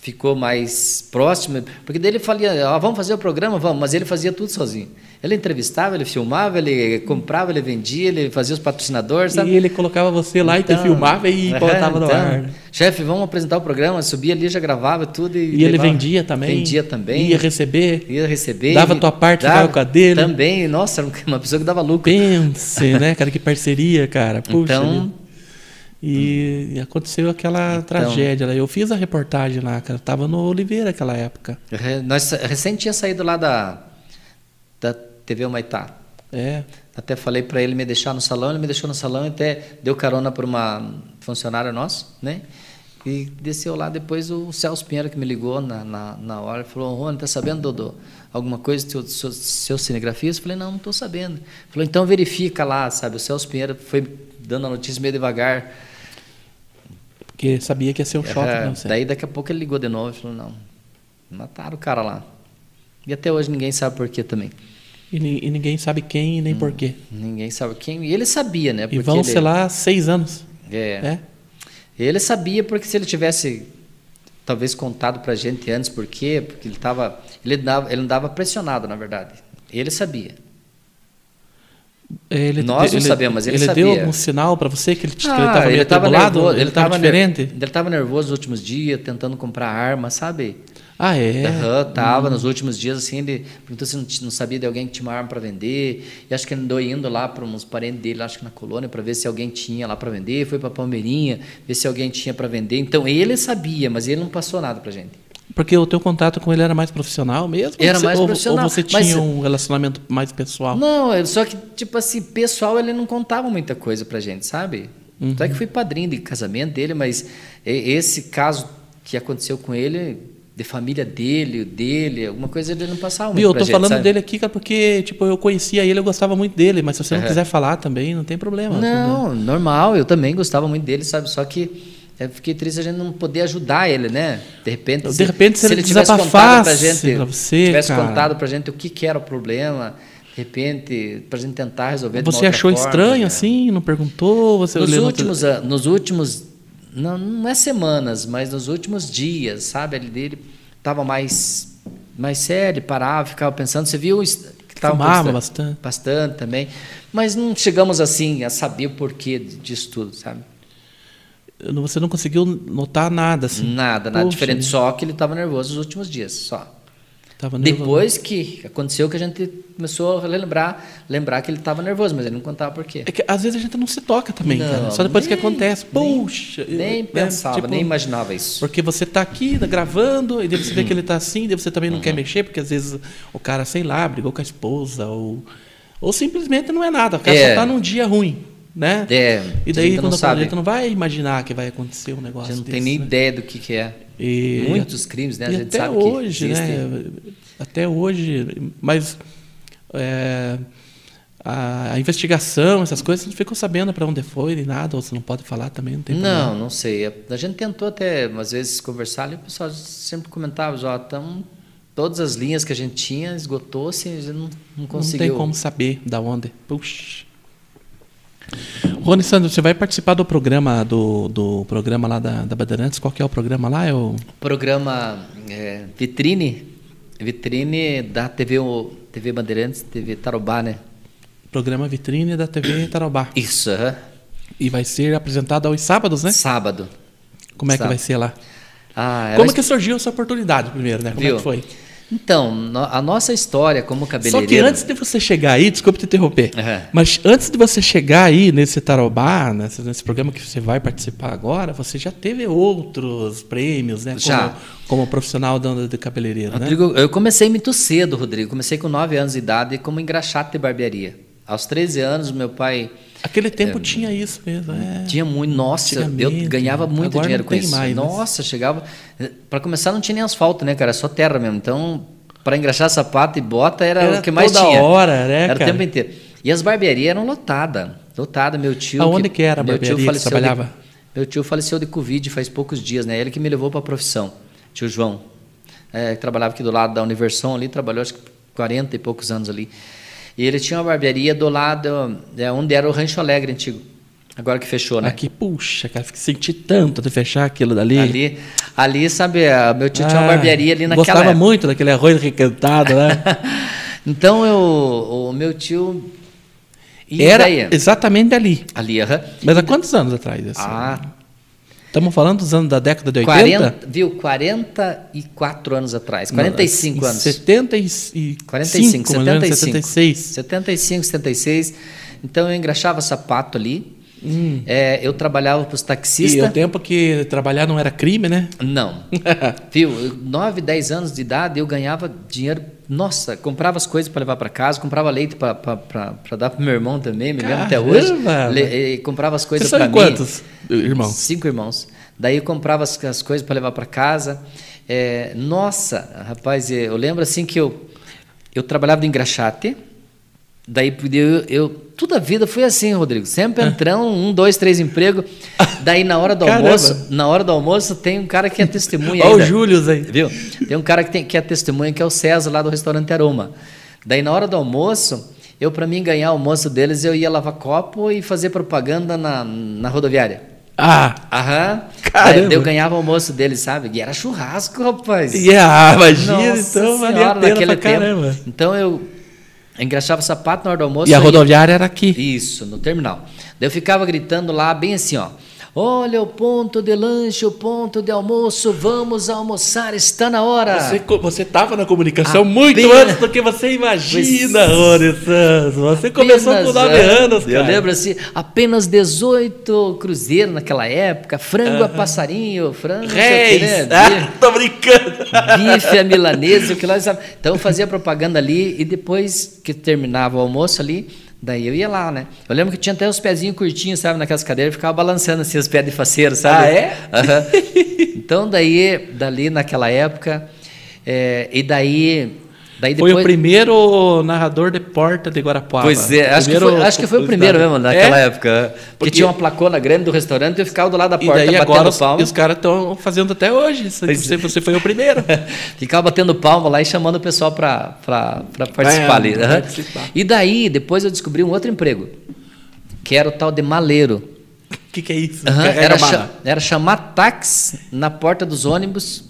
ficou mais próximo, porque dele falia, ó, vamos fazer o programa, vamos, mas ele fazia tudo sozinho. Ele entrevistava, ele filmava, ele comprava, ele vendia, ele fazia os patrocinadores, sabe? E ele colocava você lá e te Então, filmava e é, botava no então, ar. né? Chefe, vamos apresentar o programa. Subia ali, já gravava tudo. E E, ele levava. vendia também. Vendia também. Ia receber. ia receber. Dava e- tua parte, dava ficava com a dele. Também, nossa, era um uma pessoa que dava lucro. Pense, né, cara? Que parceria, cara. Puxa. Então- hum. vida. E, e aconteceu aquela tragédia lá. Eu fiz a reportagem lá, cara. Eu tava no Oliveira naquela época. Re- Nós recém tinha saído lá da, da TV Humaitá. É. Até falei para ele me deixar no salão, ele me deixou no salão e até deu carona para uma funcionária nossa, né? E desceu lá depois o Celso Pinheiro que me ligou na, na, na hora e falou: Rony, tá sabendo, Dodô? Alguma coisa do seu, do seu, seu cinegrafista? Eu falei: Não, não estou sabendo. Ele falou: Então verifica lá, sabe? O Celso Pinheiro foi dando a notícia meio devagar. Porque sabia que ia ser um choque pra É, você. daí daqui a pouco ele ligou de novo e falou: Não, mataram o cara lá. E até hoje ninguém sabe por quê também. E, ni- e ninguém sabe quem e nem porquê. Ninguém sabe quem. E ele sabia, né? E vão, Hum. ele, sei lá, seis anos. É. É. Ele sabia porque se ele tivesse talvez contado pra gente antes por quê, porque ele tava, ele dava, ele andava pressionado, na verdade. Ele sabia. Ele, Nós não ele- sabemos, mas ele deu sabia. Ah, algum sinal pra você que ele te- que ele tava meio tava atribulado? nervoso, ele tava tava diferente? Ele tava nervoso nos últimos dias, tentando comprar arma, sabe? Ah, é? Aham, tava nos últimos dias assim, ele perguntou se não, t- não sabia de alguém que tinha uma arma para vender. E acho que ele andou indo lá para uns parentes dele, acho que na colônia, para ver se alguém tinha lá para vender. Foi para Palmeirinha, ver se alguém tinha para vender. Então ele sabia, mas ele não passou nada para gente. Porque o teu contato com ele era mais profissional mesmo? Era Ou você- mais ou, profissional, Ou você mas- tinha um relacionamento mais pessoal? Não, eu- só que, tipo assim, pessoal, ele não contava muita coisa pra gente, sabe? Uhum. Até que fui padrinho de casamento dele, mas e- esse caso que aconteceu com ele, de família dele, dele, alguma coisa ele não passava muito Viu, eu pra tô gente, falando sabe? dele aqui, cara, porque, tipo, eu conhecia ele, eu gostava muito dele, mas se você não quiser falar também, não tem problema. entendeu? Não, normal, eu também gostava muito dele, sabe? Só que eu fiquei triste a gente não poder ajudar ele, né? De repente, De repente, se ele tivesse contado pra desabafasse gente, pra você, tivesse cara. contado pra gente o que, que era o problema, de repente, pra gente tentar resolver de uma Você outra achou forma, estranho, né? assim? Não perguntou? Você Nos olhou- últimos, an- nos últimos, não, não é semanas, mas nos últimos dias, sabe? Ele dele tava mais, mais sério, parava, ficava pensando. Você viu isso? que tava Fumava postando- bastante. Bastante também. Mas não chegamos assim a saber o porquê disso tudo, sabe? Você não conseguiu notar nada, assim? Nada, nada Poxa, diferente. né? Só que ele estava nervoso nos últimos dias, só. Tava nervoso. Depois que aconteceu que a gente começou a lembrar, lembrar que ele estava nervoso, mas ele não contava por quê. É que às vezes a gente não se toca também, Não, cara. Só depois nem- que acontece. Puxa! eu- Nem né, pensava, tipo, nem imaginava isso. Porque você tá aqui tá gravando, e daí você vê que ele tá assim, e daí você também não Uhum. quer mexer, porque às vezes o cara, sei lá, brigou com a esposa, ou, ou simplesmente não é nada. O cara É. só tá num dia ruim, né? É, E a daí gente não quando sabe. a gente não vai imaginar que vai acontecer um A negócio gente não tem desse, nem né? ideia do que, que é. E- Muitos crimes, né? A E gente até sabe hoje, que existem. né? Até hoje, mas é, a, a investigação, essas coisas, não ficou sabendo para onde foi nem nada, ou você não pode falar também, não tem problema. Não, não sei. A gente tentou até, às vezes, conversar ali, o pessoal sempre comentava, ó, tão, todas as linhas que a gente tinha esgotou-se, a gente não, não conseguiu. Não tem como saber da onde. Puxa. Rony Sandro, você vai participar do programa do, do programa lá da, da Bandeirantes? Qual que é o programa lá? É o Programa é, Vitrine, Vitrine da TV, o- TV Bandeirantes, TV Tarobá, né? programa Vitrine da TV Tarobá. Isso, aham. E vai ser apresentado aos sábados, né? sábado. Como é que Sábado. vai ser lá? Ah, era Como que surgiu essa oportunidade primeiro, né? Como é Viu? que foi? Então, no- a nossa história como Só cabeleireiro... que antes de você chegar aí, desculpa te interromper, Aham. mas antes de você chegar aí nesse tarobá, nesse, nesse programa que você vai participar agora, você já teve outros prêmios, né? Como, Já. como profissional da- de cabeleireiro, né? Rodrigo, eu comecei muito cedo, Rodrigo. Comecei com 9 anos de idade como engraxate e barbearia. Aos 13 anos, meu pai Aquele tempo tinha isso mesmo, é. é, tinha muito. Nossa, Antigamente, né? eu ganhava muito agora dinheiro não com tem isso. mais, né? mas- nossa, chegava. Para começar, não tinha nem asfalto, né, cara? Só terra mesmo. Então, para engraxar sapato e bota era, Era o que mais toda tinha. hora, né, Era cara? o tempo inteiro. E as barbearias eram lotadas. Lotada, meu tio. Aonde que era a meu barbearia tio que faleceu de- trabalhava? meu tio faleceu de Covid faz poucos dias, né? Ele que me levou para a profissão, tio João. É, que trabalhava aqui do lado da Universão ali, trabalhou acho que 40 e poucos anos ali. E ele tinha uma barbearia do lado, é, onde era o Rancho Alegre antigo. Agora que fechou, né? Aqui, puxa, cara, fiquei- senti tanto de fechar aquilo dali. Ali, ali, sabe, a- meu tio tinha uma Ah, barbearia ali naquela Gostava época. muito daquele arroz requentado, né? Então eu, o meu tio. E Era daí? exatamente ali. Ali, aham. Mas há quantos anos atrás? Assim? Ah, Estamos falando dos anos da década de 80? 40, viu? 44 anos atrás, 45 Não, é anos. 75, 45, 75 mais ou menos, 76. 75, 76. Então eu engraxava sapato ali. É, eu trabalhava para os Hum. E o taxistas. tempo que trabalhar não era crime, né? Não. Viu? 9, 10 anos de idade eu ganhava dinheiro. Nossa, comprava as coisas para levar para casa, comprava leite para dar para meu irmão também, me lembro até hoje. Caramba! Le- eh, comprava as Vocês coisas para são mim. quantos, irmãos? Cinco irmãos. Daí eu comprava as, as coisas para levar para casa. É, nossa, rapaz, eh, eu lembro assim que eu, eu trabalhava de engraxate. Daí eu, eu. Toda a vida foi assim, Rodrigo. Sempre entrando, um, dois, três emprego. Daí na hora do Ah. Caramba. almoço, na hora do almoço, tem um cara que é testemunha. Olha o ainda. Júlio aí. Viu? Tem um cara que, tem, que é testemunha, que é o César, lá do restaurante Aroma. Daí, na hora do almoço, eu, para mim ganhar o almoço deles, eu ia lavar copo e fazer propaganda na, na rodoviária. Ah, Aham. Caramba. Daí, eu ganhava o almoço deles, sabe? E era churrasco, rapaz. yeah, é, imagina, Nossa então valia a Senhora, pena naquele pra tempo. caramba. Então, eu engraxava sapato na hora do almoço. E a eu ia- rodoviária era aqui. isso, no terminal. Daí eu ficava gritando lá, bem assim, ó. Olha o ponto de lanche, o ponto de almoço, vamos almoçar, está na hora. Você, co- você tava na comunicação Apenas- muito antes do que você imagina, Rony Santos. Você começou com Apenas 9 antes. anos, cara. Eu lembro assim, apenas 18 cruzeiro naquela época, frango a passarinho, frango, não sei o quê, Reis. né? Ah, tô brincando. bife à milanesa, o que lá sabe. Então eu fazia propaganda ali e depois que terminava o almoço ali, daí eu ia lá, né? Eu lembro que tinha até os pezinhos curtinhos, sabe, naquelas cadeiras, eu ficava balançando assim os pés de faceiro, sabe? Ah, é? Aham. Então daí, dali naquela época, é, e daí, daí Foi depois... o primeiro narrador de porta de Guarapuava. Pois é, acho, que, foi, acho que foi o primeiro mesmo naquela É? época. Porque Porque- tinha uma placona grande do restaurante e eu ficava do lado da E porta daí batendo agora os, palma. é. os caras estão fazendo até hoje. isso que Você, você foi o primeiro. Ficava batendo palma lá e chamando o pessoal para participar É, ali. né? participar. E daí, depois eu descobri um outro emprego, que era o tal de maleiro. O que, que é isso? Aham, Carrega era, a mala. cha- era chamar táxi na porta dos ônibus.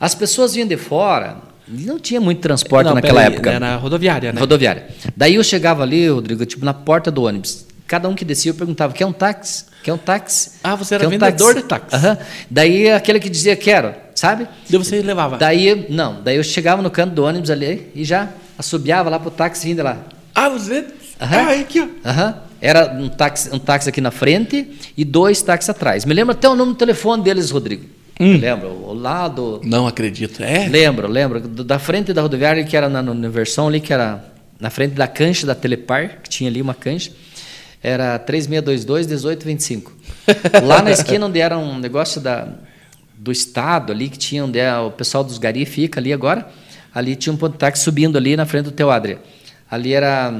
As pessoas vinham de fora, e não tinha muito transporte Não, naquela peraí, época. Era rodoviária, né? Rodoviária. Daí eu chegava ali, Rodrigo, tipo, na porta do ônibus. Cada um que descia, eu perguntava, quer um táxi? Quer um táxi? Ah, você era Quer um vendedor de táxi. Aham. Daí aquele que dizia, quero, sabe? Daí você levava. Daí, não, daí eu chegava no canto do ônibus ali e já assobiava lá pro táxi vindo lá. Ah, você... Aham. Ah, é aqui, ó. Aham. Era um táxi, um táxi aqui na frente e dois táxis atrás. Me lembro até o nome do telefone deles, Rodrigo. Eu lembro, o lado. Não acredito. É? Lembro, lembro. do- Da frente da rodoviária, que era na na Universão ali, que era na frente da cancha da Telepar, que tinha ali uma cancha, era 3622-1825. Lá na esquina, onde era um negócio da, do Estado ali, que tinha onde é o pessoal dos Gari fica ali agora, ali tinha um ponto de táxi subindo ali na frente do Teoadria. Ali era...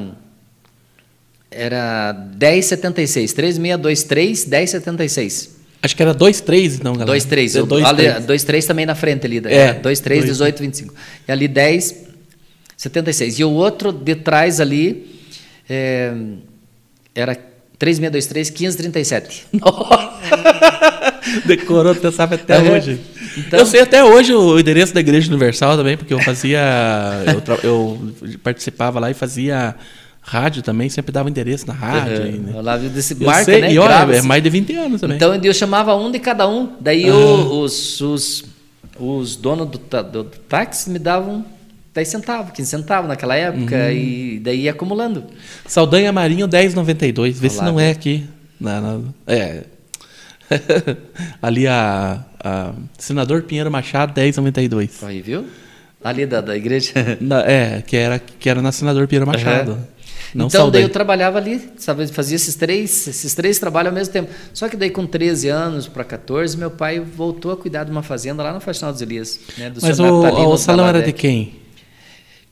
Era 1076, 3623, 1076. Acho que era 2-3, não, galera. 2, 3. É 2, 3. 2, 3 também na frente ali. É, É, 2, 3, dois, 18, 25. E ali 10, 76. E o outro de trás ali é, era 3623, 1537. Nossa! Decorou, você sabe até Aham. hoje. Então- eu sei até hoje o endereço da Igreja Universal também, porque eu fazia. eu, tra- eu participava lá e fazia rádio também, sempre dava endereço na rádio. e, né? Uhum. Lá viu desse Eu marca, sei, né? e olha, Grava é esse- mais de 20 anos também. Então eu chamava um de cada um. Daí o- os, os, os donos do, ta- do, do táxi me davam 10 centavos, 15 centavos naquela época. Uhum. E daí ia acumulando. Saldanha Marinho 1092, vê se Olá, não é aqui. Na, na- é. Ali a, a. Senador Pinheiro Machado 1092. Aí, viu? Ali da, da igreja. Na- é, que era, que era na Senador Pinheiro Machado. Aham. Não então daí Saldanha. eu trabalhava ali, sabe, fazia esses três, esses três trabalhos ao mesmo tempo. Só que daí com 13 anos para 14, meu pai voltou a cuidar de uma fazenda lá no Faxinal dos Elias, né, do Mas seu o, Natalino o salão era de Taladec. quem?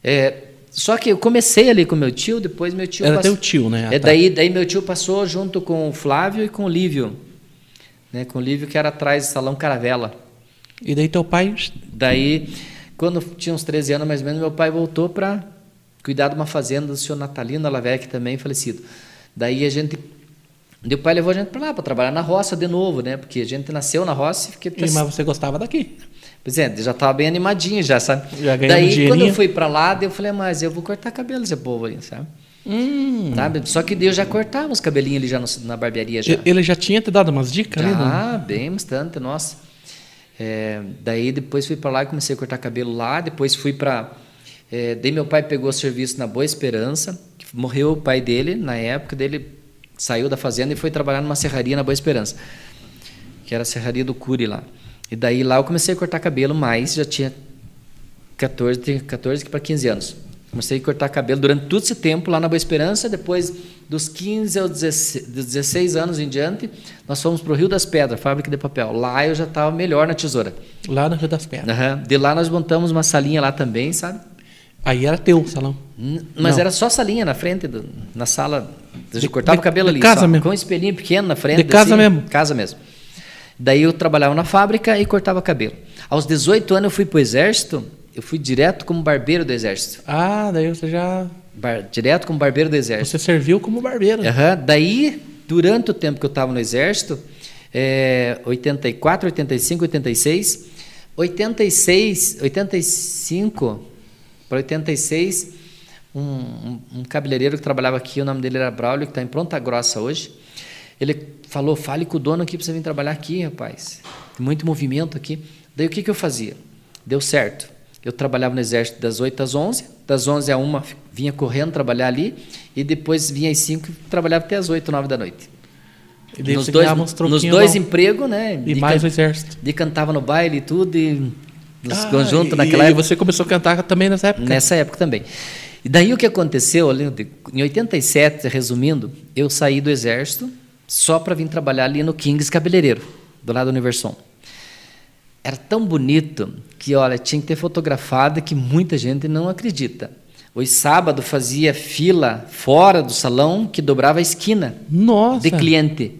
É, só que eu comecei ali com meu tio, depois meu tio Era passou- teu tio, né? Ah, É, tá. daí, daí meu tio passou junto com o Flávio e com o Lívio. Né, com o Lívio que era atrás do Salão Caravela. E daí teu pai. Daí, quando eu tinha uns 13 anos mais ou menos, meu pai voltou para cuidar de uma fazenda do senhor Natalino Alavec, também falecido. Daí a gente. Meu pai levou a gente para lá, para trabalhar na roça de novo, né? Porque a gente nasceu na roça e fiquei. Mas você gostava daqui. Pois é, já estava bem animadinho, já, sabe? Já ganhando Daí, dinheirinho. quando eu fui para lá, daí eu falei, "Ah, mas eu vou cortar cabelo desse povo aí, sabe? Hum. Sabe? Só que daí eu já cortava os cabelinhos ali já no- na barbearia. Já. E- Ele já tinha te dado umas dicas ali? não? Ah, bem bastante, nossa. É, daí depois fui para lá e comecei a cortar cabelo lá. Depois fui para. É, daí meu pai pegou serviço na Boa Esperança. que Morreu o pai dele na época. Dele saiu da fazenda e foi trabalhar numa serraria na Boa Esperança, que era a serraria do Cury lá. E daí lá eu comecei a cortar cabelo, mas já tinha 14, tinha 14 para 15 anos. Comecei a cortar cabelo durante todo esse tempo lá na Boa Esperança. Depois, dos 15 aos 16, dos 16 anos em diante, nós fomos para o Rio das Pedras, fábrica de papel. Lá eu já estava melhor na tesoura. Lá no Rio das Pedras. Aham. De lá nós montamos uma salinha lá também, sabe? Aí era teu o salão. N- Mas Não. era só salinha na frente, do- na sala. Eu De- cortava de- o cabelo de ali. casa só, mesmo. Com um espelhinho pequeno na frente. assim. De casa mesmo. Casa mesmo. Daí eu trabalhava na fábrica e cortava cabelo. Aos 18 anos eu fui para o exército. Eu fui direto como barbeiro do exército. Ah, daí você já. Bar- direto como barbeiro do exército. Você serviu como barbeiro. Aham. Daí, durante o tempo que eu estava no exército, é, 84, 85, 86, 86, 85 para 86, um, um, um cabeleireiro que trabalhava aqui, o nome dele era Braulio, que está em Ponta tá Grossa hoje, Ele falou, fale com o dono aqui para você vir trabalhar aqui, rapaz. Tem muito movimento aqui. Daí o que, que eu fazia? Deu certo. Eu trabalhava no exército das 8 às 11, das 11 à 1 vinha correndo trabalhar ali, e depois vinha às 5 e trabalhava até às 8, 9 da noite. E daí Nos você dois, ganhava uns nos troquinhos dois bom. empregos, né? E de mais can- o exército. De cantava no baile e tudo, e nos Ah, conjuntos e- naquela E época. você começou a cantar também nessa época? Nessa época também. E daí o que aconteceu, ali, de- em 87, resumindo, eu saí do exército só para vir trabalhar ali no Kings Cabeleireiro, do lado do Universom. Era tão bonito que, olha, tinha que ter fotografado que muita gente não acredita. Os sábado fazia fila fora do salão que dobrava a esquina Nossa! Hum, de cliente.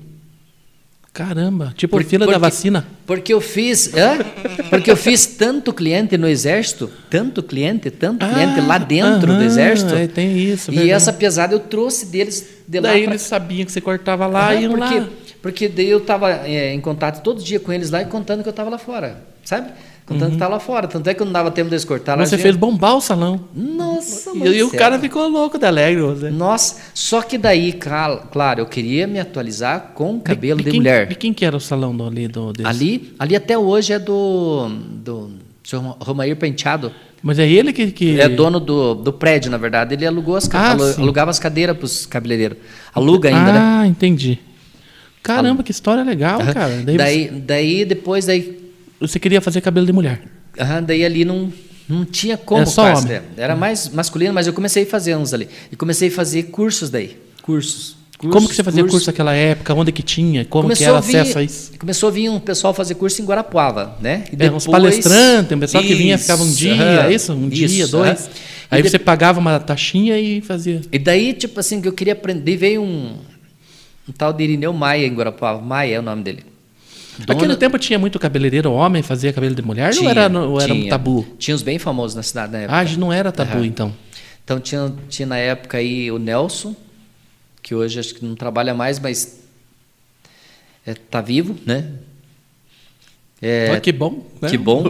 Caramba, tipo Por- fila da porque- vacina. Porque eu fiz, hã? porque eu fiz tanto cliente no exército, tanto cliente, tanto Ah, cliente lá dentro do aham, exército. é, tem isso, E verdade. essa pesada eu trouxe deles de lá Daí pra eles sabiam que você cortava lá Aham, e iam porque, lá. porque daí eu estava em contato todo dia com eles lá e contando que eu estava lá fora, sabe? Contando que estava lá fora. Tanto é que eu não dava tempo deles cortar lá. Uhum. Mas você gente. fez bombar o salão. Nossa, E, e o Marcelo. cara ficou louco da alegre, você. Nossa, só que daí, cal- claro, eu queria me atualizar com o cabelo de, quem, mulher. De quem que era o salão do, ali? Do, desse? Ali, ali até hoje é do, do senhor Ro- Romair Penteado. Mas é ele que... que... É dono do, do prédio, na verdade. Ele alugou as, ca- Ah, alu- sim. alugava as cadeiras para os cabeleireiros. Aluga ainda, né? ah, entendi. Caramba, que história legal, Ah, cara. Daí, Daí, daí depois, daí, Você, você queria fazer cabelo de mulher. aham, daí ali não, não tinha como. É só parça, homem. Era mais masculino, mas eu comecei a fazer uns ali. E comecei a fazer cursos daí. Cursos. como que você fazia curso cursos. naquela época? Onde é que tinha? Como que Começou era a vir- acesso a isso? Começou a vir um pessoal fazer curso em Guarapuava, né? E É, uns palestrantes, um pessoal que vinha, ficava um dia, aham, isso? Um dia, isso, dois. aham. Aí E de- você pagava uma taxinha e fazia. E daí, tipo assim, que eu queria aprender, e veio um, um tal de Irineu Maia em Guarapuava. Maia é o nome dele. Naquele tempo tinha muito cabeleireiro homem, fazia cabelo de mulher ou era, no- ou era um tinha. um tabu? Tinha uns bem famosos na cidade na época. Ah, não era tabu, então. Então tinha, tinha na época aí o Nelson, que hoje acho que não trabalha mais, mas é, tá vivo, né? É, Olha que bom. né? Que bom.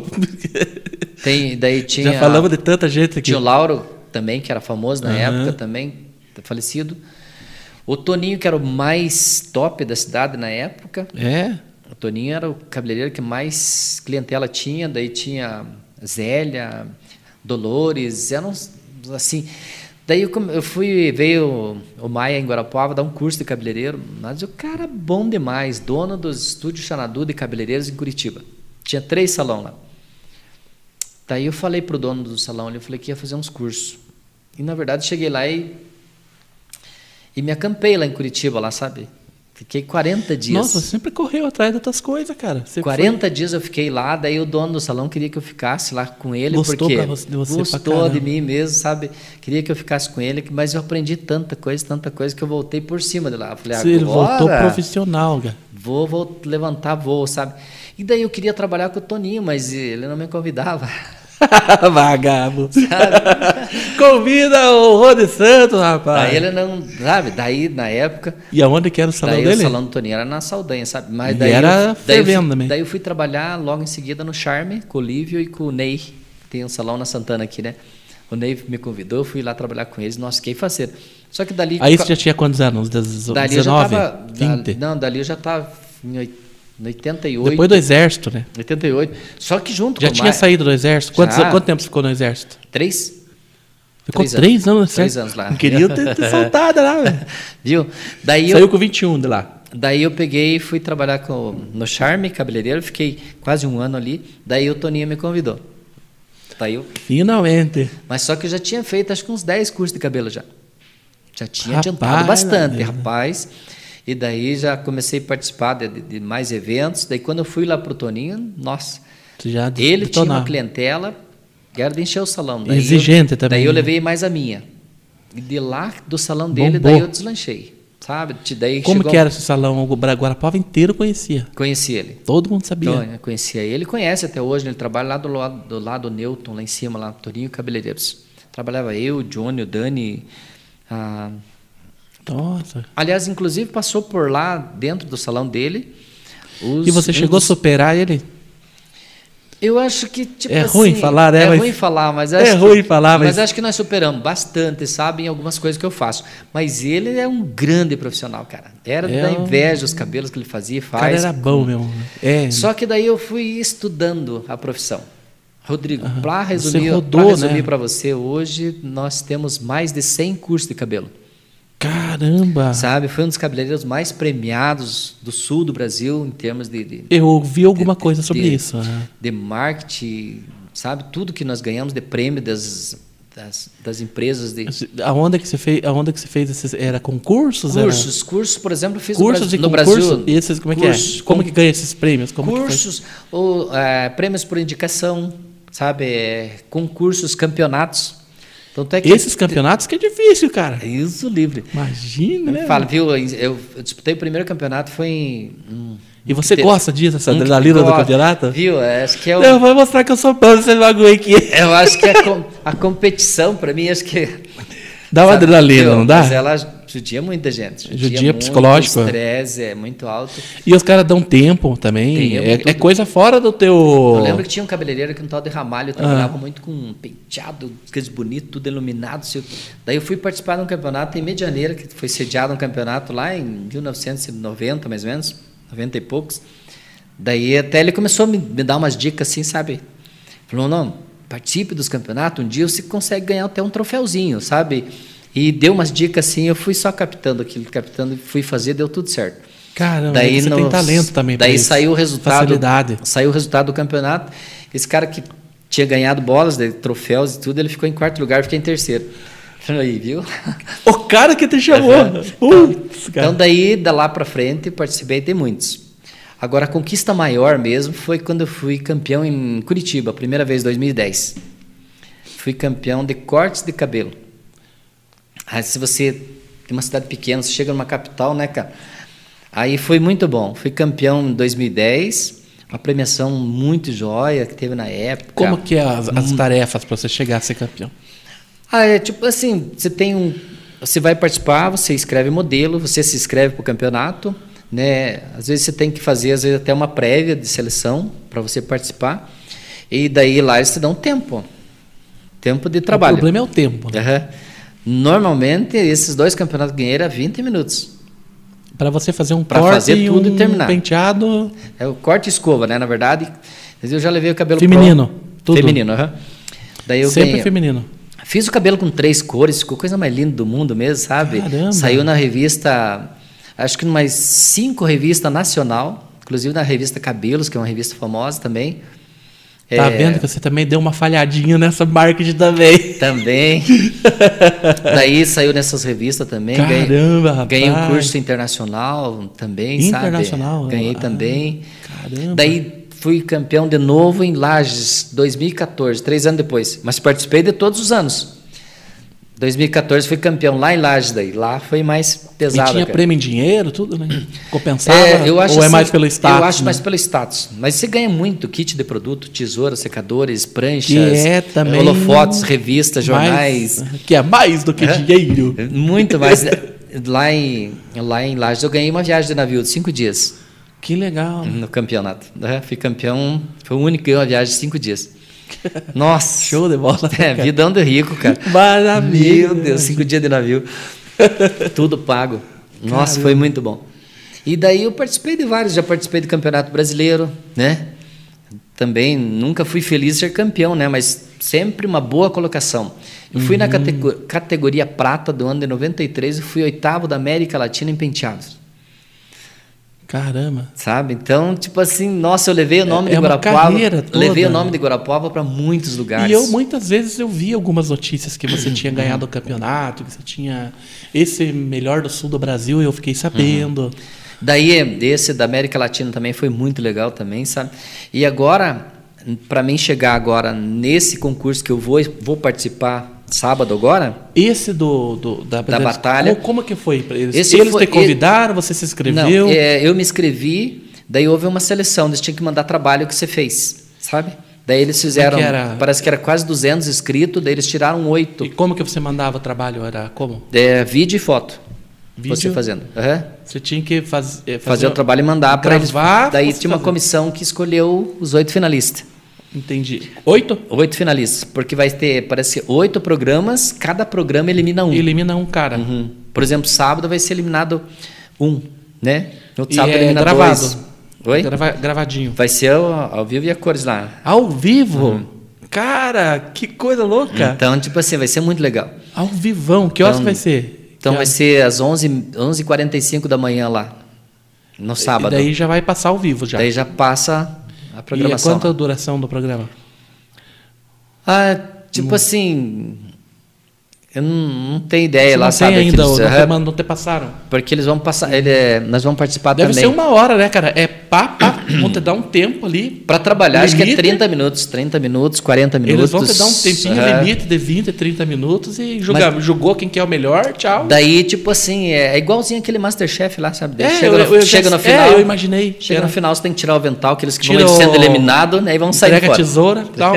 tem, daí tinha, Já falamos de tanta gente aqui. tinha o Lauro também, que era famoso na Aham. época também, falecido. O Toninho, que era o mais top da cidade na época. É. O Toninho era o cabeleireiro que mais clientela tinha, daí tinha Zélia, Dolores, eram uns- assim. Daí eu come- eu fui, veio o Maia em Guarapuava dar um curso de cabeleireiro, mas o cara é bom demais, dono dos estúdios Xanadu de cabeleireiros em Curitiba. Tinha três salões lá. Daí eu falei pro dono do salão, ali, eu falei que ia fazer uns cursos. E na verdade cheguei lá e, e me acampei lá em Curitiba, lá, sabe? Fiquei 40 dias. Nossa, você sempre correu atrás das tuas coisas, cara. Você 40 dias eu fiquei lá, daí o dono do salão queria que eu ficasse lá com ele, Gostou porque pra você- de você pra gostou caramba. de mim mesmo, sabe? Queria que eu ficasse com ele, mas eu aprendi tanta coisa, tanta coisa, que eu voltei por cima de lá. Eu foi- Falei, Você agora voltou profissional, cara. vou, vou levantar voo, sabe? E daí eu queria trabalhar com o Toninho, mas ele não me convidava. Vagabundo. Convida o Rony Santos, rapaz. Daí ele não, sabe? Daí, na época, E aonde que era o salão daí dele? o salão do Toninho era na Saldanha, sabe? Mas E daí eu- era daí eu, fervendo fui- também. Daí eu fui trabalhar logo em seguida no Charme, com o Lívio e com o Ney, que tem um salão na Santana aqui, né? O Ney me convidou, eu fui lá trabalhar com eles, nossa, fiquei faceiro. Só que dali. Aí você já tinha quantos anos? Dezo- dali 19? eu já tava. 20? da- não, dali eu já tava em oit- em 88. Depois do exército, né? 88. Só que junto Já com o tinha Maia- saído do exército? Quantos- Já. quanto tempo você ficou no exército? Três? Ficou três, Três anos. anos no Três exército? anos lá. Não queria ter, ter soltado lá, velho. Viu? Daí eu Saiu com 21 de lá. Daí eu peguei e fui trabalhar com, no Charme Cabeleireiro, fiquei quase um ano ali. Daí o Toninho me convidou. Daí eu, Finalmente. mas só que eu já tinha feito acho que uns 10 cursos de cabelo já. Já tinha Rapaz, adiantado bastante, né? rapaz. E daí já comecei a participar de, de- de mais eventos. Daí quando eu fui lá pro Toninho, nossa, Você já ele tinha detonava. uma clientela que era de encher o salão. Exigente eu, também, Daí eu né? levei mais a minha. E de lá do salão dele, Bombou. daí eu deslanchei. Sabe? Te- Daí Como chegou- que era esse salão? O Gua- Guarapava inteiro conhecia. Conheci ele. Todo mundo sabia. Então, eu conhecia ele, conhece até hoje, né? ele trabalha lá do lado do lado do Newton, lá em cima, lá, Torinho Cabeleireiros. Trabalhava eu, o Johnny, o Dani. ah, Nossa. aliás, inclusive passou por lá dentro do salão dele. os- E você um chegou a dos- superar ele? Eu acho que, tipo É assim, ruim falar, né? É Mas- ruim falar, mas É acho ruim que, falar, mas- mas... acho que nós superamos bastante, sabe, em algumas coisas que eu faço. Mas ele é um grande profissional, cara. Era É da um- inveja os cabelos que ele fazia e O cara faz. era bom mesmo. É. Só que daí eu fui estudando a profissão. Rodrigo, para resumir, Você pra rodou, né? resumir para você, hoje nós temos mais de 100 cursos de cabelo. Caramba! Sabe, foi um dos cabeleireiros mais premiados do sul do Brasil em termos de, de, Eu ouvi alguma coisa sobre de- isso. né? de marketing, sabe? Tudo que nós ganhamos de prêmio das, das, das empresas de A onda que você fez, a onda que você fez esses, era concursos? era- cursos. Cursos, por exemplo, eu fiz no é. Cursos Bra- e no concursos? Brasil. E esses, como é que Cursos, é? Como con- que ganha esses prêmios? Como que foi? cursos, ou, é, prêmios por indicação, sabe? É, concursos, campeonatos. Tanto é que Esses campeonatos que é difícil, cara. Isso livre. Imagina, né? Fala, viu? Eu, eu disputei o primeiro campeonato, foi em. hum, E você Te- gosta disso, essa um que adrenalina do gosta, campeonato? Viu? Acho que é o- Eu vou mostrar que eu sou bom nesse bagulho aqui. Eu acho que é a, com- a competição, para mim, acho que. Dá É uma sabe, adrenalina, eu- não dá? Mas ela judia muita gente. Judia muito, psicológico. né? O estresse é muito alto. E os caras dão tempo também. Tempo, é, é tudo. coisa fora do teu. Eu lembro que tinha um cabeleireiro que no tal de Ramalho eu trabalhava muito com um penteado, aqueles bonito, tudo iluminado. sei o quê. Daí eu fui participar de um campeonato em Medianeira, que foi sediado um campeonato lá em 1990, mais ou menos, 90 e poucos. Daí até ele começou a me, me dar umas dicas assim, sabe? Falou, não, participe dos campeonatos, um dia você consegue ganhar até um troféuzinho, sabe? E deu umas dicas assim, eu fui só captando aquilo, captando, fui fazer, deu tudo certo. Caramba, Daí você tem nos- talento também. pra Daí isso. saiu o resultado. Facilidade. Saiu o resultado do campeonato. Esse cara que tinha ganhado bolas, de troféus e tudo, ele ficou em quarto lugar, eu fiquei em terceiro. Falei, viu? O cara que te chamou. Putz, cara. Então daí, da lá pra frente, participei de muitos. Agora, a conquista maior mesmo foi quando eu fui campeão em Curitiba, primeira vez em 2010. Fui campeão de cortes de cabelo. Aí, se você tem uma cidade pequena, você chega numa capital, né, cara? Aí foi muito bom. Fui campeão em 2010, uma premiação muito joia que teve na época. Como que é as, as Hum. tarefas pra você chegar a ser campeão? Ah, é tipo assim, você tem um. Você vai participar, você escreve modelo, você se inscreve para o campeonato, né? Às vezes você tem que fazer, às vezes, até uma prévia de seleção para você participar. E daí lá eles te dão tempo. Tempo de trabalho. O problema é o tempo. Né? Aham. Normalmente, esses dois campeonatos que ganhei era 20 minutos. Pra você fazer um Pra corte fazer e tudo e um terminar. penteado. É o corte e escova, né? Na verdade. Mas eu já levei o cabelo Feminino, pro- tudo. Feminino, aham. Daí eu sempre ganhei. feminino. Fiz o cabelo com três cores, ficou a coisa mais linda do mundo mesmo, sabe? Caramba. Saiu na revista, acho que em umas cinco revistas nacional, inclusive na revista Cabelos, que é uma revista famosa também. Tá É, vendo que você também deu uma falhadinha nessa marketing também. Também. Daí saiu nessas revistas também. ganhei- Caramba, rapaz. Ganhei um curso internacional também, Internacional, sabe? Ganhei ah, também. caramba. Daí fui campeão de novo em Lages, 2014, três anos depois. Mas participei de todos os anos. 2014 fui campeão lá em Lages, daí. Lá foi mais pesado. e tinha cara. prêmio em dinheiro, tudo, né? Compensava? É, eu acho ou é assim, mais pelo status? Eu acho né? mais pelo status. Mas você ganha muito kit de produto, tesoura, secadores, pranchas, Que é também- holofotes, revistas, jornais. Uhum. Mais- que é mais do que dinheiro. Muito mais. lá, em, lá em Lages eu ganhei uma viagem de navio de cinco dias Que legal. no campeonato. né? Fui campeão, foi o único que ganhou uma viagem de cinco dias. Nossa! Show de bola. É, cara. vidão de rico, cara. Maravilha. Meu Deus, cinco dias de navio. Tudo pago. Nossa, foi muito bom. E daí eu participei de vários, já participei do Campeonato Brasileiro, né? Também nunca fui feliz de ser campeão, né? Mas sempre uma boa colocação. Eu fui Uhum. na catego- categoria prata do ano de 93 e fui oitavo da América Latina em penteados, Caramba. sabe? Então, tipo assim, nossa, eu levei o nome É- de é uma Guarapuava, carreira toda. levei o nome de Guarapuava para muitos lugares. E eu muitas vezes eu vi algumas notícias que você tinha ganhado o campeonato, que você tinha esse melhor do sul do Brasil, eu fiquei sabendo. Daí esse da América Latina também foi muito legal também, sabe? E agora, para mim chegar agora nesse concurso que eu vou, vou participar sábado agora, Esse do, do- da, batalha. Como, como que foi? Eles, Esse eles foi- te convidaram, você se inscreveu? não, é, eu me inscrevi, daí houve uma seleção, eles tinham que mandar trabalho que você fez, sabe? Daí eles fizeram, é que era? parece que era quase 200 inscritos, daí eles tiraram E oito, como que você mandava o trabalho? Era como? é, vídeo e foto, você Vídeo? fazendo. Aham. Você tinha que faz, é, fazer, Fazer o trabalho e mandar para eles. gravar, Daí você tinha uma fazer. comissão que escolheu os oito finalistas. Entendi. Oito? Oito finalistas, porque vai ter, parece, oito programas, cada programa elimina um. Elimina um cara. Uhum. Por exemplo, sábado vai ser eliminado um, né? No outro E sábado é elimina gravado. É dois. Oi? Grava- gravadinho. Vai ser ao, ao vivo e a cores lá. Ao vivo? Cara, que coisa louca. Uhum. Então, tipo assim, vai ser muito legal. Ao vivão, que horas Então- vai ser? Então Que vai horas? ser às 11, 11h45 da manhã lá, no sábado. E daí já vai passar ao vivo já. Daí já passa a E é programação. né? quanto a duração do programa? Ah, tipo Hum. assim, eu não, não tenho ideia Você É, lá, não sabe? tem ainda, aqueles- não, Aham, te, man- não te passaram. porque eles vão passar, ele é- nós vamos participar Deve também. ser uma hora, né, cara? É pá, pá, vão te dar um tempo ali. Para trabalhar, acho que é Limite? 30 minutos, 30 minutos, 40 minutos. É. Eles vão te dar um tempinho aham. limite de 20, 30 minutos e jogar, jogou quem quer o melhor, tchau. Daí, tipo assim, é, é igualzinho aquele Masterchef lá, sabe? Daí É, chega, eu- no, eu- chega no é, final. eu é. imaginei. Chega Era- no final, você tem que tirar o avental, aqueles que Tira vão sendo o- eliminados, né? E vão sair Entrega a fora. tesoura e tal.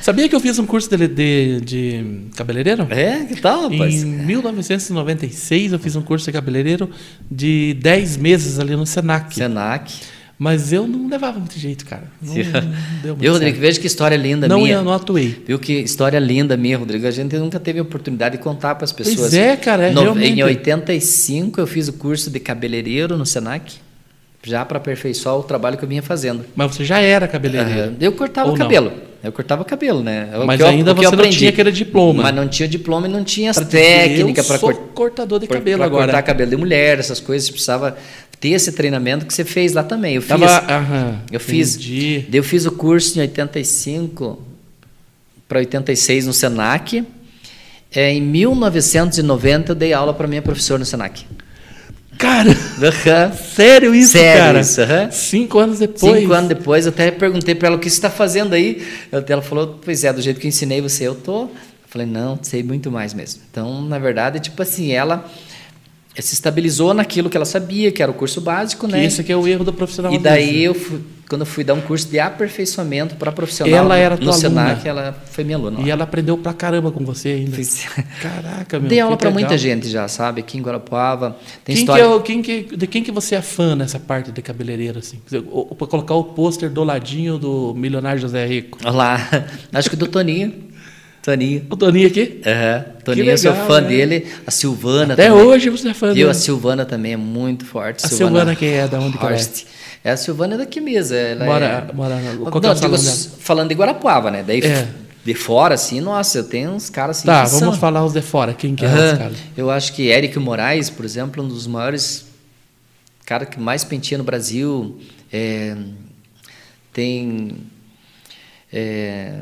Sabia que eu fiz um curso de, de, de cabeleireiro? É, que tal, rapaz? Em 1996 eu fiz um curso de cabeleireiro de 10 meses ali no Senac. Senac. Tá Mas eu não levava muito jeito, cara. Não, não deu muito Viu, Rodrigo? certo. Veja que história linda Não, minha. eu não atuei. Viu que história linda minha, Rodrigo? A gente nunca teve a oportunidade de contar para as pessoas. é, cara, é, realmente. Em 85 eu fiz o curso de cabeleireiro no Senac, já para aperfeiçoar o trabalho que eu vinha fazendo. Mas você já era cabeleireiro. Aham. Eu cortava Ou o não? cabelo. Eu cortava o cabelo, né? O Mas que eu- ainda o que eu você não aprendi. tinha aquele diploma. Mas não tinha diploma e não tinha as Pra dizer, técnicas eu para sou cortar. cortador de Pra- cabelo pra cortar agora. cabelo de mulher, essas coisas, você precisava ter esse treinamento que você fez lá também. Eu fiz. Tava, aham, eu fiz. entendi. Daí Eu fiz o curso em 85 para 86 no Senac. É, em 1990 eu dei aula para minha professora no Senac. Cara, Aham. sério isso, Sério cara? isso, aham. Cinco anos depois. Cinco anos depois, eu até perguntei para ela o que você está fazendo aí. Eu- Ela falou, pois é, do jeito que eu ensinei você, eu tô. Eu falei, não, sei muito mais mesmo. Então, na verdade, tipo assim, ela se estabilizou naquilo que ela sabia, que era o curso básico, Que né? Isso aqui é o erro do profissional. E às vezes, daí né? eu fui, quando eu fui dar um curso de aperfeiçoamento para profissional Ela era no tua Senac, aluna. ela foi minha aluna. lá. E ela aprendeu pra caramba com você ainda. Fiz- Caraca, meu. Dei que aula para legal. muita gente já, sabe? Aqui em Guarapuava. Quem Tem que história. é o- quem que- de quem que você é fã nessa parte de cabeleireiro, assim? Quer dizer, o- Pra colocar o pôster do ladinho do milionário José Rico. Olha lá. Acho que do Toninho. Toninho. O Toninho aqui? Aham, Toninho, eu sou legal, fã né? dele. A Silvana Até também. hoje você é fã Viu? dele. A Silvana também é muito forte. A Silvana quem é? Da onde que ela é? Horst. É a Silvana da Quimisa. Ela Mora- é... mora na- Não, qual que é o digo, salão dela? falando de Guarapuava, né? Daí É. de fora, assim, nossa, eu tenho uns caras assim. Tá, que vamos são. falar os de fora. Quem que é Aham. os caras? Eu acho que Eric Moraes, por exemplo, um dos maiores cara que mais penteia no Brasil. É, tem é,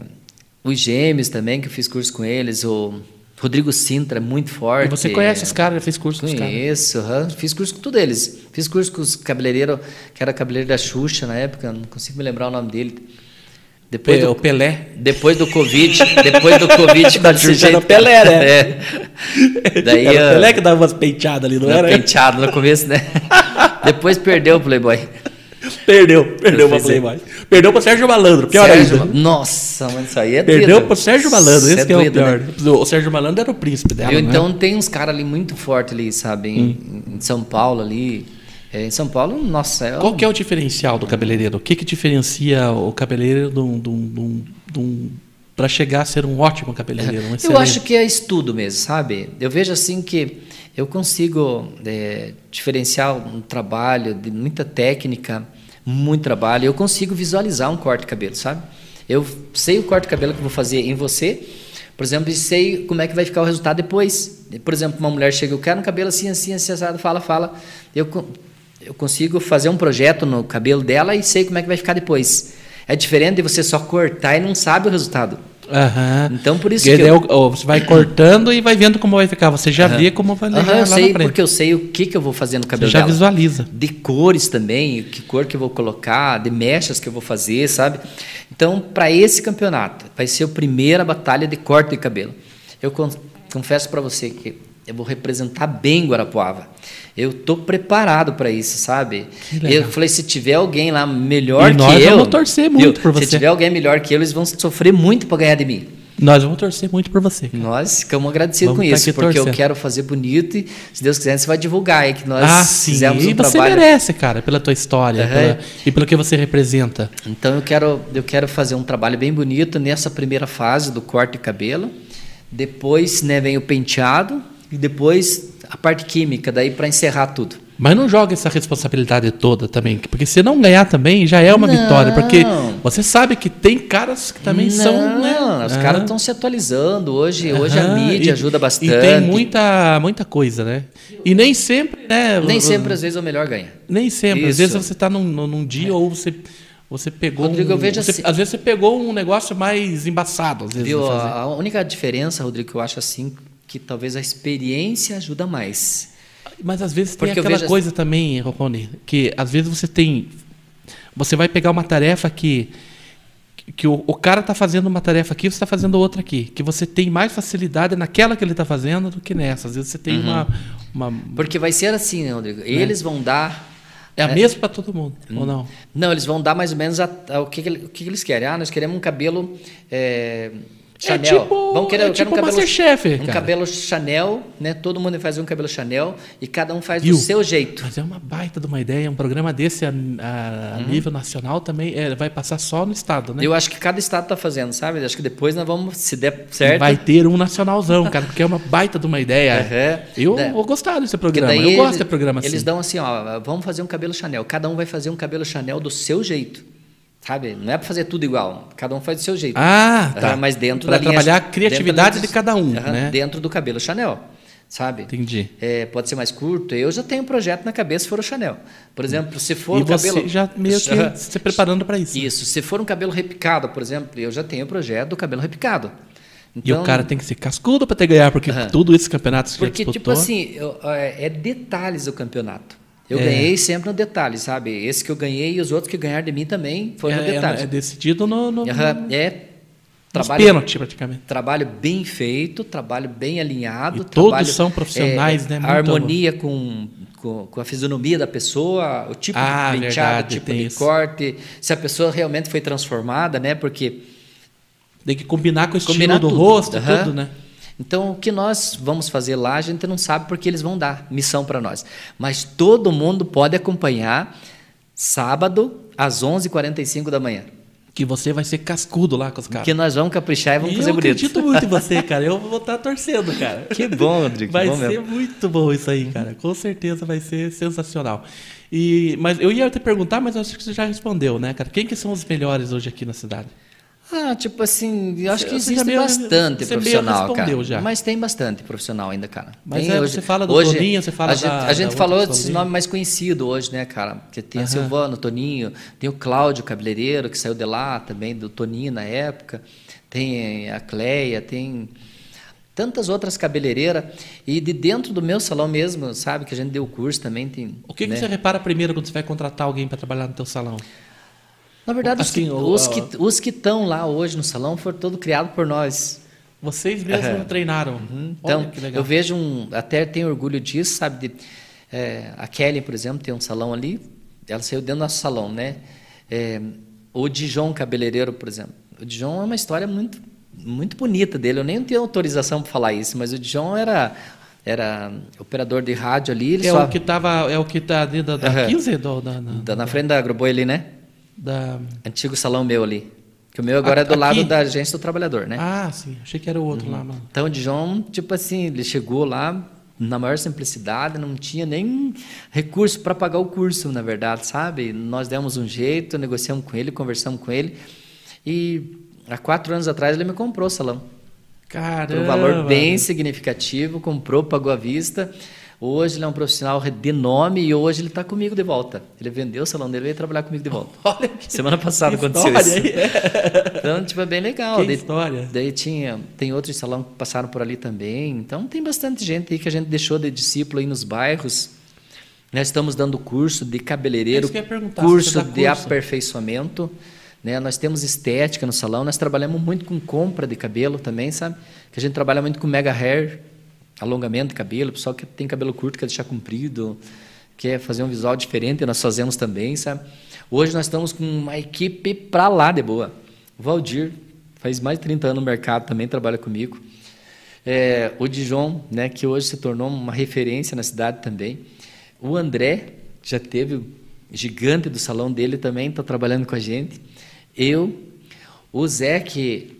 os gêmeos também, que eu fiz curso com eles. O Rodrigo Sintra, é muito E forte. Você conhece os caras, fez curso com os caras. Conheço, aham. fiz curso com todos eles. Fiz curso com os cabeleireiros, que era cabeleireiro da Xuxa na época, não consigo me lembrar o nome dele. Depois Pe- do- o Pelé. depois do Covid, depois do Covid, Da desse Xuxa era jeito- o Tá Pelé, né? É. Daí, era o ah, Pelé que dava umas peiteadas ali, não era era? penteado no começo, né? Depois perdeu o Playboy. Perdeu, perdeu Eu pra fiz ele. Playboy. Perdeu pro Sérgio Malandro, pior Sérgio, ainda. Nossa, mas isso aí é é Perdeu dedo. pro Sérgio Malandro, esse Isso que é o dedo, né? pior. O Sérgio Malandro era o príncipe dela, Viu? né? Então tem uns caras ali muito fortes ali, sabe? Em, Hum. em São Paulo ali. É, em São Paulo, nossa, é Qual que é o diferencial do cabeleireiro? O que que diferencia o cabeleireiro de um... de um- de um- de um- pra chegar a ser um ótimo cabeleireiro, um Eu excelente? acho que é estudo mesmo, sabe? Eu vejo assim que eu consigo é, diferenciar um trabalho de muita técnica, muito trabalho. Eu consigo visualizar um corte de cabelo, sabe? Eu sei o corte de cabelo que eu vou fazer em você, por exemplo, e sei como é que vai ficar o resultado depois. Por exemplo, uma mulher chega, eu quero um cabelo assim, assim, assim, assado, fala, fala. Eu, con- eu consigo fazer um projeto no cabelo dela e sei como é que vai ficar depois. É diferente de você só cortar e não sabe o resultado. Aham. Então, por isso Porque que daí eu- o- o- você vai cortando e vai vendo como vai ficar. Você já vê como vai Aham, levar lá eu sei, na frente. porque eu sei o que, que eu vou fazer no Você cabelo já dela. visualiza. De cores também, que cor que eu vou colocar, de mechas que eu vou fazer, sabe? Então, para esse campeonato, vai ser a primeira batalha de corte de cabelo. Eu con- confesso para você que eu vou representar bem Guarapuava. Eu tô preparado para isso, sabe? legal. Eu falei, se tiver alguém lá melhor E que nós eu, vamos torcer muito por Se você. tiver alguém melhor que eu, eles vão sofrer muito para ganhar de mim. Nós vamos torcer muito por você. cara. Nós ficamos agradecidos Vamos com tá isso, aqui porque eu torcendo. quero fazer bonito e, se Deus quiser, você vai divulgar aí que nós ah, sim. fizemos e um você trabalho. merece, cara, pela tua história Aham. pela- e pelo que você representa. Então eu quero, eu quero fazer um trabalho bem bonito nessa primeira fase do corte de cabelo. Depois né, vem o penteado e depois a parte química, daí para encerrar tudo. Mas não joga essa responsabilidade toda também, porque se não ganhar também já é uma Não. vitória, porque você sabe que tem caras que também são, né? Não, Os Ah. caras estão se atualizando. Hoje, hoje a Aham, mídia e- ajuda bastante. E tem muita, muita coisa, né? E nem sempre, né? Nem o- sempre, às vezes, o melhor ganha. Nem sempre. Às Isso. É. vezes você está num, num- num dia ou você, você pegou. Rodrigo, um, eu vejo você- assim- Às vezes você pegou um negócio mais embaçado, às vezes. né? Viu? pra fazer. A a única diferença, Rodrigo, que eu acho assim, que talvez a experiência ajuda mais. Mas às vezes tem Porque eu aquela vejo as- coisa também, Rony, que às vezes você tem. Você vai pegar uma tarefa que. Que o, o cara tá fazendo uma tarefa aqui, você tá fazendo outra aqui. Que você tem mais facilidade naquela que ele tá fazendo do que nessa. Às vezes você tem Uhum. uma, uma. Porque vai ser assim, né, Rodrigo? Eles vão dar. É a mesma para todo mundo, Hum. ou não? Não, eles vão dar mais ou menos a- a- o, que, que ele- o que que eles querem. Ah, nós queremos um cabelo é, Chanel. tipo- Vamos querer, é eu quero tipo Masterchef, um cara. cabelo Chanel, né? Todo mundo faz um cabelo Chanel e cada um faz E do o- seu jeito. Mas é uma baita de uma ideia. Um programa desse a, a- a nível nacional também é, vai passar só no estado, né? Uhum. Eu acho que cada estado está fazendo, sabe? Acho que depois nós vamos, se der certo. Vai ter um nacionalzão, cara, porque é uma baita de uma ideia. Aham. Eu Né? vou gostar desse Porque programa. daí Eu gosto eles- de programa assim. Eles dão assim, ó, vamos fazer um cabelo Chanel. Cada um vai fazer um cabelo Chanel do seu jeito. Sabe? Não é para fazer tudo igual. Cada um faz do seu jeito. Ah, tá. Aham, mas dentro Pra da linha- trabalhar a dentro da criatividade linha- de cada um, Aham, né? Dentro do cabelo Chanel, sabe? Entendi. É, pode ser mais curto. Eu já tenho um projeto na cabeça se for o Chanel. Por exemplo, se for E o cabelo... você já meio Aham. que se preparando para isso. tá Isso. Se for um cabelo repicado, por exemplo, eu já tenho o projeto do cabelo repicado. E o cara tem que ser cascudo para ter ganhar, porque Então Aham. tudo esse campeonato que Porque, ele tipo disputou. assim, eu- é é detalhes o campeonato. Eu É. ganhei sempre no detalhe, sabe? Esse que eu ganhei e os outros que ganharam de mim também foi no é, detalhe. é, é decidido no, no, Aham, É, nos trabalho, pênaltis, praticamente. trabalho bem feito, trabalho bem E alinhado. todos trabalho, são profissionais, né? Muito- A harmonia com, com, com a fisionomia da pessoa, o tipo Ah, de penteado, o verdade, tipo tem de isso. corte, se a pessoa realmente foi transformada, né? Porque Tem que combinar com o estilo combinar do tudo. rosto, Aham. tudo, né? Então, o que nós vamos fazer lá, a gente não sabe porque eles vão dar missão para nós. Mas todo mundo pode acompanhar sábado às 11h45 da manhã. Que você vai ser cascudo lá com os caras. Que nós vamos caprichar e vamos E fazer eu bonito. acredito muito em você, cara. Eu vou estar torcendo, cara. Que bom, Rodrigo. que Vai bom ser mesmo. muito bom isso aí, cara. Com certeza vai ser sensacional. E, mas eu ia te perguntar, mas eu acho que você já respondeu, né, cara? Quem que são os melhores hoje aqui na cidade? Ah, tipo assim, eu acho Você- que você existe meio- bastante você meio profissional, cara. respondeu já. Mas tem bastante profissional ainda, cara. Mas Tem é, você fala do Toninho, você fala a gente, da- a da gente outra falou pessoa desse ali. nome mais conhecido hoje, né, cara? Porque tem a Aham. Silvano, Toninho, tem o Cláudio Cabeleireiro, que saiu de lá também, do Toninho na época. Tem a Cleia, tem tantas outras cabeleireiras. E de dentro do meu salão mesmo, sabe? Que a gente deu curso também. Tem, O que, que né? você repara primeiro quando você vai contratar alguém para trabalhar no teu salão? Na verdade, Assim, o- os, que, os, que, os que estão lá hoje no salão foram todo criado por nós. Vocês mesmos Aham. treinaram. Olha Então, que legal. eu vejo um. Até tenho orgulho disso, sabe? de- é, a Kelly, por exemplo, tem um salão ali, ela saiu dentro do nosso salão, né? É, o Dijon cabeleireiro, por exemplo. O Dijon é uma história muito, muito bonita dele. Eu nem tenho autorização para falar isso, mas o Dijon era, era operador de rádio ali, ele é só. o que tava, é o que tá ali da, da Aham. 15 do, da, na- da- na frente da Agroboi ali, né? da- Antigo salão meu ali. Que o meu agora é do Aqui? lado da agência do trabalhador, né? Ah, sim. Achei que era o outro lá, mano. Então, o Dijon, tipo assim, ele chegou lá na maior simplicidade, não tinha nem recurso para pagar o curso, na verdade, sabe? Nós demos um jeito, negociamos com ele, conversamos com ele. E há quatro anos atrás ele me comprou o salão. Por Caramba. um valor bem significativo, comprou, pagou à vista. Hoje ele é um profissional de nome e hoje ele está comigo de volta. Ele vendeu o salão dele e veio trabalhar comigo de volta. Olha que Semana passada que aconteceu isso. história, hein? Então, tipo, é bem legal. Que Daí- história. Daí tinha, tem outros salão que passaram por ali também. Então tem bastante gente aí que a gente deixou de discípulo aí nos bairros. Nós estamos dando curso de É cabeleireiro, isso que eu ia perguntar, se curso você dá de curso. aperfeiçoamento, né? Nós temos estética no salão, nós trabalhamos muito com compra de cabelo também, sabe? Que a gente trabalha muito com mega hair, alongamento de cabelo, pessoal que tem cabelo curto quer deixar comprido, quer fazer um visual diferente, nós fazemos também, sabe? Hoje nós estamos com uma equipe pra lá de boa. Valdir, faz mais de 30 anos no mercado, também trabalha comigo. É, o Dijon, né, que hoje se tornou uma referência na cidade também. O André já teve gigante do salão dele também, está trabalhando com a gente. Eu, o Zé, que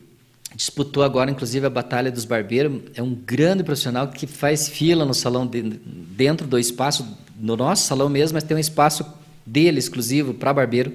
disputou agora, inclusive, a Batalha dos Barbeiros, é um grande profissional que faz fila no salão, de, dentro do espaço, no nosso salão mesmo, mas tem um espaço dele exclusivo para barbeiro,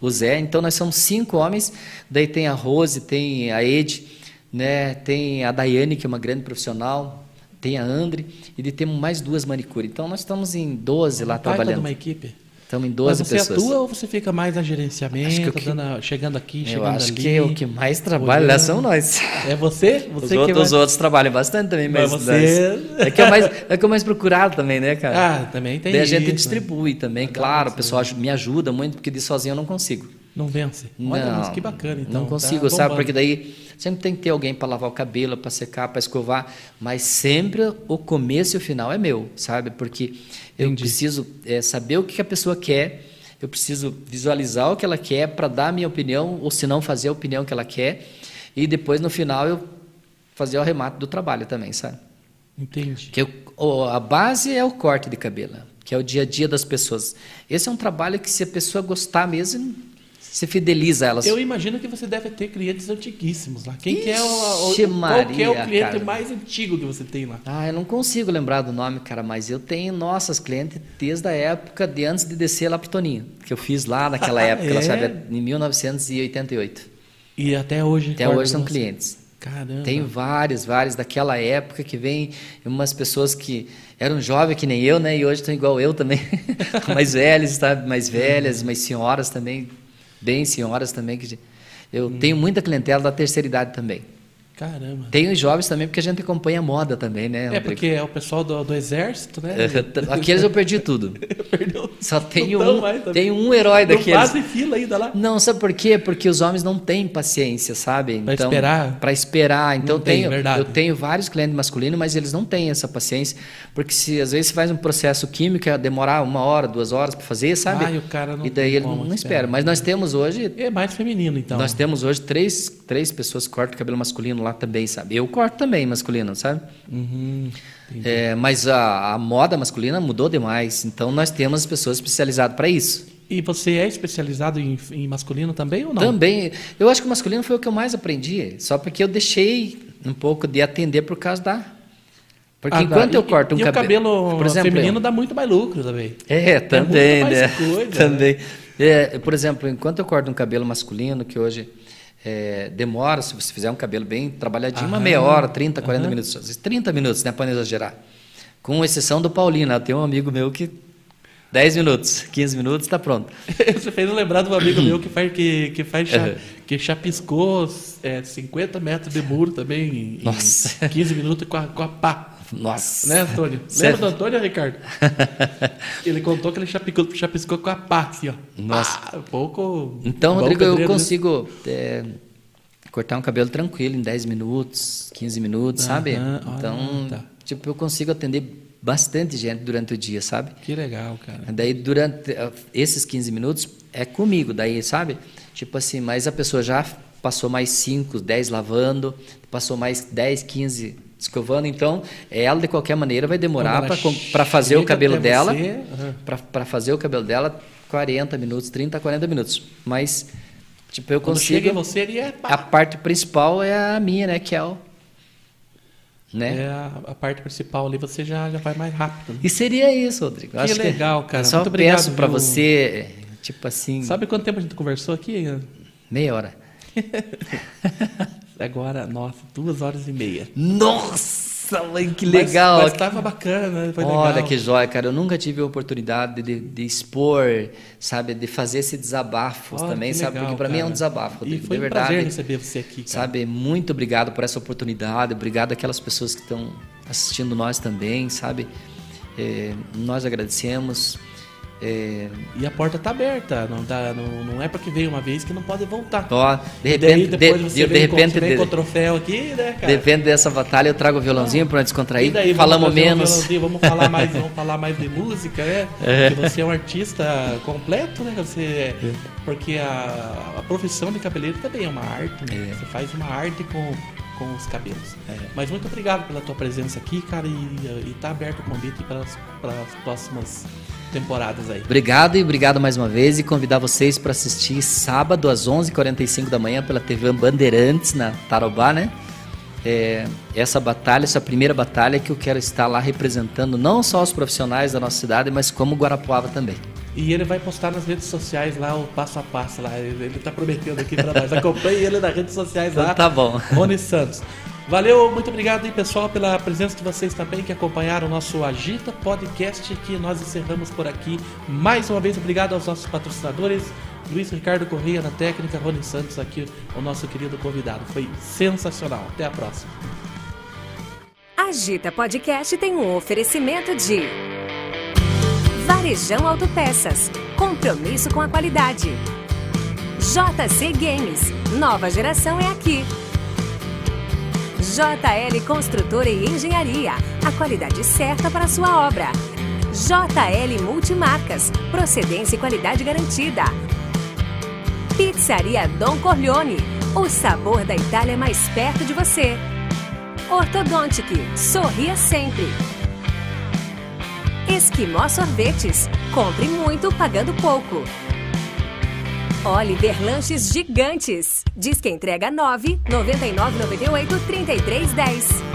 o Zé. Então, nós somos cinco homens, daí tem a Rose, tem a Ed, né, tem a Daiane, que é uma grande profissional, tem a Andre, e de temos mais duas manicures. Então, nós estamos em 12 lá trabalhando. uma equipe. Estamos em 12 Mas você pessoas. atua ou você fica mais a gerenciamento, Acho que o que- dando a- chegando aqui, Eu chegando acho ali? que é o que mais trabalha lá são nós. É você? Você Os, que outros, os vai... outros trabalham bastante também, mas, Mas você- nós- é que é o mais é que é o mais procurado também, né, cara? Ah, também tem Daí a gente isso, né? distribui também, claro, o pessoal aj- me ajuda muito porque de sozinho eu não consigo. Não vence. Olha, não, mas que bacana, então. Não tá consigo, sabe? bombando. Porque daí sempre tem que ter alguém para lavar o cabelo, para secar, para escovar, mas sempre o começo e o final é meu, sabe? Porque eu preciso é, saber o que que a pessoa quer, eu preciso visualizar o que ela quer para dar a minha opinião, ou se não, fazer a opinião que ela quer, e depois no final eu fazer o arremate do trabalho também, sabe? Entendi. Que eu- o- a base é o corte de cabelo, que é o dia a dia das pessoas. Esse é um trabalho que se a pessoa gostar mesmo, se fideliza a elas. Eu imagino que você deve ter clientes antiguíssimos lá. Quem que é o, o, qual Ixi, que é Maria, o cliente cara. mais antigo que você tem lá? Ah, eu não consigo lembrar do nome, cara, mas eu tenho nossas clientes desde a época de antes de descer lá pro Toninho, que eu fiz lá naquela época, ela É? sabe, em 1988. E até hoje. Até guarda hoje são você. clientes. Caramba. Tem um vários, vários daquela época que vem umas pessoas que eram jovens que nem eu, né? E hoje estão igual eu também. mais velhas, sabe? Mais velhas, mais senhoras também. Bem senhoras também. Que... Eu tenho muita clientela da terceira idade também. Caramba. Tenho os jovens também, porque a gente acompanha a moda também, né? É Rodrigo? porque é o pessoal do, do exército, né? É. Aqueles eu perdi tudo. Perdeu. Só tenho Não tão um, mais também. tenho um herói Não daqueles. fazem fila ainda lá. Não, sabe por quê? Porque os homens não têm paciência, sabe? Então, Pra esperar? Pra esperar. Então, Não tem, tenho- verdade. eu tenho vários clientes masculinos, mas eles não têm essa paciência. Porque se às vezes você faz um processo químico, é demorar uma hora, duas horas pra fazer, sabe? Ah, e o cara não E daí tem ele como não, não esperar. espera. Mas nós temos hoje. É mais feminino, então. Nós temos hoje três, três pessoas que cortam cabelo masculino lá também, sabe? Eu corto também masculino, sabe? Uhum. É, mas a, a moda masculina mudou demais. Então nós temos pessoas especializadas para isso. E você é especializado em, em masculino também ou não? Também. Eu acho que o masculino foi o que eu mais aprendi. Só porque eu deixei um pouco de atender por causa da. Porque Ah, dá. enquanto eu E- corto um e cabelo. o cabelo feminino dá muito mais lucro também. É, também, muito né? mais coisa, também. É, por exemplo, enquanto eu corto um cabelo masculino, que hoje é, demora, se você fizer um cabelo bem trabalhadinho, uma Aham. meia hora, 30, 40 Aham. minutos. Às vezes 30 minutos, né? Para não exagerar. Com exceção do Paulino, lá, tem um amigo meu que 10 minutos, 15 minutos, está pronto. Você fez eu lembrar de um amigo meu que faz que, que faz cha- Uhum. que chapiscou é, 50 metros de muro também em, em Nossa. 15 minutos com a, com a pá. Nossa. é Né, Antônio? Certo. Lembra do Antônio, Ricardo? ele contou que ele chapicou- chapiscou com a pá, assim, ó. Nossa. Ah, um pouco. Então, bom Rodrigo, eu pedreiro, né? consigo é, cortar um cabelo tranquilo em 10 minutos, 15 minutos, sabe? Aham, ah, Então, tá. tipo, eu consigo atender bastante gente durante o dia, sabe? Que legal, cara. Daí, durante eh, esses 15 minutos, é comigo, daí, sabe? Tipo assim, mas a pessoa já passou mais 5, 10 lavando, passou mais 10, 15 escovando, então ela de qualquer maneira vai demorar Quando ela para fazer o chega cabelo até dela, você, aham. para fazer o cabelo dela 40 minutos, 30, 40 minutos. Mas tipo eu Quando consigo chega em você, ele é pá. a parte principal é a minha, né, que é o né? É a, a parte principal ali, você já, já vai mais rápido. né? E seria isso, Rodrigo. Eu Que legal, cara. Eu só Muito obrigado, peço para viu? você, tipo assim, Sabe quanto tempo a gente conversou aqui? meia hora. Agora, nossa, duas horas e meia. Nossa, mãe, que Mas- legal. Mas, tava bacana, né? Foi Olha legal. que joia, cara. Eu nunca tive a oportunidade de, de expor, sabe, de fazer esse desabafo Olha, também, que sabe? legal, Porque para mim é um cara. desabafo, E Rodrigo, foi de um verdade. prazer receber você aqui, cara. Sabe, muito obrigado por essa oportunidade, obrigado àquelas pessoas que estão assistindo nós também, sabe? É, nós agradecemos. É, E a porta tá aberta, não, dá, não, não é porque veio uma vez que não pode voltar. ó, Então, de E daí, repente, depois de, você de vem, com, repente, você vem de- com o troféu aqui, né, cara? depende dessa batalha, eu trago o violãozinho para E descontrair, daí, vamos falamos fazer um menos. violãozinho, Vamos falar, mais, é um vamos falar mais de música, né? Porque você é um artista completo, né? Você é, Porque a, a profissão de cabeleireiro também é uma arte, né? Você faz uma arte com, com os cabelos. É. Mas muito obrigado pela tua presença aqui, cara, e, e tá aberto o convite para as próximas temporadas aí. Obrigado e obrigado mais uma vez e convidar vocês para assistir sábado às 11h45 da manhã pela TV Bandeirantes na Tarobá, né? É, essa batalha, essa primeira batalha que eu quero estar lá representando não só os profissionais da nossa cidade, mas como Guarapuava também. E ele vai postar nas redes sociais lá o passo a passo lá. Ele, ele tá prometendo aqui para nós. Acompanhe ele nas redes sociais lá. Então tá bom. Rony Santos. Valeu, muito obrigado aí pessoal pela presença de vocês também que acompanharam o nosso Agita Podcast que nós encerramos por aqui. Mais uma vez obrigado aos nossos patrocinadores, Luiz Ricardo Correia na técnica, Rony Santos aqui, o nosso querido convidado. Foi sensacional. Até a próxima. Agita Podcast tem um oferecimento de Varejão Autopeças, compromisso com a qualidade. JC Games, nova geração é aqui. JL Construtora e Engenharia, a qualidade certa para sua obra. JL Multimarcas, procedência e qualidade garantida. Pizzaria Dom Corleone, o sabor da Itália mais perto de você. Ortodontic, sorria sempre. Esquimó Sorvetes, compre muito pagando pouco. Oliver Lanches Gigantes. Diz que entrega 9 99 98 33 10.